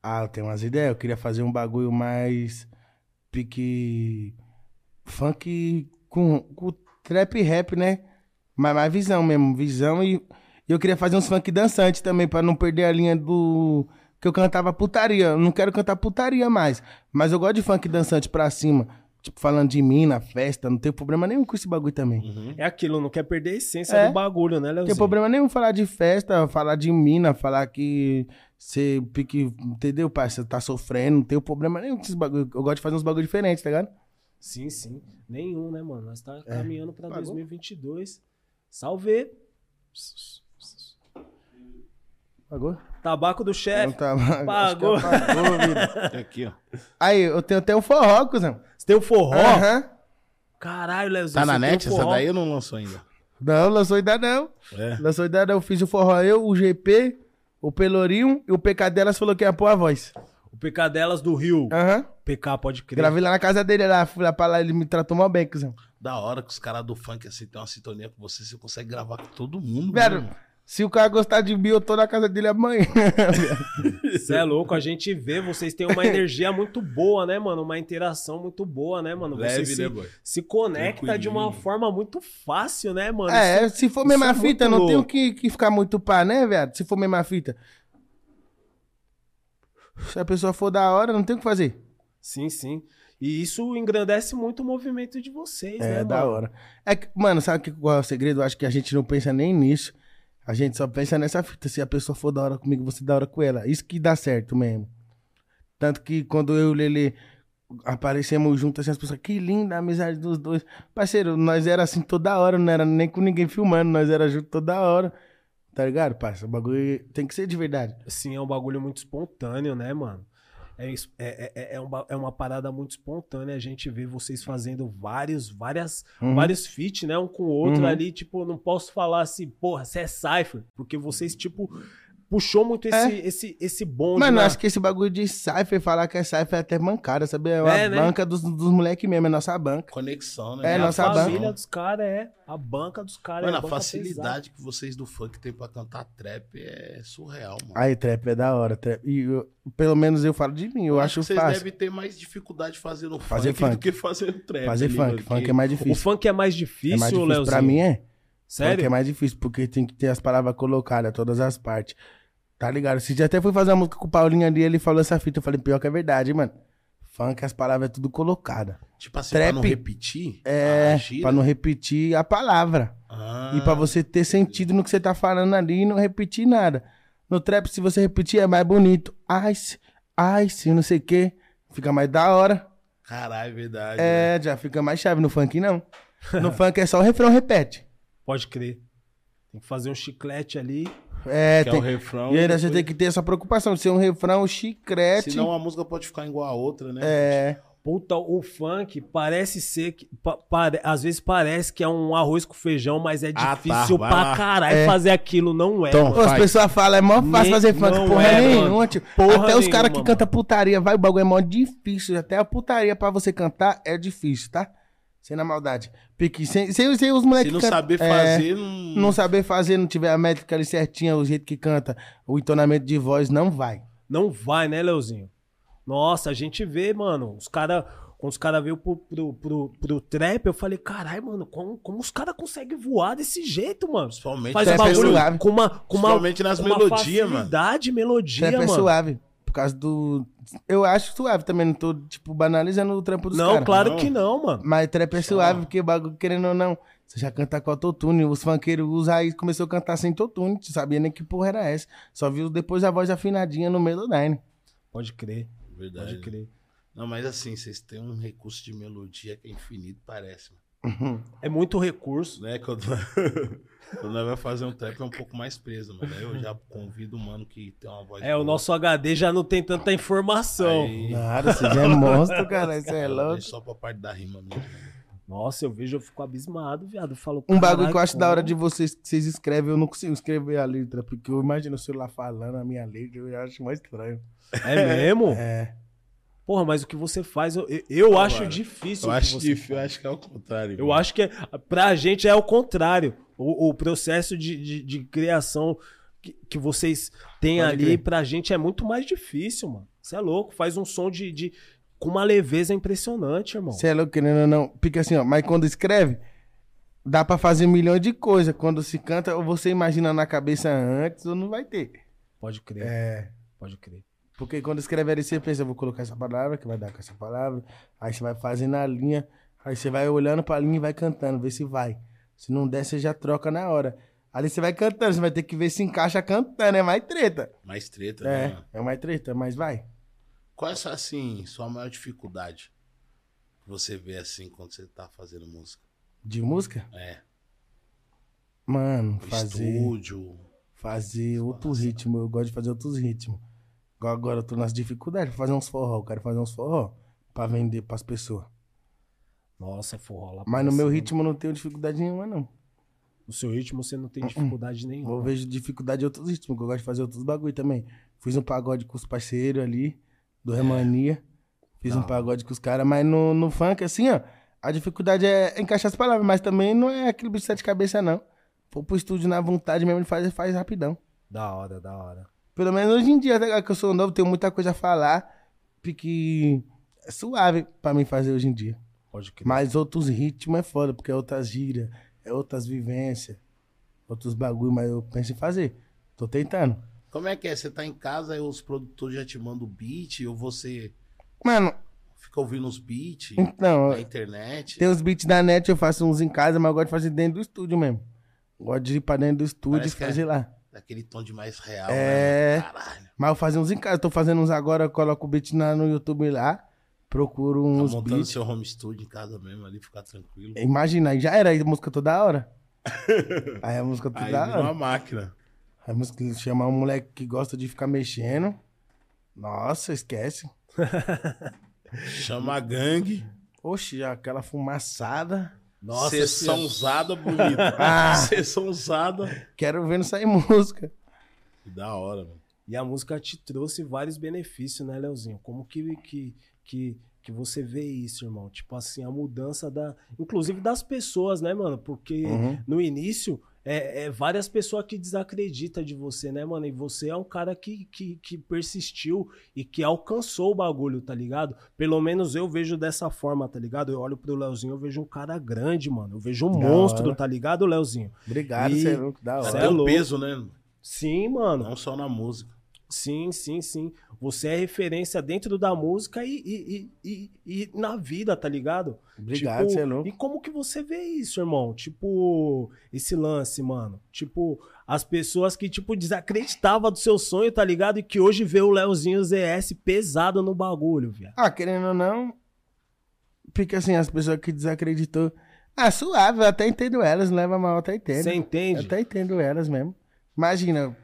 Speaker 2: Ah, eu tenho umas ideias. Eu queria fazer um bagulho mais. pique. funk com, com trap e rap, né? Mas mais visão mesmo. Visão e. E eu queria fazer uns funk dançante também, pra não perder a linha do. Que eu cantava putaria. Eu não quero cantar putaria mais. Mas eu gosto de funk dançante pra cima. Tipo, falando de mim na festa. Não tem problema nenhum com esse bagulho também.
Speaker 1: <laughs> Uhum.
Speaker 3: É aquilo, não quer perder a essência
Speaker 2: É.
Speaker 3: do bagulho, né,
Speaker 2: Não
Speaker 3: Leozinho?
Speaker 2: tem problema nenhum falar de festa, falar de mina, falar que você pique, entendeu, parça? Tá sofrendo, não tem problema nenhum com esses bagulho. Eu gosto de fazer uns bagulho diferentes, tá ligado?
Speaker 3: Sim, sim. Nenhum, né, mano? Nós tá
Speaker 2: É.
Speaker 3: caminhando pra
Speaker 2: Pagou?
Speaker 3: 2022. Salve!
Speaker 2: Pagou?
Speaker 3: Tabaco do
Speaker 2: Não
Speaker 3: chefe.
Speaker 2: tá, acho que
Speaker 3: É, Pagou.
Speaker 2: é pagou, vida.
Speaker 1: Tem aqui, ó.
Speaker 2: Aí, eu tenho até o forró, cuzão.
Speaker 3: Você tem o forró?
Speaker 2: Aham.
Speaker 3: Caralho, Leozinho.
Speaker 1: Tá na
Speaker 3: você tem é o
Speaker 1: net? Essa
Speaker 3: forró.
Speaker 1: daí eu não lançou ainda.
Speaker 2: Não, lançou ainda não.
Speaker 1: É.
Speaker 2: Lançou ainda não. Eu fiz o forró eu, o GP, o Pelourinho e o PK delas falou que ia pôr a voz.
Speaker 3: O PK delas do Rio.
Speaker 2: Aham.
Speaker 3: PK, pode crer.
Speaker 2: Gravei lá na casa dele, lá, fui lá pra lá, ele me tratou mal bem, cuzão.
Speaker 1: Da hora que os caras do funk, assim, tem uma sintonia com você, você consegue gravar com todo mundo.
Speaker 2: Velho,
Speaker 1: né, mano?
Speaker 2: se o cara gostar de mim, eu tô na casa dele amanhã.
Speaker 3: Você é louco, a gente vê, vocês têm
Speaker 1: <laughs>
Speaker 3: uma energia muito boa, né, mano? Uma interação muito boa, né, mano? Você
Speaker 1: Leve,
Speaker 3: se,
Speaker 1: né, boy?
Speaker 3: se conecta de uma
Speaker 1: Tranquilinho.
Speaker 3: forma muito fácil, né, mano?
Speaker 2: É, se for
Speaker 3: isso
Speaker 2: mesma
Speaker 3: é muito
Speaker 2: fita, não tenho
Speaker 3: louco.
Speaker 2: que, que ficar muito pá, né, viado? Se for mesma fita. Se a pessoa for da hora, não tem o que fazer.
Speaker 3: Sim, sim. E isso engrandece muito o movimento de vocês, né,
Speaker 2: É,
Speaker 3: mano?
Speaker 2: da hora. É que, mano, sabe que, qual é o segredo? Eu acho que a gente não pensa nem nisso. A gente só pensa nessa fita. Se a pessoa for da hora comigo, você da hora com ela. Isso que dá certo mesmo. Tanto que quando eu e o Lele aparecemos juntos, assim, as pessoas, que linda a amizade dos dois. Parceiro, nós era assim toda hora, não era nem com ninguém filmando, nós era junto toda hora. Tá ligado, parça? O bagulho tem que ser de verdade.
Speaker 3: Sim, é um bagulho muito espontâneo, né, mano? É, es- é, é, é, um ba- é uma parada muito espontânea. A gente vê vocês fazendo vários, várias,
Speaker 2: Uhum.
Speaker 3: vários feats, né? Um com o outro
Speaker 2: Uhum.
Speaker 3: ali. Tipo, não posso falar assim, porra, você é Cypher. Porque vocês, tipo, puxou muito esse,
Speaker 2: É.
Speaker 3: esse, esse bonde. né?
Speaker 2: Mano,
Speaker 3: na-
Speaker 2: acho que esse bagulho de cypher, falar que é cypher é até mancada, sabe? É uma
Speaker 3: É, né?
Speaker 2: banca dos, dos moleques mesmo, é nossa banca.
Speaker 1: Conexão, né?
Speaker 2: É,
Speaker 1: mano?
Speaker 2: nossa
Speaker 3: a
Speaker 2: banca.
Speaker 3: família dos caras é. A banca dos caras é.
Speaker 1: Mano, a
Speaker 3: banca
Speaker 1: facilidade que vocês do funk tem pra cantar trap é surreal, mano.
Speaker 2: Aí, trap é da hora. Trap. E eu- pelo menos eu falo de mim, eu acho
Speaker 1: que vocês
Speaker 2: fácil.
Speaker 1: devem ter mais dificuldade fazendo
Speaker 2: Fazer
Speaker 1: funk, do
Speaker 2: funk.
Speaker 1: que fazendo trap.
Speaker 2: Fazer
Speaker 1: ali,
Speaker 2: funk,
Speaker 1: mano,
Speaker 2: funk
Speaker 1: que-
Speaker 2: é mais
Speaker 3: pesada. O
Speaker 2: difícil.
Speaker 3: funk é mais difícil,
Speaker 2: é mais difícil
Speaker 3: Leozinho.
Speaker 2: pra mim, é. Funk é
Speaker 3: Sério?
Speaker 2: mais difícil, porque tem que ter as palavras colocadas, todas as partes. Tá ligado? Esse dia até fui fazer uma música com o Paulinho ali, ele falou essa fita, eu falei, pior que é verdade, mano. Funk, as palavras é tudo colocada.
Speaker 1: Tipo assim, pra
Speaker 2: Trap-
Speaker 1: não repetir.
Speaker 2: É,
Speaker 1: a gíria.
Speaker 2: pra não repetir a palavra.
Speaker 1: Ah,
Speaker 2: E pra você ter sentido no que você tá falando ali e não repetir nada. No trap, se você repetir, é mais bonito. Ice, ice, não sei o quê. Fica mais da hora.
Speaker 1: Caralho, é verdade. né?
Speaker 2: É, já fica mais chave no funk, não. No <laughs> funk é só o refrão repete.
Speaker 3: Pode crer. Tem que fazer um chiclete ali.
Speaker 2: É,
Speaker 1: Que é
Speaker 2: tem...
Speaker 1: o refrão.
Speaker 2: e ainda você tem
Speaker 1: depois-
Speaker 2: que ter essa preocupação de ser um refrão chiclete.
Speaker 1: Senão a música pode ficar igual a outra, né?
Speaker 2: É,
Speaker 3: Puta, o funk parece ser. Que, pa- pare- às vezes parece que é um arroz com feijão, mas é
Speaker 1: Ah, tá,
Speaker 3: difícil
Speaker 1: vai
Speaker 3: pra
Speaker 1: lá.
Speaker 3: caralho
Speaker 2: É.
Speaker 3: fazer aquilo, não é.
Speaker 1: Tom.
Speaker 3: mano.
Speaker 2: Pô, as
Speaker 1: Vai.
Speaker 2: pessoas falam, é mó fácil
Speaker 3: Nem-
Speaker 2: fazer funk,
Speaker 3: não
Speaker 2: porra
Speaker 3: é,
Speaker 2: nenhuma,
Speaker 3: mano.
Speaker 2: tio.
Speaker 3: Porra
Speaker 2: até os caras que
Speaker 3: nenhuma,
Speaker 2: cantam putaria, vai, o bagulho é mó difícil. Até a putaria pra você cantar é difícil, tá? Sem na maldade. Pique, sem, sem, sem os
Speaker 1: Se
Speaker 2: moleques
Speaker 1: não saber fazer, não.
Speaker 2: é. Não saber fazer, não tiver a métrica ali certinha, o jeito que canta, o entonamento de voz, não vai.
Speaker 3: Não vai, né, Leozinho? Nossa, a gente vê, mano, os caras. Quando os caras veio pro, pro, pro, pro trap, eu falei, caralho, mano, como, como os caras conseguem voar desse jeito, mano?
Speaker 1: Principalmente
Speaker 3: Faz o
Speaker 2: Trap é suave.
Speaker 3: bagulho com uma, com uma,
Speaker 1: Principalmente nas
Speaker 3: com uma
Speaker 1: melodias, mano.
Speaker 3: facilidade, melodia,
Speaker 2: Trap é
Speaker 3: mano.
Speaker 2: suave. Por causa do. Eu acho suave também, não tô, tipo, banalizando o trampo dos
Speaker 3: não,
Speaker 2: caras.
Speaker 3: claro
Speaker 1: Não.
Speaker 3: que não, mano.
Speaker 2: Mas trap é suave, porque bagulho, querendo ou não, você já canta com autotune. Os funkeiros, os raiz começou a cantar sem autotune, não sabia nem que porra era essa. Só viu depois a voz afinadinha no Melodyne.
Speaker 3: Pode crer,
Speaker 1: Verdade.
Speaker 3: pode crer.
Speaker 1: Não, mas assim, vocês têm um recurso de melodia que é infinito, parece. mano.
Speaker 3: É muito recurso.
Speaker 1: Né? Quando, <laughs> quando nós vai fazer um trap é um pouco mais preso, mano. Aí eu já convido o mano que tem uma voz.
Speaker 3: É, o
Speaker 1: boa.
Speaker 3: nosso HD já não tem tanta informação.
Speaker 1: Aí,
Speaker 2: Nada, você já é <laughs> monstro, cara, você é
Speaker 1: eu
Speaker 2: louco.
Speaker 1: deixo Só pra parte da rima mesmo. né?
Speaker 3: Nossa, eu vejo, eu fico abismado, viado. Eu falo,
Speaker 2: Um bagulho que eu
Speaker 3: "Caralho,
Speaker 2: acho da hora
Speaker 3: como?"
Speaker 2: de vocês que vocês escrevem, eu não consigo escrever a letra, porque eu imagino o celular falando a minha letra, eu acho mais estranho.
Speaker 3: É mesmo?
Speaker 2: É.
Speaker 3: Porra, mas o que você faz, eu, eu- eu
Speaker 1: Agora,
Speaker 3: acho difícil.
Speaker 1: Eu
Speaker 3: o que
Speaker 1: acho,
Speaker 3: você
Speaker 1: que, eu
Speaker 3: faz.
Speaker 1: acho que é o contrário.
Speaker 3: Eu
Speaker 1: mano.
Speaker 3: acho que é, pra gente é o contrário. O, o processo de, de, de criação que, que vocês têm
Speaker 2: Pode
Speaker 3: ali,
Speaker 2: crer.
Speaker 3: pra gente é muito mais difícil, mano. Você é louco, faz um som de, de- com uma leveza impressionante, irmão.
Speaker 2: Você é louco, querendo ou não. Fica assim, ó. Mas quando escreve, dá pra fazer um milhão de coisas. Quando se canta, ou você imagina na cabeça antes, ou não vai ter.
Speaker 3: Pode crer,
Speaker 2: É.
Speaker 3: pode crer.
Speaker 2: Porque quando escreve ali, você pensa, eu vou colocar essa palavra, que vai dar com essa palavra. Aí você vai fazendo a linha. Aí você vai olhando pra linha e vai cantando, ver se vai. Se não der, você já troca na hora. Ali você vai cantando, você vai ter que ver se encaixa cantando. É mais treta.
Speaker 1: Mais treta, né?
Speaker 2: É,
Speaker 1: mano?
Speaker 2: é mais treta, mas vai.
Speaker 1: Qual é, essa, assim, sua maior dificuldade que você vê, assim, quando você tá fazendo música?
Speaker 2: De música?
Speaker 1: É,
Speaker 2: Mano, fazer.
Speaker 1: estúdio...
Speaker 2: fazer outro ritmo. Eu gosto de fazer outros ritmos. Igual agora eu tô nas dificuldades, fazer uns forró. Eu quero fazer uns forró pra vender pras pessoas.
Speaker 3: Nossa, forró lá. pra
Speaker 2: Mas no meu
Speaker 3: cima.
Speaker 2: ritmo eu não tenho dificuldade nenhuma, não.
Speaker 3: No seu ritmo você não tem
Speaker 2: Uh-uh.
Speaker 3: dificuldade nenhuma.
Speaker 2: Eu vejo dificuldade em outros ritmos, que eu gosto de fazer outros bagulho também. Fiz um pagode com os parceiros ali, do Remania. Fiz
Speaker 3: Da
Speaker 2: um
Speaker 3: hora.
Speaker 2: pagode com os caras, mas no, no funk, assim, ó, a dificuldade é encaixar as palavras, mas também não é aquele bicho de sete cabeças, não. Pô pro estúdio na vontade mesmo, ele faz, faz rapidão.
Speaker 3: Da hora, da hora.
Speaker 2: Pelo menos hoje em dia, né, que eu sou novo, tenho muita coisa a falar, porque é suave pra mim fazer hoje em dia.
Speaker 3: Pode crer.
Speaker 2: Mas outros ritmos é foda, porque é outras gírias, é outras vivências, outros bagulho, mas eu penso em fazer. Tô tentando.
Speaker 1: Como é que é? Você tá em casa e os produtores já te mandam o beat ou você
Speaker 2: Mano,
Speaker 1: fica ouvindo os beats
Speaker 2: então,
Speaker 1: na internet?
Speaker 2: tem uns beats da net, eu faço uns em casa, mas eu gosto de fazer dentro do estúdio mesmo. Gosto de ir pra dentro do estúdio
Speaker 1: Parece
Speaker 2: e
Speaker 1: que é-
Speaker 2: fazer lá.
Speaker 1: Aquele tom de mais real,
Speaker 2: É.
Speaker 1: né? mano? Caralho.
Speaker 2: Mas eu fazer uns em casa, tô fazendo uns agora, eu coloco o beat na- no YouTube lá, procuro
Speaker 1: Tá
Speaker 2: uns
Speaker 1: montando
Speaker 2: beats. É,
Speaker 1: seu home studio em casa mesmo ali, ficar tranquilo.
Speaker 2: Imagina, aí já era aí a música toda hora. aí a música
Speaker 1: Aí
Speaker 2: toda
Speaker 1: virou uma
Speaker 2: hora.
Speaker 1: máquina.
Speaker 2: Aí a música chamar um moleque que gosta de ficar mexendo. Nossa, esquece.
Speaker 1: Chama a gangue.
Speaker 2: Oxi, aquela fumaçada.
Speaker 1: Nossa,
Speaker 3: Nossa,
Speaker 1: Sessão
Speaker 3: esse-
Speaker 1: usada bonita.
Speaker 2: <laughs>
Speaker 1: <laughs>
Speaker 2: Ah.
Speaker 1: Sessão usada.
Speaker 2: Quero ver não sair <laughs> música.
Speaker 1: Que da hora, mano.
Speaker 3: E a música te trouxe vários benefícios, né, Leozinho? Como que, que, que, que você vê isso, irmão? Tipo assim, a mudança da. Inclusive das pessoas, né, mano? Porque
Speaker 2: Uhum.
Speaker 3: no início. É, é várias pessoas que desacreditam de você, né, mano? E você é um cara que, que, que persistiu e que alcançou o bagulho, tá ligado? Pelo menos eu vejo dessa forma, tá ligado? Eu olho pro Leozinho, eu vejo um cara grande, mano. Eu vejo um
Speaker 2: Da
Speaker 3: monstro,
Speaker 2: hora.
Speaker 3: tá ligado, Leozinho?
Speaker 2: Obrigado,
Speaker 3: E-
Speaker 2: você é louco, da
Speaker 3: Cê
Speaker 1: Você
Speaker 3: é
Speaker 2: hora.
Speaker 1: tem um
Speaker 3: louco.
Speaker 1: peso, né?
Speaker 3: Sim, mano.
Speaker 1: Não só na música.
Speaker 3: Sim, sim, sim. Você é referência dentro da música e, e, e, e, e na vida, tá ligado?
Speaker 2: Obrigado,
Speaker 3: Tipo,
Speaker 2: você é louco.
Speaker 3: E como que você vê isso, irmão? Tipo, esse lance, mano. Tipo, as pessoas que, tipo, desacreditavam do seu sonho, tá ligado? E que hoje vê o Leozinho ZS pesado no bagulho, viado.
Speaker 2: Ah, querendo ou não, fica assim, as pessoas que desacreditou. Ah, suave, eu até entendo elas, não leva mal, eu até entendo.
Speaker 3: Você
Speaker 2: Eu
Speaker 3: entende?
Speaker 2: até entendo elas mesmo. Imagina,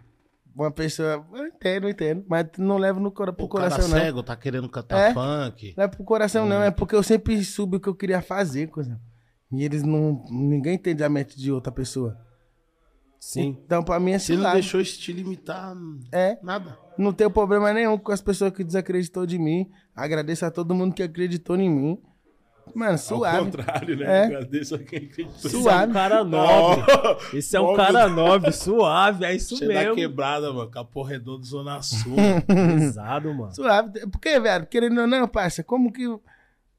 Speaker 2: uma pessoa. Eu entendo, eu entendo. Mas não levo no cora- pro
Speaker 1: O cara
Speaker 2: coração, não.
Speaker 1: cego Hum. tá querendo cantar
Speaker 2: É.
Speaker 1: funk.
Speaker 2: Não é pro coração, não. É porque eu sempre soube o que eu queria fazer, coisa. E eles não. Ninguém entende a mente de outra pessoa. <laughs>
Speaker 3: Sim.
Speaker 2: Então, pra mim, é
Speaker 1: Você
Speaker 2: assim.
Speaker 1: não deixou isso te limitar
Speaker 2: É.
Speaker 1: nada.
Speaker 2: Não tenho problema nenhum com as pessoas que desacreditou de mim. Agradeço a todo mundo que acreditou em mim. Mano,
Speaker 1: Ao
Speaker 2: suave.
Speaker 1: contrário, né?
Speaker 2: É.
Speaker 1: Agradeço a quem acreditou.
Speaker 3: Esse é
Speaker 2: Suave.
Speaker 3: um
Speaker 1: <laughs>
Speaker 3: cara nobre. Esse é um
Speaker 1: Nobre.
Speaker 3: cara nobre, suave, é isso
Speaker 1: Você dá
Speaker 3: mesmo.
Speaker 1: quebrada, mano. Capô redondo, é Zona Sul.
Speaker 3: Pesado, mano.
Speaker 2: Suave. é Porque, velho, querendo ou não, parça, como que.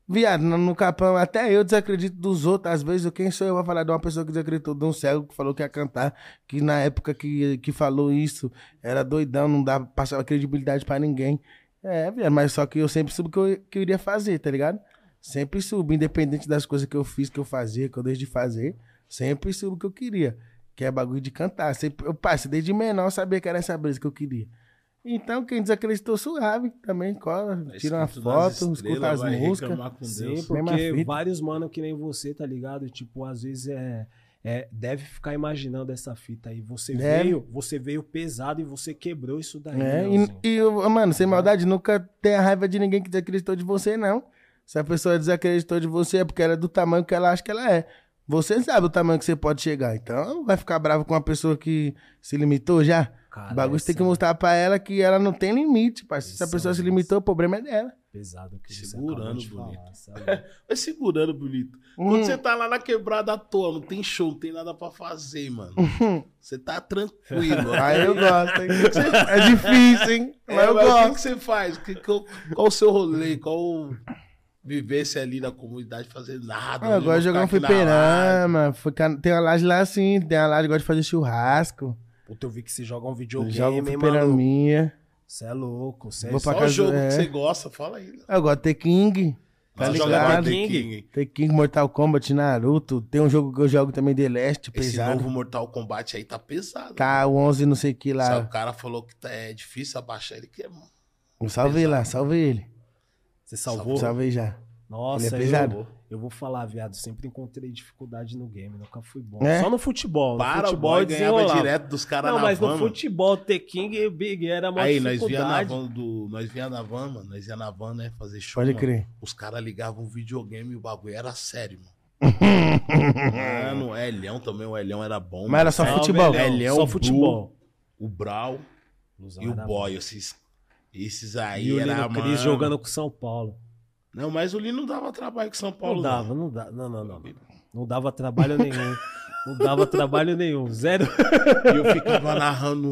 Speaker 2: Viado, no, no capão, até eu desacredito dos outros. Às vezes, eu- quem sou eu a falar de uma pessoa que desacreditou, de um cego que falou que ia cantar, que na época que, que falou isso era doidão, não dava, passava credibilidade pra ninguém. É, viado, mas só que eu sempre soube o que eu, que eu iria fazer, tá ligado? Sempre soube, independente das coisas que eu fiz, que eu fazia, que eu deixei de fazer, sempre soube o que eu queria, que é bagulho de cantar. Sempre, eu, parça, desde menor eu sabia que era essa brisa que eu queria. Então, quem desacreditou, suave também, cola, <laughs> tira
Speaker 1: Escuta
Speaker 2: uma
Speaker 1: nas
Speaker 2: foto, escuta
Speaker 1: estrelas,
Speaker 2: as
Speaker 1: vai
Speaker 2: músicas.
Speaker 1: reclamar com
Speaker 3: Sim,
Speaker 1: Deus.
Speaker 2: Mesma
Speaker 3: porque
Speaker 2: fita.
Speaker 3: vários mano que nem você, tá ligado? Tipo, às vezes é, é deve ficar imaginando essa fita aí. Você
Speaker 2: Deve.
Speaker 3: veio, você veio pesado e você quebrou isso daí.
Speaker 2: É,
Speaker 3: Leozinho.
Speaker 2: e, e, eu- mano,
Speaker 1: Tá.
Speaker 2: sem maldade, nunca tenha raiva de ninguém que desacreditou de você, não. Se a pessoa desacreditou de você é porque ela é do tamanho que ela acha que ela é. Você sabe o tamanho que você pode chegar. Então, vai ficar bravo com uma pessoa que se limitou já?
Speaker 3: cara.
Speaker 2: O bagulho você
Speaker 3: essa
Speaker 2: tem que
Speaker 3: é
Speaker 2: mostrar pra ela que ela não tem limite, parceiro. Se a
Speaker 3: Essa
Speaker 2: pessoa se
Speaker 3: mesmo.
Speaker 2: limitou, o problema é dela.
Speaker 3: pesado que você
Speaker 1: Segurando
Speaker 3: acabou de
Speaker 1: bonito.
Speaker 3: falar, é sabe?
Speaker 1: Vai segurando, bonito.
Speaker 2: Hum.
Speaker 1: Quando você tá lá na quebrada à toa, não tem show, não tem nada pra fazer, mano. Você tá tranquilo.
Speaker 2: Hum. <laughs> Aí eu gosto, hein? É difícil, hein?
Speaker 1: <laughs>
Speaker 2: Mas
Speaker 1: É,
Speaker 2: eu
Speaker 1: mas O que,
Speaker 2: gosto.
Speaker 1: que você faz? Que- qual, qual o seu rolê? Qual vivência ali na comunidade? Fazer nada.
Speaker 2: Ah, eu
Speaker 1: né?
Speaker 2: gosto de jogar um
Speaker 1: Ficar aqui na laje.
Speaker 2: fliperama. ficar- Tem uma laje lá assim, tem uma laje que gosta de fazer churrasco.
Speaker 3: Puta, eu vi que você joga um
Speaker 2: Jogo
Speaker 3: videogame,
Speaker 2: jogo
Speaker 3: hein, mano?
Speaker 2: fliperaminha.
Speaker 3: Você é louco, você é
Speaker 2: Vou pra
Speaker 1: Qual
Speaker 2: casa-
Speaker 1: jogo
Speaker 2: é.
Speaker 1: que você gosta? Fala aí. né?
Speaker 2: Eu gosto de The King. Tá
Speaker 1: Você
Speaker 2: ligado?
Speaker 1: joga The
Speaker 3: King.
Speaker 1: King.
Speaker 2: The King, Mortal Kombat, Naruto. Tem um jogo que eu jogo também, The Last,
Speaker 1: Esse
Speaker 2: pesado.
Speaker 1: novo Mortal Kombat aí tá pesado.
Speaker 2: K11, não sei o que lá.
Speaker 1: Só o cara falou que tá- é difícil abaixar ele, que é
Speaker 2: Eu salvei Um lá, salvei ele.
Speaker 3: Você salvou?
Speaker 2: Salvei já.
Speaker 3: Nossa,
Speaker 2: Ele é pesado.
Speaker 3: Eu, eu vou falar, viado, sempre encontrei dificuldade no game, nunca fui bom.
Speaker 2: É?
Speaker 3: Só no futebol, no
Speaker 1: para o
Speaker 3: futebol
Speaker 1: boy
Speaker 3: eu
Speaker 1: ganhava
Speaker 3: desenrolava.
Speaker 1: direto dos caras
Speaker 3: Não,
Speaker 1: na
Speaker 3: mas
Speaker 1: van.
Speaker 3: no
Speaker 1: mano.
Speaker 3: futebol, The King e Big era uma
Speaker 1: Aí nós via na
Speaker 3: dificuldade.
Speaker 1: van do, nós via na van, mano, nós ia na van, né, fazer show.
Speaker 2: Pode
Speaker 1: mano.
Speaker 2: crer.
Speaker 1: Os caras ligavam o videogame e o bagulho era sério,
Speaker 2: <laughs>
Speaker 1: mano. Mano, o Elhão também, o Elhão era bom.
Speaker 2: Mas era só
Speaker 1: mano.
Speaker 3: Não,
Speaker 2: futebol.
Speaker 3: velhão,
Speaker 1: Ele é
Speaker 3: só
Speaker 1: um
Speaker 3: futebol.
Speaker 1: O Brau
Speaker 3: Luzão
Speaker 1: e o
Speaker 3: era
Speaker 1: Boy, esses, esses
Speaker 3: bom.
Speaker 1: aí
Speaker 3: E o
Speaker 1: era,
Speaker 3: Lino
Speaker 1: mano...
Speaker 3: Cris jogando com o São Paulo.
Speaker 1: Não, mas o Lino não dava trabalho com São Paulo,
Speaker 3: não dava,
Speaker 1: não.
Speaker 3: não dava. Não, não, não. Não dava
Speaker 1: <laughs>
Speaker 3: trabalho nenhum. não dava trabalho nenhum. Zero.
Speaker 1: E eu ficava narrando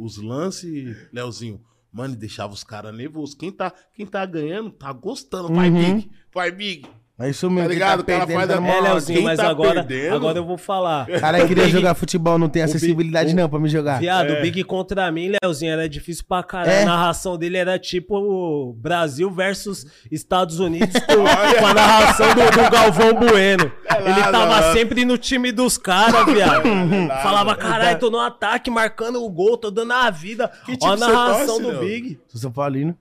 Speaker 1: os lances, Leozinho. Mano, e deixava os caras nervosos. Quem tá, quem tá ganhando tá gostando. Vai,
Speaker 2: Uhum.
Speaker 1: Big. Vai, Big.
Speaker 2: É isso mesmo.
Speaker 1: Tá
Speaker 2: quem
Speaker 1: ligado? O cara
Speaker 2: perdendo
Speaker 1: faz a-
Speaker 2: tá numa
Speaker 3: É,
Speaker 1: Mano,
Speaker 3: Leozinho,
Speaker 1: quem
Speaker 3: mas
Speaker 1: tá
Speaker 3: agora,
Speaker 1: perdendo?
Speaker 3: agora eu
Speaker 1: <laughs>
Speaker 3: vou falar.
Speaker 2: O cara queria
Speaker 3: Big-
Speaker 2: jogar futebol, não tem
Speaker 3: Big-
Speaker 2: acessibilidade
Speaker 3: o-
Speaker 2: não pra me jogar.
Speaker 3: <laughs> Viado,
Speaker 1: É.
Speaker 3: o Big contra mim, Leozinho, era difícil pra caralho.
Speaker 2: É.
Speaker 3: A narração dele era tipo o Brasil versus
Speaker 1: <laughs>
Speaker 3: Estados Unidos com, com a narração do, do Galvão Bueno. Ele
Speaker 1: lá,
Speaker 3: tava
Speaker 1: lá.
Speaker 3: sempre no time dos caras, viado.
Speaker 1: lá,
Speaker 3: Falava,
Speaker 2: É.
Speaker 3: caralho, tô no ataque, marcando o gol, tô dando a vida.
Speaker 1: Que
Speaker 3: Ó a
Speaker 1: time você
Speaker 3: narração
Speaker 1: torce,
Speaker 3: do
Speaker 1: Léo?
Speaker 3: Big.
Speaker 2: Sou São Paulino.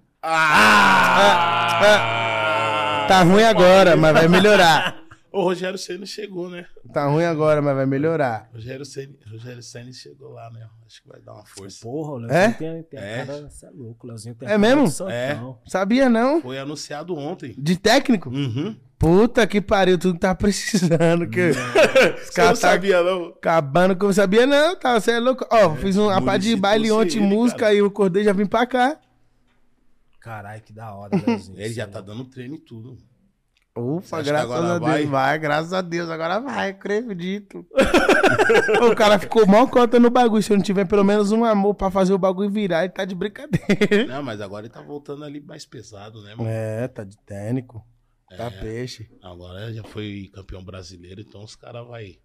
Speaker 1: Ah!
Speaker 2: Tá ruim agora, mas vai melhorar.
Speaker 1: O Rogério Senna chegou, né?
Speaker 2: Tá ruim agora, mas vai melhorar.
Speaker 1: Rogério Senna, Rogério Senna chegou lá, né? Acho que vai dar uma força.
Speaker 3: Porra, o
Speaker 2: É?
Speaker 3: Leozinho tem, tem
Speaker 1: É.
Speaker 3: a cara. Você é louco, o Leozinho tem
Speaker 2: É
Speaker 3: a cara
Speaker 2: mesmo?
Speaker 3: de santão.
Speaker 1: É.
Speaker 2: Sabia não?
Speaker 1: Foi anunciado ontem.
Speaker 2: De técnico?
Speaker 1: Uhum.
Speaker 2: Puta que pariu, tudo que tá precisando. Que... <laughs> Os
Speaker 1: Você não
Speaker 2: caras tá
Speaker 1: sabia, não?
Speaker 2: acabando que eu sabia não, tá? Você é louco. Ó, fiz uma pá de
Speaker 1: Muricy
Speaker 2: baile
Speaker 1: trouxe
Speaker 2: ontem,
Speaker 1: ele,
Speaker 2: música,
Speaker 1: cara.
Speaker 2: e eu acordei e já vim pra cá.
Speaker 3: Caralho, que
Speaker 1: <laughs>
Speaker 3: da hora, Leozinho.
Speaker 1: Ele já
Speaker 3: Cê é
Speaker 1: tá dando treino e tudo. Você
Speaker 2: Ufa,
Speaker 1: acha que
Speaker 2: graças
Speaker 1: agora
Speaker 2: a Deus.
Speaker 1: vai?
Speaker 2: Vai? graças a Deus, agora vai, eu acredito. <laughs> o cara ficou mal conta no bagulho. Se eu não tiver pelo menos um amor pra fazer o bagulho virar, ele tá de brincadeira.
Speaker 1: Não, mas agora ele tá voltando ali mais pesado, né, mano?
Speaker 2: <laughs> É, tá de técnico. Tá peixe.
Speaker 1: Agora já foi campeão brasileiro, então os caras vai,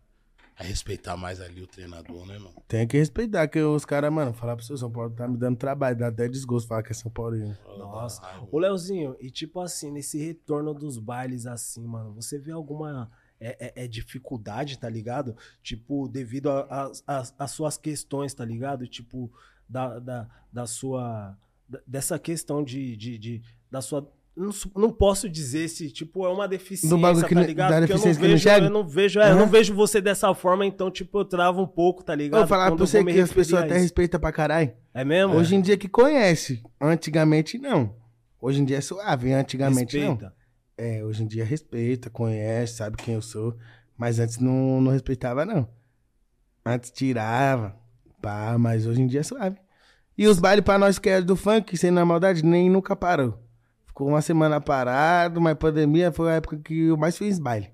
Speaker 1: vai respeitar mais ali o treinador, né, mano?
Speaker 2: Tem que respeitar, que os caras, mano, falar pro seu São Paulo tá me dando trabalho, dá até desgosto falar que é São Paulino.
Speaker 3: Nossa. Ô, Leozinho, e tipo assim, nesse retorno dos bailes assim, mano, você vê alguma é, é- é dificuldade, tá ligado? Tipo, devido às a, as- as suas questões, tá ligado? Tipo, da, da, da sua. da- Dessa questão de. de, de- da sua. Não, su- não posso dizer se, tipo, é uma deficiência,
Speaker 2: Do bagulho que
Speaker 3: tá
Speaker 2: não- é
Speaker 3: ligado?
Speaker 2: da
Speaker 3: Porque eu não
Speaker 2: deficiência que não
Speaker 3: vejo,
Speaker 2: enxerga?
Speaker 3: eu não vejo, é, eu
Speaker 2: Aham.
Speaker 3: não vejo você dessa forma, então, tipo, eu travo um pouco, tá ligado?
Speaker 2: Eu vou falar pra
Speaker 3: Quando eu
Speaker 2: você
Speaker 3: vou me
Speaker 2: que as
Speaker 3: referir
Speaker 2: pessoas
Speaker 3: a
Speaker 2: até
Speaker 3: isso.
Speaker 2: respeitam pra caralho.
Speaker 3: É mesmo?
Speaker 2: Então, Hoje em dia que conhece, antigamente não. Hoje em dia é suave, antigamente não.
Speaker 3: Respeita.
Speaker 2: É, hoje em dia respeita, conhece, sabe quem eu sou. Mas antes não, não respeitava, não. Antes tirava, pá, mas hoje em dia é suave. E os bailes pra nós que é do funk, sem na maldade, nem nunca parou. Ficou uma semana parado, mas pandemia foi a época que eu mais fiz baile.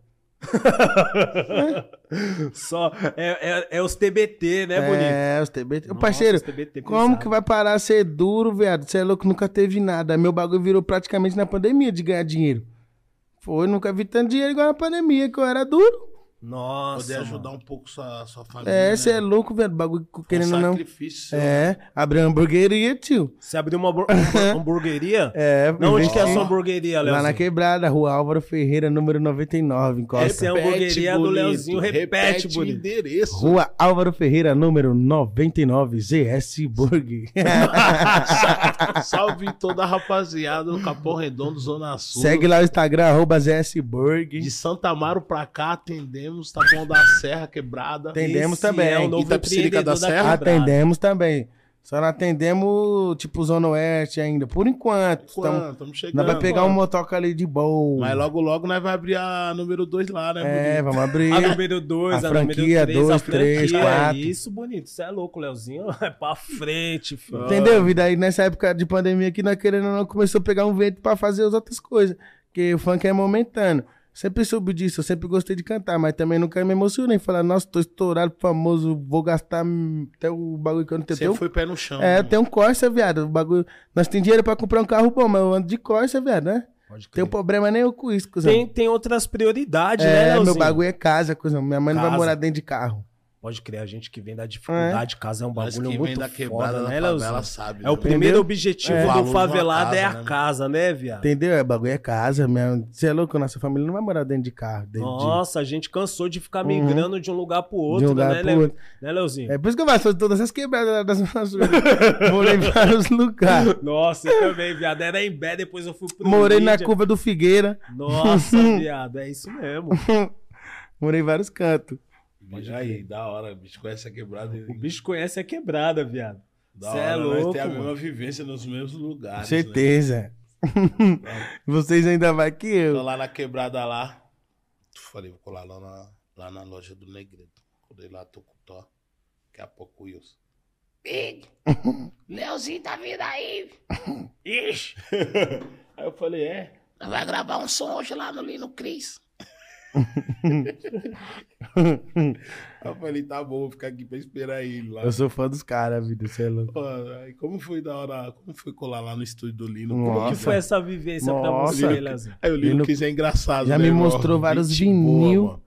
Speaker 3: Só. É, é, é os TBT, né, bonito?
Speaker 2: É, os TBT. Ô,
Speaker 3: Nossa,
Speaker 2: parceiro,
Speaker 3: os TBT
Speaker 2: como
Speaker 3: pesado.
Speaker 2: que vai parar ser duro, viado? Você é louco, nunca teve nada. Meu bagulho virou praticamente na pandemia de ganhar dinheiro. Foi, nunca vi tanto dinheiro igual na pandemia, que eu era duro.
Speaker 3: Nossa.
Speaker 1: Poder ajudar
Speaker 3: mano.
Speaker 1: um pouco sua, sua família.
Speaker 2: É,
Speaker 1: né?
Speaker 2: você é louco, velho. Bagulho
Speaker 1: Foi
Speaker 2: querendo ou não.
Speaker 1: sacrifício. seu, né?
Speaker 2: É, abriu uma hamburgueria,
Speaker 1: um-
Speaker 2: tio.
Speaker 3: Você abriu uma hambur-
Speaker 2: <laughs>
Speaker 3: uma hamburgueria?
Speaker 2: É,
Speaker 3: Não, onde
Speaker 2: investi-
Speaker 3: que é a sua hamburgueria, Léo?
Speaker 1: assim.
Speaker 2: Lá na quebrada, rua Álvaro Ferreira, número 99, em Costa.
Speaker 3: Essa é a hamburgueria do
Speaker 1: bonito,
Speaker 3: Leozinho. Repete,
Speaker 1: o
Speaker 3: bonito.
Speaker 1: endereço.
Speaker 2: Rua Álvaro Ferreira, número 99, GS Burg.
Speaker 1: <laughs>
Speaker 2: <laughs>
Speaker 1: Salve toda a rapaziada do Capão Redondo, Zona Sul.
Speaker 2: Segue lá o Instagram, arroba GS Burg.
Speaker 1: De Santa Amaro pra cá, atendemos Taboão da Serra Quebrada.
Speaker 2: Tem- Vendemos
Speaker 3: Esse
Speaker 2: também,
Speaker 3: É o
Speaker 2: hein?
Speaker 1: tá
Speaker 3: novo
Speaker 1: Itapecerica da
Speaker 3: empreendedor
Speaker 1: Serra?
Speaker 3: quebrada.
Speaker 2: Atendemos também. Só não atendemos, tipo, Zona Oeste ainda. Por enquanto. Tamo-
Speaker 1: Quando? Estamos chegando.
Speaker 2: nós vai pegar
Speaker 3: mano.
Speaker 2: um motoca ali de boa.
Speaker 1: Mas logo, logo nós vai abrir a número 2 lá, né?
Speaker 2: é,
Speaker 1: bonito?
Speaker 2: vamos abrir.
Speaker 3: A número 2,
Speaker 2: A
Speaker 3: a,
Speaker 2: franquia,
Speaker 3: número 3, a
Speaker 2: dois, três,
Speaker 3: franquia. é
Speaker 2: quatro.
Speaker 3: Isso, bonito. Você é louco, Leozinho. <laughs> É pra frente, filho.
Speaker 2: Entendeu, vida? Aí nessa época de pandemia aqui, nós querendo ou não, começou a pegar um vento pra fazer as outras coisas. Porque o funk é momentâneo. Sempre soube disso, eu sempre gostei de cantar, mas também nunca me emocionei. Falar, nossa, tô estourado, famoso, vou gastar hum, até o bagulho que eu não tenho.
Speaker 1: Você
Speaker 2: Tenho-
Speaker 1: foi pé no chão.
Speaker 2: É,
Speaker 1: mano.
Speaker 2: tem um Corsa, viado. O bagulho... Nós tem dinheiro pra comprar um carro bom, mas eu ando de Corsa, viado, né?
Speaker 3: Pode crer.
Speaker 2: Tem um problema nem eu com isso, cuzão.
Speaker 3: Tem, tem outras prioridades, né,
Speaker 2: é,
Speaker 3: Leozinho?
Speaker 2: meu bagulho é casa, cuzão. Minha mãe não vai
Speaker 3: Casa.
Speaker 2: morar dentro de carro.
Speaker 3: Pode crer, a gente que vem da dificuldade, casa é um
Speaker 1: Nós
Speaker 3: bagulho
Speaker 1: que vem
Speaker 3: muito
Speaker 1: da
Speaker 3: foda,
Speaker 1: quebrada
Speaker 3: né,
Speaker 1: da
Speaker 3: Leozinho?
Speaker 1: favela, sabe?
Speaker 3: É o
Speaker 1: né?
Speaker 3: primeiro objetivo
Speaker 1: É. Valor de
Speaker 3: do
Speaker 1: uma
Speaker 3: favelado é
Speaker 1: casa,
Speaker 3: a
Speaker 1: né?
Speaker 3: casa, né, viado?
Speaker 2: Entendeu? É, o bagulho é casa. Minha... Você é louco? Nossa família não vai morar dentro de carro. dentro de-
Speaker 3: Nossa, a gente cansou de ficar migrando de um lugar pro outro,
Speaker 2: Uhum. de um lugar
Speaker 3: né,
Speaker 2: pro
Speaker 3: Leo-
Speaker 2: outro.
Speaker 3: né, Leozinho?
Speaker 2: É por isso que eu faço todas essas quebradas das nossas.
Speaker 3: <laughs>
Speaker 2: Morei em vários lugares.
Speaker 3: Nossa, eu também, viado. Era em Bé, depois eu fui pro
Speaker 2: Morei na
Speaker 3: Lídia.
Speaker 2: curva do Figueira. <laughs>
Speaker 3: Nossa, viado, é isso mesmo.
Speaker 2: Morei em vários cantos.
Speaker 1: Bicho, aí, da hora. Bicho, conhece a quebrada.
Speaker 3: O bicho conhece a quebrada, viado.
Speaker 1: Da
Speaker 3: Cê
Speaker 1: hora,
Speaker 3: é
Speaker 1: Nós
Speaker 3: louco,
Speaker 1: tem a
Speaker 3: mano.
Speaker 1: mesma vivência nos mesmos lugares. Né?
Speaker 3: <laughs>
Speaker 2: Certeza. Vocês ainda vai que eu.
Speaker 1: Tô lá na quebrada lá. Falei, vou colar lá na, lá na loja do Negredo. Colei lá, tô com tó. Daqui a pouco o Wilson.
Speaker 2: <laughs>
Speaker 1: Big! Leozinho tá vindo aí! Ixi! aí eu falei, é. Nós vai gravar um som hoje lá no Lino
Speaker 2: <laughs>
Speaker 1: Cris. Aí eu falei, tá bom, vou ficar aqui pra esperar ele lá.
Speaker 2: Eu sou fã dos caras, vida, você é louco.
Speaker 1: Pô, aí como foi da hora, como foi colar lá no estúdio do Lino?
Speaker 2: Nossa.
Speaker 1: Como
Speaker 3: O que foi essa vivência pra
Speaker 2: Nossa.
Speaker 3: você, Leozinho?
Speaker 1: Aí o Lino,
Speaker 2: Lino-
Speaker 1: Lino... Cris é engraçado,
Speaker 2: Já
Speaker 1: né,
Speaker 2: me
Speaker 1: irmão?
Speaker 2: mostrou vários
Speaker 1: Gente boa,
Speaker 2: vinil.
Speaker 1: mano.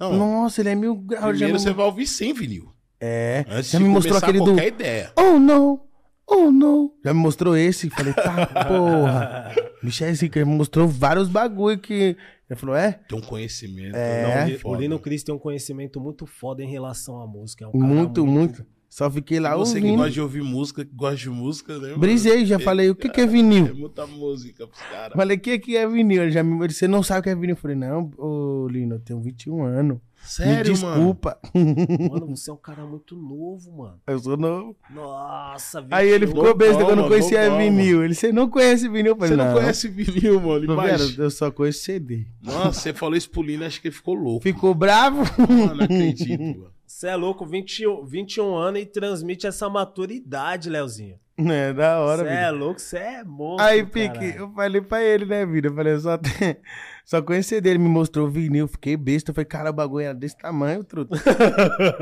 Speaker 1: Não,
Speaker 2: Nossa, ele é mil graus já
Speaker 1: primeiro
Speaker 2: não-
Speaker 1: você vai ouvir sem vinil.
Speaker 2: É.
Speaker 1: Antes
Speaker 2: já
Speaker 1: de
Speaker 2: me mostrou
Speaker 1: começar
Speaker 2: aquele do.
Speaker 1: qualquer ideia.
Speaker 2: Oh não! Oh não! Já me mostrou esse. Falei, <laughs> tá,
Speaker 3: <laughs>
Speaker 2: porra. Bicho é zica, ele me mostrou vários bagulho que. Ele falou, é?
Speaker 1: Tem um conhecimento.
Speaker 2: É,
Speaker 1: não,
Speaker 3: Não, o
Speaker 1: foda.
Speaker 3: Lino Cris tem um conhecimento muito foda em relação à música. É um cara
Speaker 2: Muito, muito. Só fiquei lá
Speaker 1: Você que
Speaker 2: ouvindo.
Speaker 1: gosta de ouvir música, que gosta de música, né? mano?
Speaker 2: Brisei, já
Speaker 1: É,
Speaker 2: falei, o que, que é
Speaker 1: É
Speaker 2: vinil?
Speaker 1: muita música pros caras.
Speaker 2: Falei, o que, que é vinil? Ele já me disse, você não sabe o que é vinil. Eu falei, não, ô Lino, eu tenho 21 anos. me
Speaker 1: Sério, mano.
Speaker 2: desculpa.
Speaker 3: Mano, você é um cara muito novo, mano.
Speaker 2: Eu sou novo.
Speaker 3: Nossa,
Speaker 1: um
Speaker 3: velho.
Speaker 2: Aí ele ficou besta que eu não
Speaker 1: Bom,
Speaker 2: conhecia
Speaker 1: bom,
Speaker 2: vinil. Ele, você não conhece vinil? Eu
Speaker 1: Você
Speaker 2: falei,
Speaker 1: não, conhece vinil, mano.
Speaker 2: Não,
Speaker 1: Imagina.
Speaker 2: velho, eu só conheço CD.
Speaker 1: Nossa, você falou isso pro Lino, acho que ele ficou louco.
Speaker 2: Ficou bravo? <laughs>
Speaker 1: Mano, não acredito, mano.
Speaker 3: Você é louco, 21, 21 anos e transmite essa maturidade, Leozinho.
Speaker 2: É, da hora,
Speaker 3: Você
Speaker 2: velho.
Speaker 3: é louco, você é monstro.
Speaker 2: Aí,
Speaker 3: caralho.
Speaker 2: Pique, eu falei pra ele, né, vida? Eu falei, eu só, tenho- <laughs> só conheci dele, me mostrou o vinil, fiquei besta. Eu falei, cara, o bagulho era desse tamanho, truto.
Speaker 1: Tipo,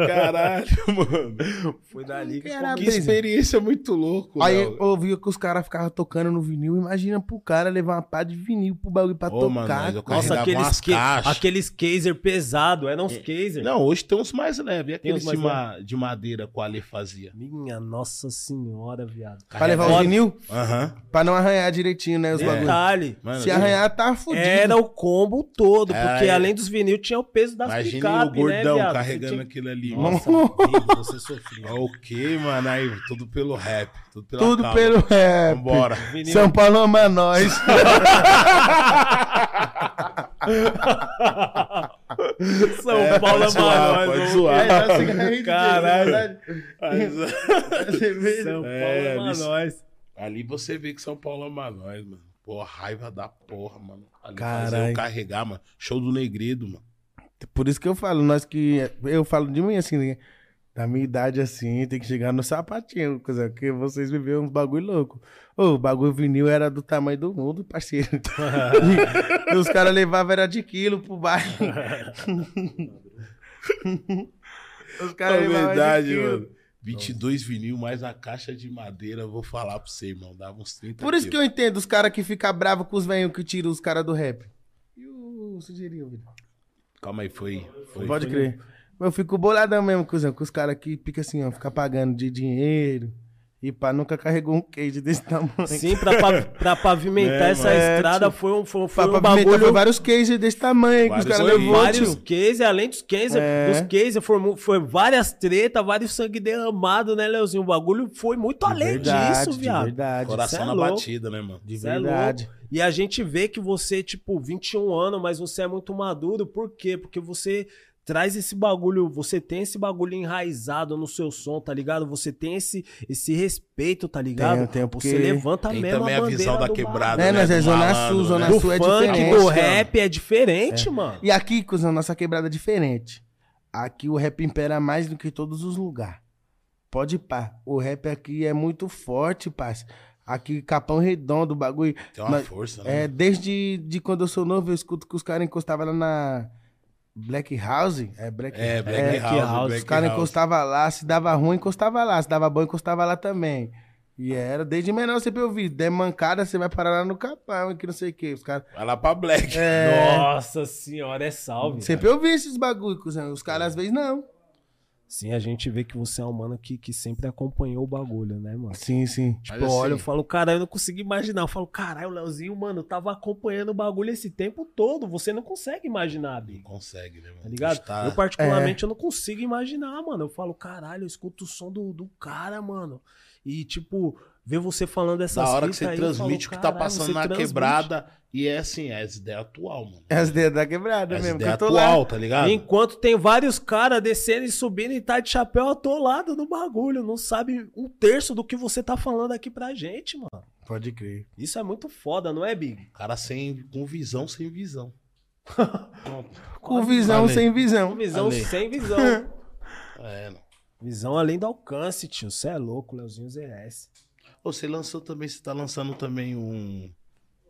Speaker 1: Caralho, mano.
Speaker 2: <laughs>
Speaker 3: Foi dali que
Speaker 2: Cara,
Speaker 1: Que
Speaker 2: brisa.
Speaker 1: experiência muito louca,
Speaker 2: Aí
Speaker 1: Léo.
Speaker 2: eu ouvia que os caras ficavam tocando no vinil. Imagina pro cara levar uma pá de vinil pro bagulho pra
Speaker 1: Ô, mano,
Speaker 2: tocar.
Speaker 1: mas eu
Speaker 2: cara.
Speaker 1: conheço-
Speaker 3: Nossa,
Speaker 1: Carregava
Speaker 3: aqueles,
Speaker 1: umas
Speaker 3: que,
Speaker 1: caixas.
Speaker 3: aqueles caser pesado, eram uns caser.
Speaker 1: É, Não, hoje tem uns mais leves. E
Speaker 3: Tem
Speaker 1: aqueles
Speaker 3: uns mais
Speaker 1: de, ma- de madeira que o Ale fazia?
Speaker 3: Minha nossa senhora, viado.
Speaker 2: pra levar o
Speaker 3: Carregava-
Speaker 2: vinil?
Speaker 1: Aham.
Speaker 2: Pra não arranhar direitinho, né, os bagulhos.
Speaker 3: Detalhe.
Speaker 1: é Mano, É,
Speaker 2: Se arranhar, tá fudido.
Speaker 3: Era o combo todo,
Speaker 1: Era-
Speaker 3: porque além dos vinil tinha o peso das
Speaker 1: É, Imagina o
Speaker 3: picape, né,
Speaker 1: gordão
Speaker 3: viado?
Speaker 1: carregando
Speaker 3: Você tinha-
Speaker 1: aquilo ali, mano.
Speaker 3: Nossa, Deus, você sofreu.
Speaker 1: <laughs> Ok, mano. Aí, tudo pelo rap. Tudo pela
Speaker 2: Tudo
Speaker 1: calma.
Speaker 2: pelo rap.
Speaker 1: Vambora.
Speaker 3: Vinil-
Speaker 2: São Paulo
Speaker 1: <laughs>
Speaker 2: ama nós.
Speaker 3: Tipo, <laughs> São
Speaker 1: É,
Speaker 3: Paulo
Speaker 1: pode zoar, pode
Speaker 3: ô.
Speaker 1: zoar.
Speaker 3: É,
Speaker 1: Nossa, <laughs>
Speaker 3: Caralho. São
Speaker 1: São
Speaker 3: né? Paulo
Speaker 1: é,
Speaker 3: é,
Speaker 1: bicho.
Speaker 3: nós.
Speaker 1: <laughs> Ali você vê que São Paulo ama nós, mano. Pô, raiva da porra, mano. Ali fazer
Speaker 2: Caralho.
Speaker 1: eu carregar, mano. Show do Negredo, mano.
Speaker 2: Por isso que eu falo, nós que. Eu falo de mim assim, né? da minha idade assim, tem que chegar no sapatinho, coisa, porque vocês viveram uns bagulho louco. Ô, o bagulho vinil era do tamanho do mundo,
Speaker 1: <laughs>
Speaker 2: parceiro. E os caras levavam era de quilo pro
Speaker 1: <laughs>
Speaker 2: bairro. os caras
Speaker 1: é
Speaker 2: levavam era de
Speaker 1: verdade,
Speaker 2: quilo.
Speaker 1: mano. 22 vinil mais a caixa de madeira, eu vou falar pra você, irmão. Dava uns 30
Speaker 2: Por isso que eu entendo os caras que ficam bravos com os velhos que tiram os caras do rap. E o sugeriu, vida?
Speaker 1: eu... Calma aí, foi. foi
Speaker 2: Pode crer. Eu fico boladão mesmo, cuzão, com os caras que fica assim, ó, fica pagando de dinheiro. E pá, nunca carregou um cage desse tamanho.
Speaker 3: Sim, pra,
Speaker 2: <laughs>
Speaker 3: pa- pra pavimentar
Speaker 1: É,
Speaker 3: essa
Speaker 2: mano. É,
Speaker 3: estrada
Speaker 2: tipo,
Speaker 3: foi um, foi, foi
Speaker 2: Pra
Speaker 3: um
Speaker 2: pavimentar,
Speaker 3: bagulho.
Speaker 2: foi vários cages desse tamanho que
Speaker 1: Vários
Speaker 2: os caras
Speaker 1: aí.
Speaker 2: levou,
Speaker 3: Vários
Speaker 2: tio.
Speaker 3: cases, além dos cases,
Speaker 2: É.
Speaker 3: dos cases foram, foi várias tretas, vários sangue derramado, né, Leozinho? O bagulho foi muito
Speaker 2: De
Speaker 3: além
Speaker 2: verdade,
Speaker 3: disso, viado.
Speaker 2: De verdade,
Speaker 1: Coração
Speaker 3: Cê é
Speaker 1: na
Speaker 3: louco.
Speaker 1: batida, né, mano?
Speaker 2: de
Speaker 3: Cê é
Speaker 2: verdade.
Speaker 3: louco. E um a gente vê que você, tipo, 21 anos, mas você é muito maduro. Por quê? Porque você Traz esse bagulho, você tem esse bagulho enraizado no seu som, tá ligado? Você tem esse, esse respeito, tá ligado?
Speaker 2: Tenho, tenho, porque-
Speaker 3: Você levanta
Speaker 1: Tem
Speaker 3: mesmo
Speaker 1: também
Speaker 3: a
Speaker 1: a
Speaker 3: bandeira
Speaker 1: visão da
Speaker 3: do
Speaker 1: quebrada,
Speaker 2: É,
Speaker 1: né?
Speaker 2: nós é
Speaker 1: do
Speaker 2: Zona
Speaker 1: malandro,
Speaker 2: Sul, Zona
Speaker 1: né?
Speaker 3: Do
Speaker 2: Sul é
Speaker 3: funk,
Speaker 2: diferente,
Speaker 3: do
Speaker 2: mano.
Speaker 3: rap é diferente, mano.
Speaker 2: E aqui, cuzão, nossa quebrada é diferente. Aqui o rap impera mais do que todos os lugares. Pode ir, pá. O rap aqui é muito forte, parça. Aqui, Capão Redondo, o bagulho.
Speaker 1: Tem uma
Speaker 2: Nós-
Speaker 1: força, né?
Speaker 2: É, desde de quando eu sou novo, eu escuto que os caras encostavam lá na Black House. É, Black,
Speaker 1: É, Black
Speaker 2: é,
Speaker 1: House,
Speaker 3: House,
Speaker 1: Black
Speaker 2: Os caras
Speaker 1: House.
Speaker 2: encostavam lá, se dava ruim, encostava lá. Se dava bom, encostava lá também. E era, desde menor eu sempre ouvi. Der mancada, você vai parar lá no capão, que não sei o quê. Os caras. é,
Speaker 1: Vai lá pra Black. é-
Speaker 3: Nossa senhora, é salve.
Speaker 2: Sempre ouvi esses bagulho, cuzão. Os caras às vezes não.
Speaker 3: Sim, a gente vê que você é um mano que, que sempre acompanhou o bagulho, né, mano?
Speaker 2: Sim, sim.
Speaker 1: Mas
Speaker 3: Tipo, eu
Speaker 1: assim-
Speaker 3: olho, eu falo, cara, eu não consigo imaginar. Eu falo, caralho, o Leozinho, mano, tava acompanhando o bagulho esse tempo todo. Você não consegue imaginar,
Speaker 1: Não
Speaker 3: Bi.
Speaker 1: consegue, né, mano?
Speaker 3: Tá ligado?
Speaker 1: Tá-
Speaker 3: Eu, particularmente, eu não consigo imaginar, mano. Eu falo, caralho, eu escuto o som do, do cara, mano. E, tipo, ver você falando essas
Speaker 1: Na hora que
Speaker 3: fitas
Speaker 1: você
Speaker 3: aí, eu
Speaker 1: transmite
Speaker 3: falo,
Speaker 1: o que tá
Speaker 3: "Caralho,
Speaker 1: passando
Speaker 3: você
Speaker 1: na
Speaker 3: transmite".
Speaker 1: quebrada. E é assim, é as ideias atual, mano.
Speaker 2: É as ideias da quebrada
Speaker 1: As
Speaker 2: mesmo. Que
Speaker 1: ideias
Speaker 2: eu tô
Speaker 1: atual,
Speaker 2: lá.
Speaker 1: tá ligado?
Speaker 3: Enquanto tem vários caras descendo e subindo e tá de chapéu atolado no bagulho. Não sabe um terço do que você tá falando aqui pra gente, mano.
Speaker 2: Pode crer.
Speaker 3: Isso é muito foda, não é, Big?
Speaker 1: Cara sem, com visão, sem visão. Pronto.
Speaker 2: Com visão,
Speaker 1: Falei.
Speaker 2: sem visão.
Speaker 3: Visão
Speaker 1: Ale.
Speaker 3: sem visão.
Speaker 1: É, não.
Speaker 3: <laughs> Visão além do alcance, tio. Você é louco, Leozinho ZS.
Speaker 1: Ô, Você lançou também, você tá lançando também um,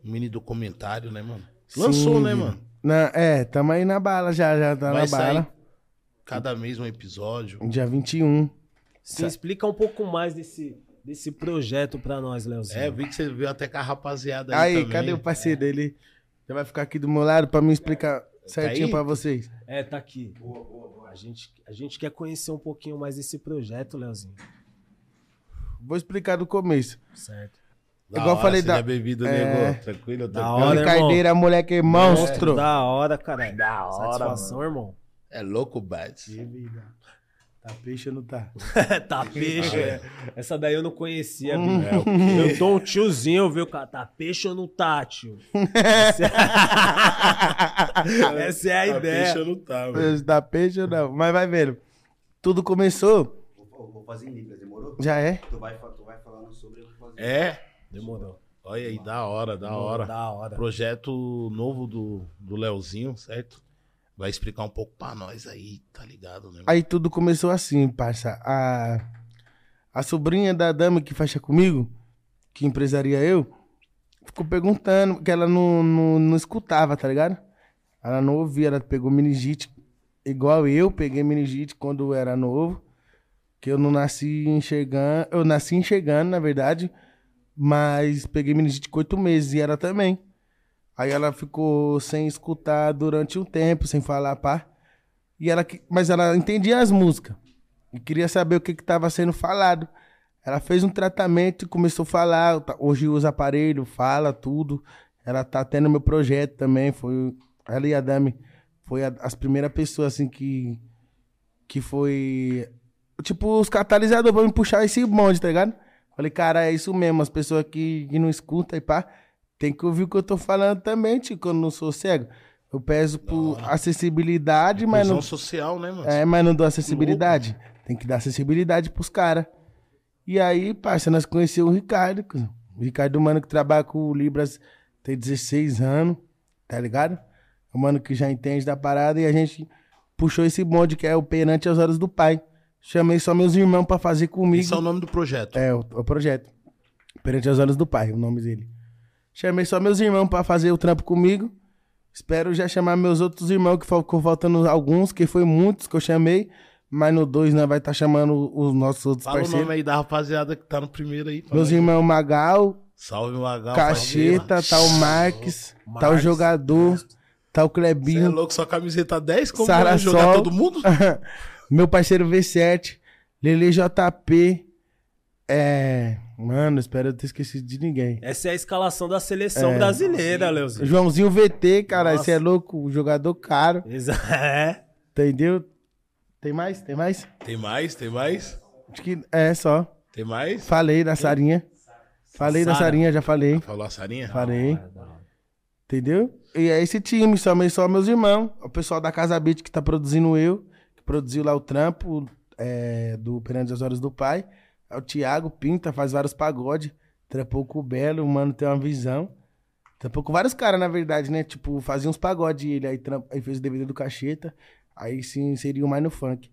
Speaker 1: um mini documentário, né, mano?
Speaker 2: Sim.
Speaker 1: Lançou, né, mano?
Speaker 2: Na- é, tamo aí na bala já, já tá
Speaker 1: Vai
Speaker 2: na
Speaker 1: sair
Speaker 2: bala.
Speaker 1: Cada mês um episódio.
Speaker 2: Dia 21.
Speaker 3: Se explica um pouco mais desse, desse projeto pra nós, Leozinho.
Speaker 1: É, eu vi que você veio até com a rapaziada aí,
Speaker 2: Aí,
Speaker 1: também.
Speaker 2: cadê o parceiro dele? Você vai ficar aqui do meu lado pra me explicar certinho
Speaker 1: aí?
Speaker 2: pra vocês.
Speaker 3: É, tá aqui. Boa, boa, boa. A gente, a gente quer conhecer um pouquinho mais desse projeto, Leozinho.
Speaker 2: Vou explicar do começo.
Speaker 3: Certo.
Speaker 1: Da
Speaker 2: Igual eu
Speaker 1: hora,
Speaker 2: falei
Speaker 1: você
Speaker 2: da-
Speaker 1: já bebido,
Speaker 2: É.
Speaker 1: nego. Tranquilo,
Speaker 3: Da
Speaker 1: tranquilo.
Speaker 3: hora. irmão.
Speaker 2: Brincadeira, moleque é monstro.
Speaker 3: Da hora, caralho.
Speaker 1: Da hora,
Speaker 3: Satisfação, irmão.
Speaker 1: É louco, Bats.
Speaker 2: Bebida. Tá peixe ou não tá? <laughs>
Speaker 3: <laughs> Tapecho, é. Essa daí eu não conhecia,
Speaker 2: Hum.
Speaker 1: É,
Speaker 3: bicho. Eu tô um tiozinho, viu, cara? Tá peixe ou não tá, tio? Essa
Speaker 1: <laughs>
Speaker 3: é, <laughs> Essa é <laughs> a ideia.
Speaker 1: não tá, velho.
Speaker 2: Peixe, tá peixe ou não? Mas vai vendo. Tudo começou,
Speaker 4: Vou, vou fazer em Libras, demorou?
Speaker 2: já é?
Speaker 4: Tu vai, fa- tu vai falando sobre, eu vou fazer.
Speaker 1: É?
Speaker 3: Demorou.
Speaker 1: Olha aí, da hora, da hora.
Speaker 3: Da hora.
Speaker 1: Projeto novo do, do Leozinho, certo? Vai explicar um pouco pra nós aí, tá ligado, né? mano?
Speaker 2: Aí tudo começou assim, parça. A, a sobrinha da dama que fecha comigo, que empresaria eu, ficou perguntando, porque ela não, não, não escutava, tá ligado? Ela não ouvia, ela pegou meningite, igual eu peguei meningite quando eu era novo, que eu não nasci enxergando, eu nasci enxergando, na verdade, mas peguei meningite com oito meses, e ela também. Aí ela ficou sem escutar durante um tempo, sem falar, pá. E ela, que- mas ela entendia as músicas. E queria saber o que estava sendo falado. Ela fez um tratamento e começou a falar. tá- Hoje usa aparelho, fala tudo. Ela tá até no meu projeto também. Foi ela e a Dami. Foi a- as primeiras pessoas assim que que foi tipo os catalisadores pra me puxar esse bonde, tá ligado? Falei, cara, é isso mesmo. As pessoas que, que não escutam e pá, tem que ouvir o que eu tô falando também, tio, quando eu não sou cego. Eu peso por acessibilidade, mas
Speaker 1: Inclusão
Speaker 2: não
Speaker 1: social, né, mano?
Speaker 2: é, mas não dou acessibilidade. Tem que dar acessibilidade pros caras. E aí, parça, nós conhecemos o Ricardo. cuzão. O Ricardo, é um mano, que trabalha com o Libras, tem 16 anos, tá ligado? É um mano que já entende da parada e a gente puxou esse bonde que é o Perante as Horas do Pai. Chamei só meus irmãos pra fazer comigo.
Speaker 1: Esse é o nome do projeto.
Speaker 2: É, o, o projeto. Perante as horas do pai, o nome dele. Chamei só meus irmãos pra fazer o trampo comigo. Espero já chamar meus outros irmãos, que ficou faltando alguns, que foi muitos que eu chamei. Mas no dois nós vai estar chamando os nossos outros
Speaker 1: Fala o
Speaker 2: parceiros.
Speaker 1: nome aí da rapaziada que tá no primeiro aí. fala
Speaker 2: Meus
Speaker 1: aí.
Speaker 2: irmãos Magal,
Speaker 1: Salve, Magal.
Speaker 2: Cacheta,
Speaker 3: tá
Speaker 2: tal Marques, tal
Speaker 3: Marques.
Speaker 2: Jogador, tal
Speaker 1: Você é
Speaker 2: Clebinho,
Speaker 1: louco, sua camiseta 10, como
Speaker 2: Sarah
Speaker 1: vai jogar
Speaker 2: Sol.
Speaker 1: todo mundo?
Speaker 2: <laughs> Meu parceiro V7, Lele JP. É. Mano, espero eu ter esquecido de ninguém.
Speaker 3: Essa é a escalação da
Speaker 1: É.
Speaker 3: seleção brasileira, Leozinho.
Speaker 2: Joãozinho VT, cara,
Speaker 3: Nossa.
Speaker 2: você é louco, jogador caro,
Speaker 3: Exa- <laughs> É.
Speaker 2: entendeu? Tem mais? Tem mais?
Speaker 1: Tem mais, tem mais,
Speaker 2: Acho que é só.
Speaker 1: tem mais.
Speaker 2: Falei da Sarinha. Falei da
Speaker 3: Sara.
Speaker 2: Sarinha, já falei.
Speaker 1: Falou a Sarinha?
Speaker 2: Falei. Entendeu? E é esse time, só, meus- só meus irmãos. O pessoal da Casa Beat que tá produzindo eu, que produziu lá o trampo é, do Perante as Horas do Pai. É o Thiago Pinta, faz vários pagodes. Trampou com o Belo, o mano tem uma visão. Trampou com vários caras, na verdade, né? Tipo, fazia uns pagodes ele, aí, tramp... aí fez o DVD do Cacheta. Aí se inseriu mais no funk.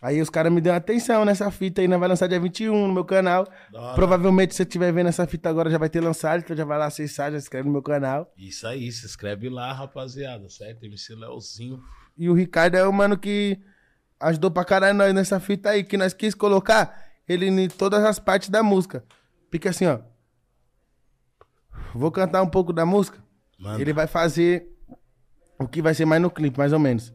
Speaker 2: Aí os caras me deram atenção nessa fita aí, nós vai lançar dia 21 no meu canal.
Speaker 1: Da hora.
Speaker 2: Provavelmente, se você estiver vendo essa fita agora, já vai ter lançado, então já vai lá acessar, já se inscreve no meu canal.
Speaker 1: Isso aí, se inscreve lá, rapaziada, certo? MC Leozinho.
Speaker 2: E o Ricardo é o mano que ajudou pra caralho nós nessa fita aí, que nós quis colocar ele em todas as partes da música. Fica assim, ó. Vou cantar um pouco da música.
Speaker 1: Manda.
Speaker 2: Ele vai fazer o que vai ser mais no clipe, mais ou menos.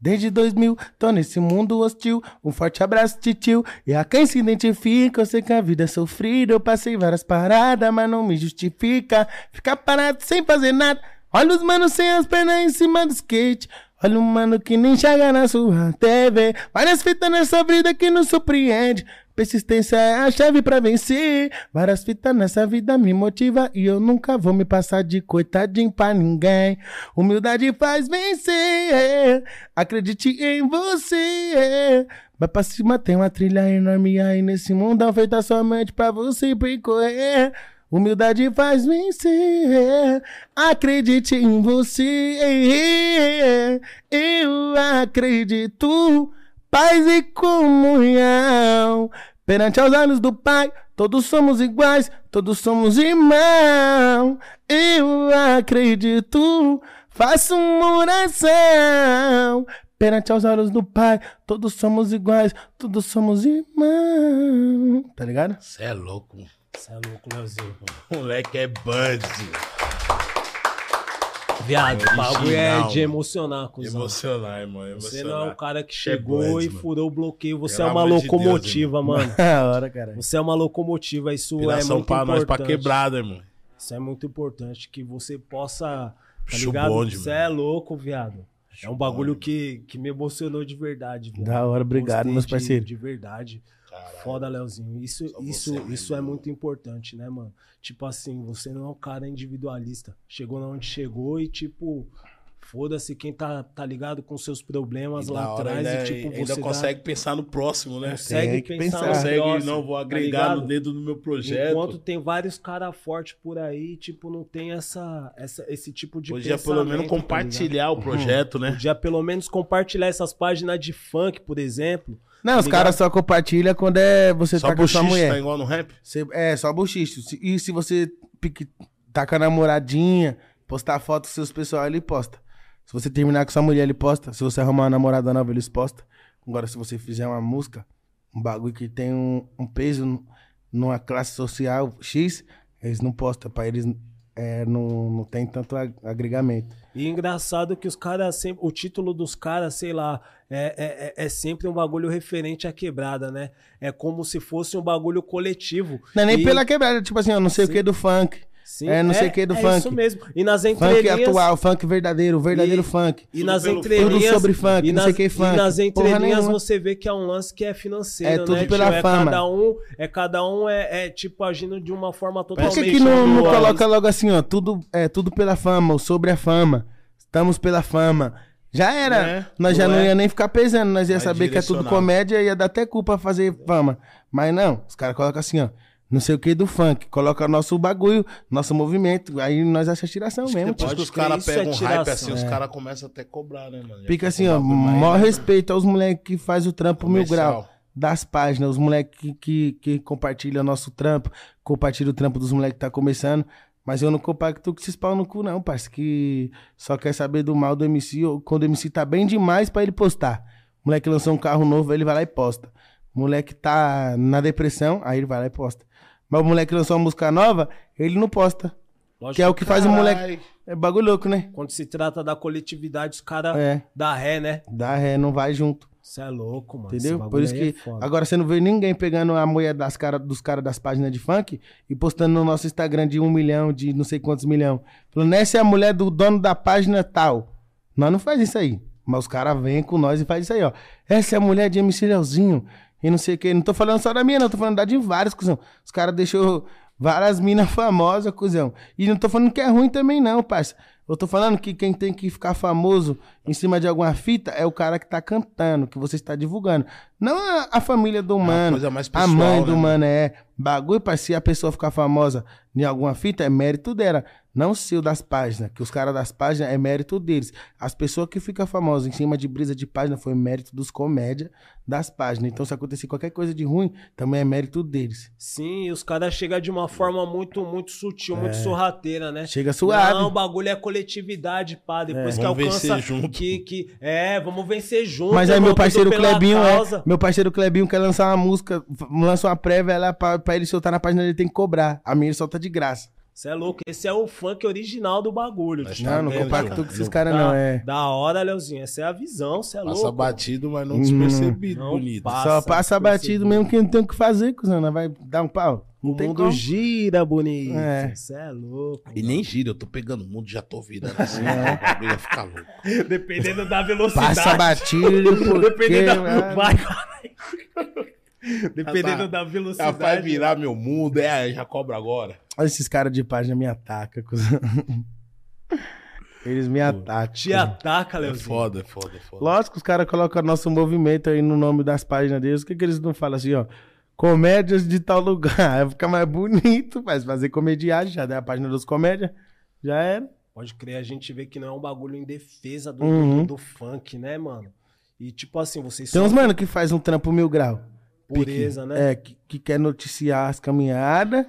Speaker 2: Desde 2000, tô nesse mundo hostil. Um forte abraço, titio. E a quem se identifica, eu sei que a vida é sofrida. Eu passei várias paradas, mas não me justifica. Ficar parado sem fazer nada. Olha os manos sem as pernas em cima do skate. Olha o mano que nem enxerga na sua TV. Várias fitas nessa vida que nos surpreende. Persistência é a chave pra vencer. Várias fitas nessa vida me motiva e eu nunca vou me passar de coitadinho pra ninguém. Humildade faz vencer. Acredite em você. Vai pra cima, tem uma trilha enorme aí nesse mundão feita somente pra você percorrer. Humildade faz vencer. Acredite em você. Eu acredito paz e comunhão. Perante aos olhos do Pai, todos somos iguais, todos somos irmãos. Eu acredito, faço uma oração. Perante aos olhos do Pai, todos somos iguais, todos somos irmãos. Tá ligado?
Speaker 1: Você é louco.
Speaker 3: Você é louco, Leozinho.
Speaker 1: O moleque é band.
Speaker 3: Viado, o bagulho é
Speaker 1: Original.
Speaker 3: de emocionar, cuzão.
Speaker 1: Emocionar, irmão.
Speaker 3: Você
Speaker 1: emocionar.
Speaker 3: não é o cara que chegou
Speaker 1: Você é
Speaker 3: e
Speaker 1: bom,
Speaker 3: furou o bloqueio. Você
Speaker 1: Pelo
Speaker 3: é uma
Speaker 1: amor de Deus,
Speaker 3: locomotiva, mano.
Speaker 2: <laughs> Da hora, cara.
Speaker 3: Você é uma locomotiva. Isso é
Speaker 1: Inspiração
Speaker 3: muito
Speaker 1: pra nós,
Speaker 3: importante.
Speaker 1: pra quebrada, irmão.
Speaker 3: Isso é muito importante. Que você possa. Tá
Speaker 1: Puxa o
Speaker 3: ligado?
Speaker 1: bonde,
Speaker 3: você
Speaker 1: mano.
Speaker 3: é louco, viado. É um bagulho que, que me emocionou de verdade, viado.
Speaker 2: Da hora, obrigado,
Speaker 3: Gostei
Speaker 2: meus
Speaker 3: de-
Speaker 2: parceiros.
Speaker 3: De verdade.
Speaker 1: Caralho.
Speaker 3: Foda, Leozinho. Isso,
Speaker 1: Só
Speaker 3: isso,
Speaker 1: você, né,
Speaker 3: isso é
Speaker 1: meu?
Speaker 3: muito importante, né, mano? Tipo assim, você não é um cara individualista. Chegou na onde chegou e, tipo, foda-se quem tá, tá ligado com seus problemas
Speaker 1: E
Speaker 3: lá
Speaker 1: da hora
Speaker 3: atrás.
Speaker 1: ainda,
Speaker 3: e, tipo,
Speaker 1: ainda
Speaker 3: você É,
Speaker 1: consegue pensar no próximo, né?
Speaker 3: dá, consegue
Speaker 2: Tem que
Speaker 3: pensar.
Speaker 2: pensar.
Speaker 3: no
Speaker 1: Consegue,
Speaker 3: próximo,
Speaker 1: não, vou
Speaker 3: tá
Speaker 1: agregar
Speaker 3: ligado?
Speaker 1: no dedo do meu projeto.
Speaker 3: Enquanto tem vários caras fortes por aí, tipo, não tem essa, essa, esse tipo de
Speaker 1: Podia é pelo menos
Speaker 3: pensamento, tá ligado?
Speaker 1: compartilhar o projeto, né?
Speaker 3: Podia pelo menos compartilhar essas páginas de funk, por exemplo.
Speaker 2: Não, os
Speaker 3: Obrigado.
Speaker 2: caras só compartilham quando é você
Speaker 1: Só
Speaker 2: tá com sua
Speaker 1: buchicho,
Speaker 2: mulher.
Speaker 1: tá igual no rap?
Speaker 2: Você- é, só bochicho. Se- E se você pique, tá com a namoradinha, postar foto com seus pessoal, ele posta. Se você terminar com sua mulher, ele posta. Se você arrumar uma namorada nova, eles posta. Agora, se você fizer uma música, um bagulho que tem um, um peso n- numa classe social X, eles não postam. Pra eles é, não, não tem tanto ag- agregamento.
Speaker 3: E engraçado que os caras sempre. O título dos caras, sei lá, é, é, é- é sempre um bagulho referente à quebrada, né? É como se fosse um bagulho coletivo.
Speaker 2: Não é nem
Speaker 3: E-
Speaker 2: pela quebrada, tipo assim, eu não sei o
Speaker 3: Sim.
Speaker 2: que do funk.
Speaker 3: Sim,
Speaker 2: é, não sei o que do
Speaker 3: é
Speaker 2: funk.
Speaker 3: isso mesmo. E nas
Speaker 2: Funk
Speaker 3: entrelinhas.
Speaker 2: atual, funk verdadeiro, verdadeiro
Speaker 3: E-
Speaker 2: funk.
Speaker 3: E nas
Speaker 1: pelo
Speaker 3: entrelinhas.
Speaker 2: funk. Tudo sobre funk,
Speaker 3: e
Speaker 2: não
Speaker 3: nas,
Speaker 2: sei o que é funk.
Speaker 3: E nas
Speaker 2: Porra
Speaker 3: entrelinhas
Speaker 2: nenhuma.
Speaker 3: você vê que é um lance que é financeiro,
Speaker 2: É
Speaker 3: né?
Speaker 2: tudo
Speaker 3: Tipo,
Speaker 2: pela
Speaker 3: é
Speaker 2: fama.
Speaker 3: Cada um, é cada um é, é, tipo agindo de uma forma
Speaker 2: Por
Speaker 1: É
Speaker 3: totalmente.
Speaker 2: que, que não, não
Speaker 3: individual.
Speaker 2: coloca logo assim, ó? Tudo, é, tudo pela fama, ou sobre a fama. Estamos pela fama. Já era.
Speaker 1: É,
Speaker 2: nós já
Speaker 1: não
Speaker 2: não
Speaker 1: é.
Speaker 2: ia nem ficar pesando. Nós ia
Speaker 1: Vai
Speaker 2: saber que é tudo
Speaker 1: direcionado.
Speaker 2: comédia e ia dar até culpa fazer fama. Mas não, os caras colocam assim, ó. Não sei o que do funk. Coloca nosso bagulho, nosso movimento. Aí nós achamos tiração mesmo.
Speaker 1: Depois
Speaker 3: Pode
Speaker 1: que os
Speaker 3: crer,
Speaker 1: caras
Speaker 3: isso é
Speaker 1: pegam um hype
Speaker 3: tiração.
Speaker 1: assim, os caras começam até a cobrar, né, mano? Já
Speaker 2: Fica
Speaker 1: tá
Speaker 2: assim,
Speaker 1: com
Speaker 2: ó.
Speaker 1: um bagulho mais
Speaker 2: Maior respeito aos moleques que faz o trampo mil
Speaker 1: comercial.
Speaker 2: grau. das páginas, os moleques que, que, que compartilham nosso trampo, compartilha o trampo dos moleques que tá começando. Mas eu não compacto com esses pau no cu, não, parceiro. Que só quer saber do mal do MC ou quando o MC tá bem demais pra ele postar. O moleque lançou um carro novo, ele vai lá e posta. O moleque tá na depressão, aí ele vai lá e posta. Mas o moleque lançou uma música nova, ele não posta.
Speaker 3: Lógico
Speaker 2: Que é o que faz o
Speaker 1: Caralho.
Speaker 2: moleque. É bagulho louco, né?
Speaker 3: Quando se trata da coletividade, os caras
Speaker 2: É.
Speaker 3: dá ré, né?
Speaker 2: Dá ré, não vai junto.
Speaker 3: Você é louco, mano.
Speaker 2: Entendeu?
Speaker 3: Esse bagulho
Speaker 2: Por isso
Speaker 3: aí é
Speaker 2: que
Speaker 3: foda.
Speaker 2: agora você não vê ninguém pegando a mulher das cara, dos caras das páginas de funk e postando no nosso Instagram de um milhão, de não sei quantos milhão. Falando, essa é a mulher do dono da página tal. Nós não faz isso aí. Mas os caras vêm com nós e faz isso aí, ó. Essa é a mulher de MC Leozinho e não sei o que. Não tô falando só da minha, não. Tô falando da de vários, cuzão. Os caras deixou Várias minas <laughs> famosas, cuzão. E não tô falando que é ruim também, não, parça. Eu tô falando que quem tem que ficar famoso em cima de alguma fita é o cara que tá cantando, que você está divulgando. Não a, a família do
Speaker 1: É uma
Speaker 2: mano.
Speaker 1: coisa mais
Speaker 2: A
Speaker 1: pessoal,
Speaker 2: mãe
Speaker 1: né?
Speaker 2: do mano é bagulho pra se a pessoa ficar famosa em alguma fita, é mérito dela. Não seu das páginas, que os caras das páginas é mérito deles. As pessoas que ficam famosas em cima de brisa de página foi mérito dos comédia das páginas. Então, se acontecer qualquer coisa de ruim, também é mérito deles.
Speaker 3: Sim, e os caras chegam de uma forma muito, muito sutil, muito sorrateira, né?
Speaker 2: Chega É. suave. É.
Speaker 3: Não, o bagulho é coletividade, pá. Depois que
Speaker 1: Vamos
Speaker 3: alcança.
Speaker 1: vencer junto.
Speaker 3: Que, que, é, vamos vencer junto.
Speaker 2: Mas aí
Speaker 3: irmão,
Speaker 2: meu
Speaker 3: tudo
Speaker 2: parceiro
Speaker 3: pela
Speaker 2: Clebinho é,
Speaker 3: causa.
Speaker 2: Meu parceiro Clebinho quer lançar uma música, f- lança uma prévia lá pra, pra ele soltar na página dele, tem que cobrar. A minha ele solta de graça.
Speaker 3: Você é louco, esse é o funk original do bagulho.
Speaker 1: Mas
Speaker 3: tio.
Speaker 1: Tá
Speaker 2: não, não
Speaker 1: vendo,
Speaker 2: compacto
Speaker 1: João?
Speaker 2: com esses
Speaker 1: Não.
Speaker 2: caras,
Speaker 3: da,
Speaker 2: não. É.
Speaker 3: da hora, Leozinho. Essa é a visão, você é
Speaker 1: Passa
Speaker 3: louco.
Speaker 1: batido, mas não
Speaker 2: Hum,
Speaker 1: despercebido,
Speaker 3: não
Speaker 1: bonito.
Speaker 3: passa.
Speaker 2: Só passa batido
Speaker 3: percebido.
Speaker 2: mesmo que não tem o que fazer, cuzão. nós Vai dar um pau. Não
Speaker 3: assim. O
Speaker 2: tem
Speaker 3: mundo
Speaker 2: como.
Speaker 3: gira, bonito.
Speaker 2: É.
Speaker 3: Você é louco.
Speaker 1: E nem gira, eu tô pegando o mundo, já tô virando assim. O bagulho ia ficar louco.
Speaker 3: <laughs> Dependendo da velocidade.
Speaker 2: Passa
Speaker 3: <laughs>
Speaker 2: batido, porque...
Speaker 3: Dependendo da... <laughs>
Speaker 2: mano, tá
Speaker 3: Vai, caralho. Dependendo da
Speaker 1: Já
Speaker 3: velocidade.
Speaker 1: vai
Speaker 2: um
Speaker 1: virar meu mundo, é, já cobra agora.
Speaker 2: Olha esses caras de página me atacam, cuzão. <laughs> Eles me atacam.
Speaker 3: Te ataca,
Speaker 1: É
Speaker 3: Leozinho.
Speaker 1: foda, é foda, é foda.
Speaker 2: Lógico que os caras colocam nosso movimento aí no nome das páginas deles. O que, que eles não falam assim, ó? Comédias de tal lugar. <laughs> Aí Fica mais bonito, faz fazer comediagem, já dá a página dos comédias. Já é. era.
Speaker 3: Pode crer, a gente vê que não é um bagulho em defesa do,
Speaker 2: Uhum.
Speaker 3: do, do funk, né, mano? E tipo assim, vocês
Speaker 2: Tem
Speaker 3: são
Speaker 2: uns mano que faz um trampo mil grau.
Speaker 3: pureza,
Speaker 2: Pique.
Speaker 3: né?
Speaker 2: É, que, que quer noticiar as caminhadas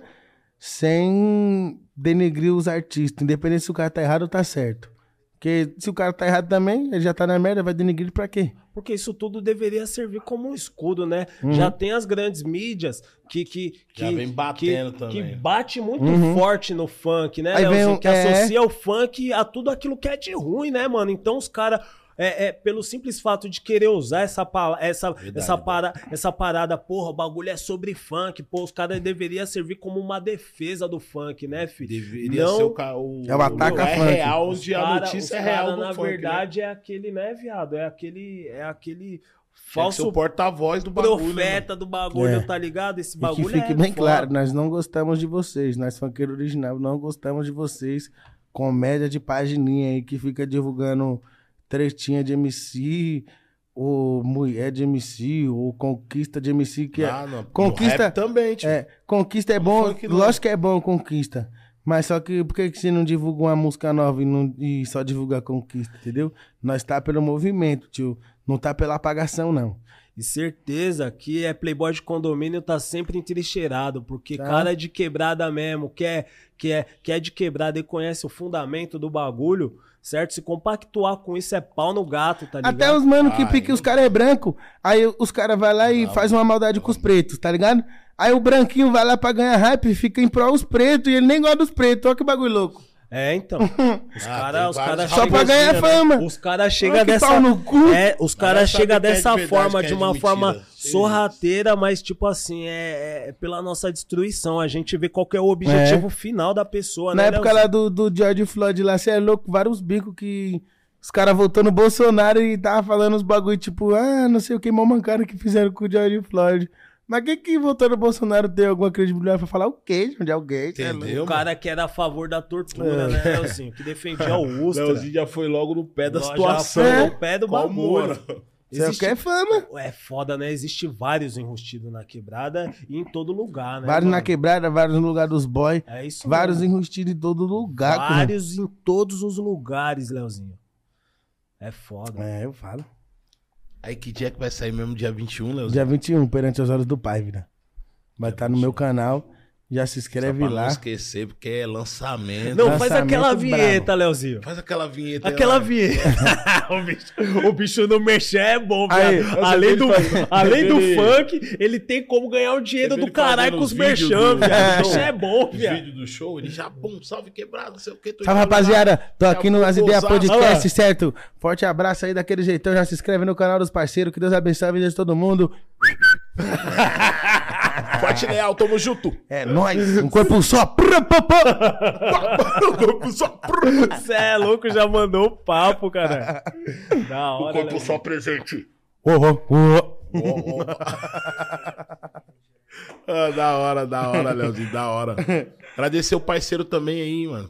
Speaker 2: sem denegrir os artistas. Independente se o cara tá errado ou tá certo. Porque se o cara tá errado também, ele já tá na merda, vai denegrir pra quê?
Speaker 3: Porque isso tudo deveria servir como um escudo, né?
Speaker 2: Uhum.
Speaker 3: Já tem as grandes mídias que que que,
Speaker 1: Já vem batendo
Speaker 3: que,
Speaker 1: também. né?
Speaker 3: que bate muito
Speaker 2: Uhum.
Speaker 3: forte no funk, né?
Speaker 2: Aí vem
Speaker 3: Leozinho?
Speaker 2: um-
Speaker 3: que
Speaker 2: é.
Speaker 3: associa o funk a tudo aquilo que é de ruim, né, mano? Então os caras é, é, pelo simples fato de querer usar essa, pala- essa,
Speaker 1: Verdade,
Speaker 3: essa,
Speaker 1: mano.
Speaker 3: para- essa parada, porra, o bagulho é sobre funk, pô, os caras deveriam servir como uma defesa do funk, né, filho?
Speaker 1: Deveria
Speaker 3: Não-
Speaker 1: ser o, ca... o...
Speaker 2: É o ataca
Speaker 1: lugar
Speaker 2: funk.
Speaker 1: real
Speaker 3: Os
Speaker 1: onde a
Speaker 3: cara-
Speaker 1: notícia é
Speaker 3: os
Speaker 1: real
Speaker 3: cara,
Speaker 1: do
Speaker 3: na
Speaker 1: funk, né?
Speaker 3: verdade é aquele, né, viado? É aquele é aquele
Speaker 1: Tinha que ser
Speaker 3: falso
Speaker 1: o porta-voz do bagulho. né,
Speaker 3: profeta do bagulho,
Speaker 2: É.
Speaker 3: tá ligado? Esse
Speaker 2: E que
Speaker 3: bagulho
Speaker 2: fique
Speaker 3: é
Speaker 2: bem
Speaker 3: foda.
Speaker 2: claro, nós não gostamos de vocês, nós funkeiros original não gostamos de vocês. Comédia de pagininha aí que fica divulgando tretinha de MC, ou mulher de MC, ou conquista de MC, que é,
Speaker 1: Ah, não, no
Speaker 2: Conquista-
Speaker 1: rap também, tipo.
Speaker 2: é, conquista é bom,
Speaker 1: funk não.
Speaker 2: lógico que é bom conquista. Mas só que por que que você não divulga uma música nova e, não- e só divulga conquista, entendeu? Nós tá pelo movimento, tio. Não tá pela apagação, não.
Speaker 3: E certeza que é playboy de condomínio tá sempre entrincheirado, porque
Speaker 2: Tá.
Speaker 3: cara é de quebrada mesmo, quer, quer, quer de quebrada e conhece o fundamento do bagulho, certo? Se compactuar com isso é pau no gato, tá ligado?
Speaker 2: Até os mano que
Speaker 1: Ah,
Speaker 2: pique
Speaker 1: eu-
Speaker 2: os caras é branco, aí os caras vai lá e
Speaker 1: Não,
Speaker 2: faz uma maldade com os pretos, tá ligado? Aí o branquinho vai lá pra ganhar hype, fica em prol os pretos e ele nem gosta dos pretos, olha que bagulho louco.
Speaker 3: É,
Speaker 2: <laughs>
Speaker 3: então.
Speaker 1: Ah,
Speaker 3: Os caras
Speaker 1: tem vários
Speaker 3: os cara
Speaker 1: Só
Speaker 3: chega
Speaker 1: pra
Speaker 2: ganhar
Speaker 3: né?
Speaker 2: fama.
Speaker 3: Os caras
Speaker 2: Olha
Speaker 3: chegam
Speaker 2: que
Speaker 3: dessa
Speaker 2: pau no cu.
Speaker 3: É, os caras
Speaker 1: Mas sabe
Speaker 3: chegam
Speaker 1: que é de
Speaker 3: dessa
Speaker 1: verdade,
Speaker 3: forma
Speaker 1: que é
Speaker 3: de
Speaker 1: de
Speaker 3: uma
Speaker 1: mentira.
Speaker 3: forma
Speaker 1: Sim.
Speaker 3: sorrateira, mas tipo assim, é, é pela nossa destruição. A gente vê qual que é o objetivo final da pessoa,
Speaker 2: Na
Speaker 3: né?
Speaker 2: época lá do, do George Floyd lá, você é louco, vários bicos que os caras votou no Bolsonaro e tava falando uns bagulho tipo, ah, não sei o que, mó mancada que fizeram com o George Floyd. Mas quem que votou no Bolsonaro tem alguma credibilidade pra falar o quê, onde é o gay? cê é louco?
Speaker 1: Entendeu?
Speaker 3: O cara que era a favor da tortura, né, Leozinho? Que defendia o
Speaker 1: mano?
Speaker 3: Ustra.
Speaker 1: Leozinho já foi logo no pé da
Speaker 3: Nós já
Speaker 1: situação.
Speaker 3: foi
Speaker 1: É.
Speaker 3: no pé do
Speaker 1: Qual
Speaker 3: bagulho.
Speaker 1: mora?
Speaker 2: Você quer fama.
Speaker 3: É foda, né? Existe vários enrustidos na quebrada e em todo lugar, né?
Speaker 2: vários na
Speaker 3: mano?
Speaker 2: quebrada, vários no lugar dos boy.
Speaker 3: É isso
Speaker 2: Vários
Speaker 3: mesmo.
Speaker 2: enrustidos em né? todo lugar. cuzão.
Speaker 3: Vários em todos os lugares, Leozinho. É foda.
Speaker 2: É, eu falo.
Speaker 1: Aí que dia que vai sair mesmo? Dia 21, Leozinho?
Speaker 2: Dia 21, perante os olhos do pai, vida. Vai
Speaker 1: Dia
Speaker 2: estar no
Speaker 1: 21.
Speaker 2: meu canal. Já se
Speaker 1: Só
Speaker 2: inscreve
Speaker 1: pra
Speaker 2: lá.
Speaker 1: Não esquecer, porque é lançamento.
Speaker 3: Não, faz
Speaker 2: Lançamento
Speaker 3: aquela
Speaker 2: brabo.
Speaker 3: vinheta, Leozinho.
Speaker 1: Faz aquela vinheta. aí,
Speaker 3: Aquela
Speaker 1: Leozinho.
Speaker 3: vinheta. <laughs> o, bicho, o bicho no mexer é bom,
Speaker 2: Aí,
Speaker 3: viado.
Speaker 2: eu
Speaker 3: além do,
Speaker 1: sempre falo-
Speaker 3: <laughs> além do
Speaker 1: Ele-
Speaker 3: funk, ele tem como ganhar o dinheiro
Speaker 1: Sempre
Speaker 3: do
Speaker 1: ele fazendo
Speaker 3: caralho com os
Speaker 1: os vídeos
Speaker 3: merchan,
Speaker 1: do-
Speaker 3: viado.
Speaker 1: É.
Speaker 3: O bicho é bom,
Speaker 1: Os
Speaker 3: viado.
Speaker 1: vídeos do show, ele já, pum, salve quebrado, não sei o que. tô
Speaker 2: Salve,
Speaker 1: indo tá lá.
Speaker 2: rapaziada. Tô aqui no
Speaker 1: vou
Speaker 2: As Ideias
Speaker 1: gozar.
Speaker 2: Podcast, certo? Forte abraço aí daquele jeitão. Já se inscreve no canal dos parceiros. Que Deus abençoe a vida de todo mundo.
Speaker 1: Forte leal, tamo <laughs> junto.
Speaker 2: É nóis. Um corpo só. Prá, pá, pá.
Speaker 1: corpo só,
Speaker 3: Você é louco, já mandou o papo,
Speaker 1: <laughs>
Speaker 3: cara. Da
Speaker 1: o
Speaker 3: hora. né,
Speaker 1: corpo
Speaker 3: Leozinho.
Speaker 1: só presente.
Speaker 2: Oh, oh, oh.
Speaker 1: Ó, ó. <laughs> Ah, da hora, da hora, Leozinho, da
Speaker 3: <laughs>
Speaker 1: hora. Agradecer o parceiro também aí, mano.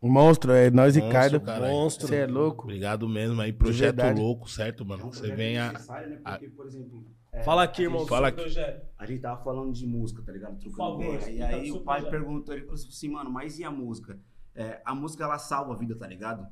Speaker 2: Monstro, é nós,
Speaker 1: Monstro,
Speaker 2: Ricardo.
Speaker 1: caralho.
Speaker 3: Monstro.
Speaker 2: Você é louco?
Speaker 1: Obrigado mesmo aí, projeto
Speaker 2: verdade.
Speaker 1: louco, certo, mano? Que você venha.
Speaker 4: É um necessário, né? Porque, por exemplo. é,
Speaker 3: Fala aqui,
Speaker 4: a
Speaker 3: irmão.
Speaker 4: gente-
Speaker 1: Fala
Speaker 3: seu projeto.
Speaker 4: A gente tava falando de música, tá ligado? Trocando
Speaker 3: Por favor,
Speaker 4: ideia. E
Speaker 3: explica do
Speaker 4: aí
Speaker 3: seu
Speaker 4: o pai
Speaker 3: projeto.
Speaker 4: perguntou, ele falou assim, mano, mas e a música? É, a música, ela salva a vida, tá ligado?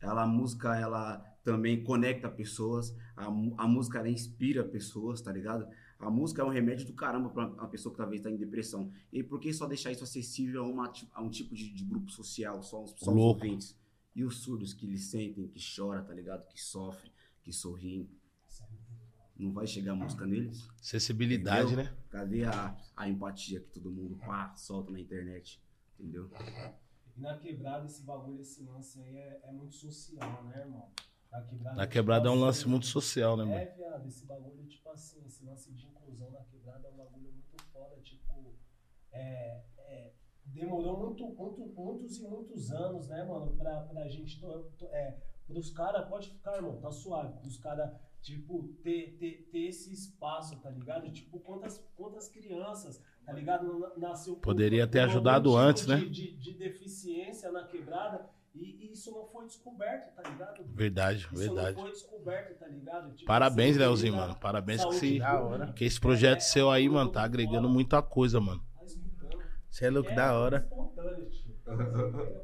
Speaker 4: Ela, a música, ela também conecta pessoas. A, mu- a música, ela inspira pessoas, tá ligado? A música é um remédio do caramba pra uma pessoa que talvez tá em depressão. E por que só deixar isso acessível a, uma ti- a um tipo de, de grupo social, só, os- só os
Speaker 1: Louco.
Speaker 4: ouvintes? E os surdos que eles sentem, que choram, tá ligado? Que sofrem, que sorriem. Não vai chegar a música neles?
Speaker 1: Acessibilidade, né?
Speaker 4: Cadê a, a empatia que todo mundo pá, solta na internet? Entendeu?
Speaker 3: E na quebrada, esse bagulho, esse lance aí é, é muito social, né, irmão? Na quebrada,
Speaker 1: Na quebrada é um
Speaker 3: tipo
Speaker 1: lance
Speaker 3: assim,
Speaker 1: muito social, né, mano?
Speaker 3: É, viado, esse bagulho, tipo assim, esse lance de inclusão na quebrada é um bagulho muito foda, tipo, é, é, demorou muito, muito, muitos e muitos anos, né, mano, pra, pra gente, to- to- é, pros caras, pode ficar, irmão, tá suave, pros caras, tipo, ter, ter, ter esse espaço, tá ligado? Tipo, quantas, quantas crianças, tá ligado, na- nasceu... com-
Speaker 1: Poderia ter
Speaker 3: com algum
Speaker 1: ajudado
Speaker 3: tipo
Speaker 1: antes,
Speaker 3: de-
Speaker 1: né?
Speaker 3: De, de deficiência na quebrada, e, e isso não foi descoberto, tá ligado?
Speaker 1: Verdade,
Speaker 3: Isso
Speaker 1: verdade.
Speaker 3: não foi descoberto, tá ligado? Tipo,
Speaker 1: Parabéns,
Speaker 3: você
Speaker 1: Leozinho,
Speaker 3: tem
Speaker 1: mano. Parabéns que,
Speaker 3: saúde né?
Speaker 1: esse,
Speaker 2: Da hora.
Speaker 1: que esse projeto seu aí, mano, tá agregando muita coisa, mano.
Speaker 3: Tá escutando.
Speaker 2: Você é louco,
Speaker 3: É,
Speaker 2: da hora.
Speaker 3: espontâneo, tio.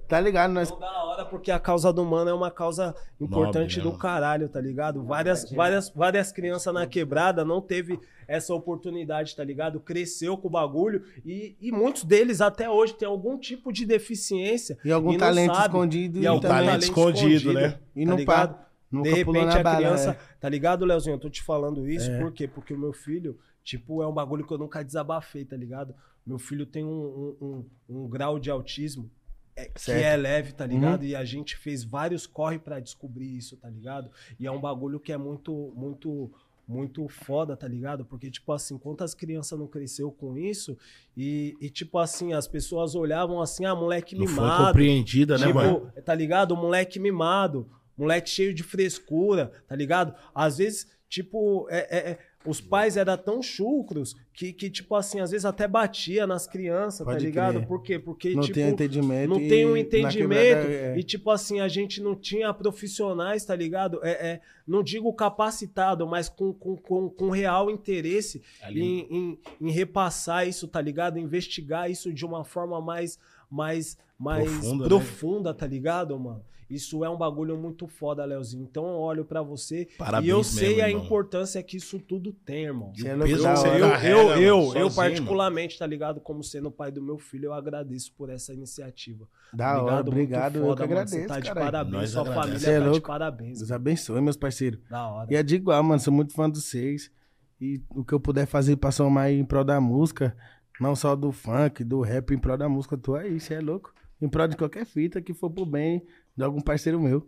Speaker 2: Tá ligado, nós.
Speaker 3: Então, da hora, porque a causa do mano é uma causa importante
Speaker 1: Nobre, né,
Speaker 3: do caralho, tá ligado? Várias,
Speaker 4: verdade, é.
Speaker 3: várias, várias crianças na quebrada não teve essa oportunidade, tá ligado? Cresceu com o bagulho e, e muitos deles até hoje têm algum tipo de deficiência.
Speaker 2: E algum
Speaker 3: E não
Speaker 2: talento
Speaker 3: sabe.
Speaker 2: escondido
Speaker 3: E é um
Speaker 2: e,
Speaker 3: algum
Speaker 2: também.
Speaker 1: um talento escondido, né?
Speaker 2: E
Speaker 3: tá
Speaker 2: não
Speaker 3: ligado?
Speaker 2: pá. Nunca
Speaker 3: de
Speaker 2: pulou
Speaker 3: repente
Speaker 2: na
Speaker 3: a
Speaker 2: bala,
Speaker 3: criança.
Speaker 2: né?
Speaker 3: Tá ligado, Leozinho? Eu tô te falando isso,
Speaker 2: É.
Speaker 3: por quê? Porque o meu filho, tipo, é um bagulho que eu nunca desabafei, tá ligado? Meu filho tem um, um, um- um grau de autismo é, que
Speaker 2: Certo. Uhum.
Speaker 3: é leve, tá ligado? E a gente fez vários corre pra descobrir isso, tá ligado? E é um bagulho que é muito, muito. Muito foda, tá ligado? Porque, tipo assim, quantas crianças não cresceu com isso? E, e, tipo assim, as pessoas olhavam assim, ah, moleque
Speaker 1: Não foi
Speaker 3: mimado,
Speaker 1: compreendida, né,
Speaker 3: tipo,
Speaker 1: mano?
Speaker 3: tá ligado? Moleque mimado, moleque cheio de frescura, tá ligado? Às vezes, tipo, é- é- é, os pais eram tão chucros que, que, tipo assim, às vezes até batia nas crianças, tá
Speaker 2: Pode
Speaker 3: ligado?
Speaker 2: crer.
Speaker 3: Por quê? Porque,
Speaker 2: Não
Speaker 3: tipo,
Speaker 2: tem entendimento.
Speaker 3: não
Speaker 2: e
Speaker 3: tem um
Speaker 2: na quebrada,
Speaker 3: entendimento
Speaker 2: é.
Speaker 3: e, tipo assim, a gente não tinha profissionais, tá ligado? É, é, não digo capacitado, mas com, com, com, com real interesse
Speaker 1: Ali,
Speaker 3: em, em- em repassar isso, tá ligado? Investigar isso de uma forma mais, mais, mais
Speaker 1: Profunda,
Speaker 3: profunda,
Speaker 1: né?
Speaker 3: tá ligado, mano? Isso é um bagulho muito foda, Leozinho. Então eu olho pra você
Speaker 1: Parabéns
Speaker 3: e eu
Speaker 1: mesmo,
Speaker 3: sei a
Speaker 1: irmão.
Speaker 3: importância que isso tudo tem, irmão.
Speaker 2: Você é
Speaker 1: o
Speaker 2: louco,
Speaker 1: peso
Speaker 2: da
Speaker 1: que você
Speaker 2: hora.
Speaker 3: Eu,
Speaker 1: carrega,
Speaker 3: eu,
Speaker 1: mano,
Speaker 3: eu,
Speaker 1: sozinho,
Speaker 3: eu particularmente, tá ligado? Como sendo pai do meu filho, eu agradeço por essa iniciativa.
Speaker 2: Da hora,
Speaker 3: Muito
Speaker 2: Ah, obrigado. Eu que
Speaker 3: mano. Você
Speaker 2: agradeço,
Speaker 3: tá de
Speaker 2: cara.
Speaker 3: parabéns,
Speaker 1: Nós
Speaker 3: sua
Speaker 1: agradecemos.
Speaker 2: Você é
Speaker 3: família tá de
Speaker 2: louco.
Speaker 3: parabéns.
Speaker 2: Deus abençoe, meus parceiros.
Speaker 3: Da hora.
Speaker 2: E é de igual, mano. Sou muito fã dos seis. E o que eu puder fazer pra somar em prol da música, não só do funk, do rap, em prol da música, eu tô aí, você é louco. Em prol de qualquer fita que for pro bem de algum parceiro meu.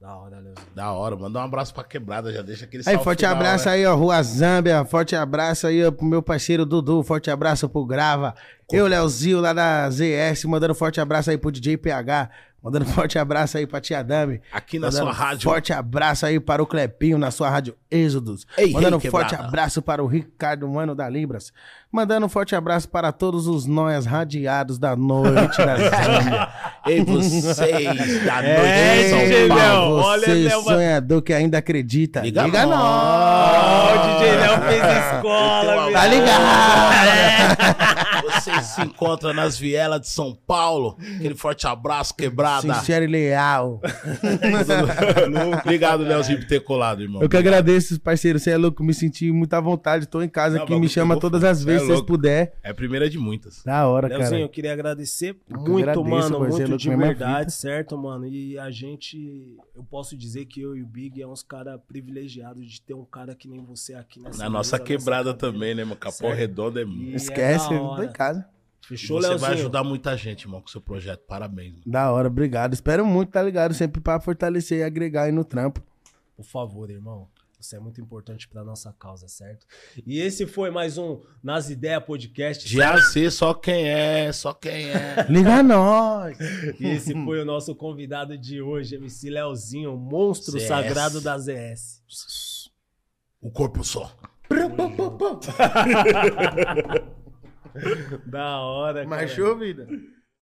Speaker 3: Da hora, Leozinho.
Speaker 1: Da hora, manda um abraço pra quebrada, já deixa aquele
Speaker 2: Aí,
Speaker 1: salve né?
Speaker 2: forte
Speaker 1: da hora.
Speaker 2: abraço aí, ó, Rua Zâmbia. Forte abraço aí, ó, pro meu parceiro Dudu. Forte abraço pro Grava. Eu, Leozinho, lá da ZS, mandando forte abraço aí pro DJ PH. Mandando <laughs> forte abraço aí pra Tia Dami.
Speaker 1: Aqui na
Speaker 2: Mandando um
Speaker 1: sua rádio.
Speaker 2: Forte abraço aí para o Clepinho na sua rádio Êxodos.
Speaker 1: Ei, ei,
Speaker 2: Mandando um
Speaker 1: quebrada.
Speaker 2: forte
Speaker 1: <laughs>
Speaker 2: abraço para o Ricardo Mano da Libras. Mandando um forte abraço para todos os nóias radiados da noite né?
Speaker 1: <laughs>
Speaker 2: da Zâmbia.
Speaker 1: Ei, vocês da noite
Speaker 3: É,
Speaker 1: de
Speaker 3: DJ
Speaker 1: São Paulo.
Speaker 3: Léo. olha,
Speaker 2: Você
Speaker 3: Léo, mas-
Speaker 2: sonhador que ainda acredita.
Speaker 1: Liga
Speaker 2: Liga,
Speaker 1: nós.
Speaker 2: não.
Speaker 3: Ó, o DJ Léo <laughs> fez escola,
Speaker 1: Então,
Speaker 2: Tá
Speaker 3: viado.
Speaker 2: É.
Speaker 1: <laughs>
Speaker 2: ligado?
Speaker 1: Vocês se encontram nas vielas de São Paulo. Aquele forte abraço, quebrada.
Speaker 2: Sincero e leal.
Speaker 1: <laughs>
Speaker 2: <laughs>
Speaker 1: Obrigado, Leozinho, por ter colado, irmão.
Speaker 2: Eu que agradeço, parceiro. Você é louco, me senti muito à vontade. Tô em casa
Speaker 1: Não,
Speaker 2: aqui,
Speaker 1: bagulho
Speaker 2: me chama
Speaker 1: pegou
Speaker 2: todas
Speaker 1: fogo.
Speaker 2: as vezes
Speaker 1: Cê é
Speaker 2: que vocês
Speaker 1: louco.
Speaker 2: puderem.
Speaker 1: É a primeira de muitas.
Speaker 2: Da hora,
Speaker 3: Leozinho,
Speaker 2: cara.
Speaker 3: eu queria agradecer
Speaker 2: Eu que
Speaker 3: muito,
Speaker 2: agradeço,
Speaker 3: mano,
Speaker 2: parceiro,
Speaker 3: muito
Speaker 2: louco,
Speaker 3: de
Speaker 2: mesma
Speaker 3: verdade, certo, mano? E a gente, eu posso dizer que eu e o Big é uns caras privilegiados de ter um cara que nem você aqui nessa
Speaker 1: Na nossa
Speaker 3: mesa,
Speaker 1: quebrada
Speaker 3: nessa
Speaker 1: também, né, mano? Capão
Speaker 3: Certo.
Speaker 1: Redondo é muito.
Speaker 3: E é
Speaker 2: Esquece,
Speaker 3: da
Speaker 2: eu tô
Speaker 3: hora.
Speaker 2: em casa.
Speaker 3: Fechou,
Speaker 1: Você
Speaker 3: Leozinho?
Speaker 1: vai ajudar muita gente, irmão, com o seu projeto. Parabéns, mano.
Speaker 2: Da hora, obrigado. Espero muito, tá ligado? Sempre pra fortalecer e agregar aí no trampo.
Speaker 3: Por favor, irmão. Isso é muito importante pra nossa causa, certo? E esse foi mais um Nas Ideias Podcast.
Speaker 1: De AC, só quem é, só quem é.
Speaker 2: Liga nós!
Speaker 3: E esse foi o nosso convidado de hoje, MC Leozinho, monstro
Speaker 1: ZS.
Speaker 3: sagrado da ZS.
Speaker 1: O corpo só.
Speaker 5: Da hora, cara.
Speaker 3: Marchou, vida?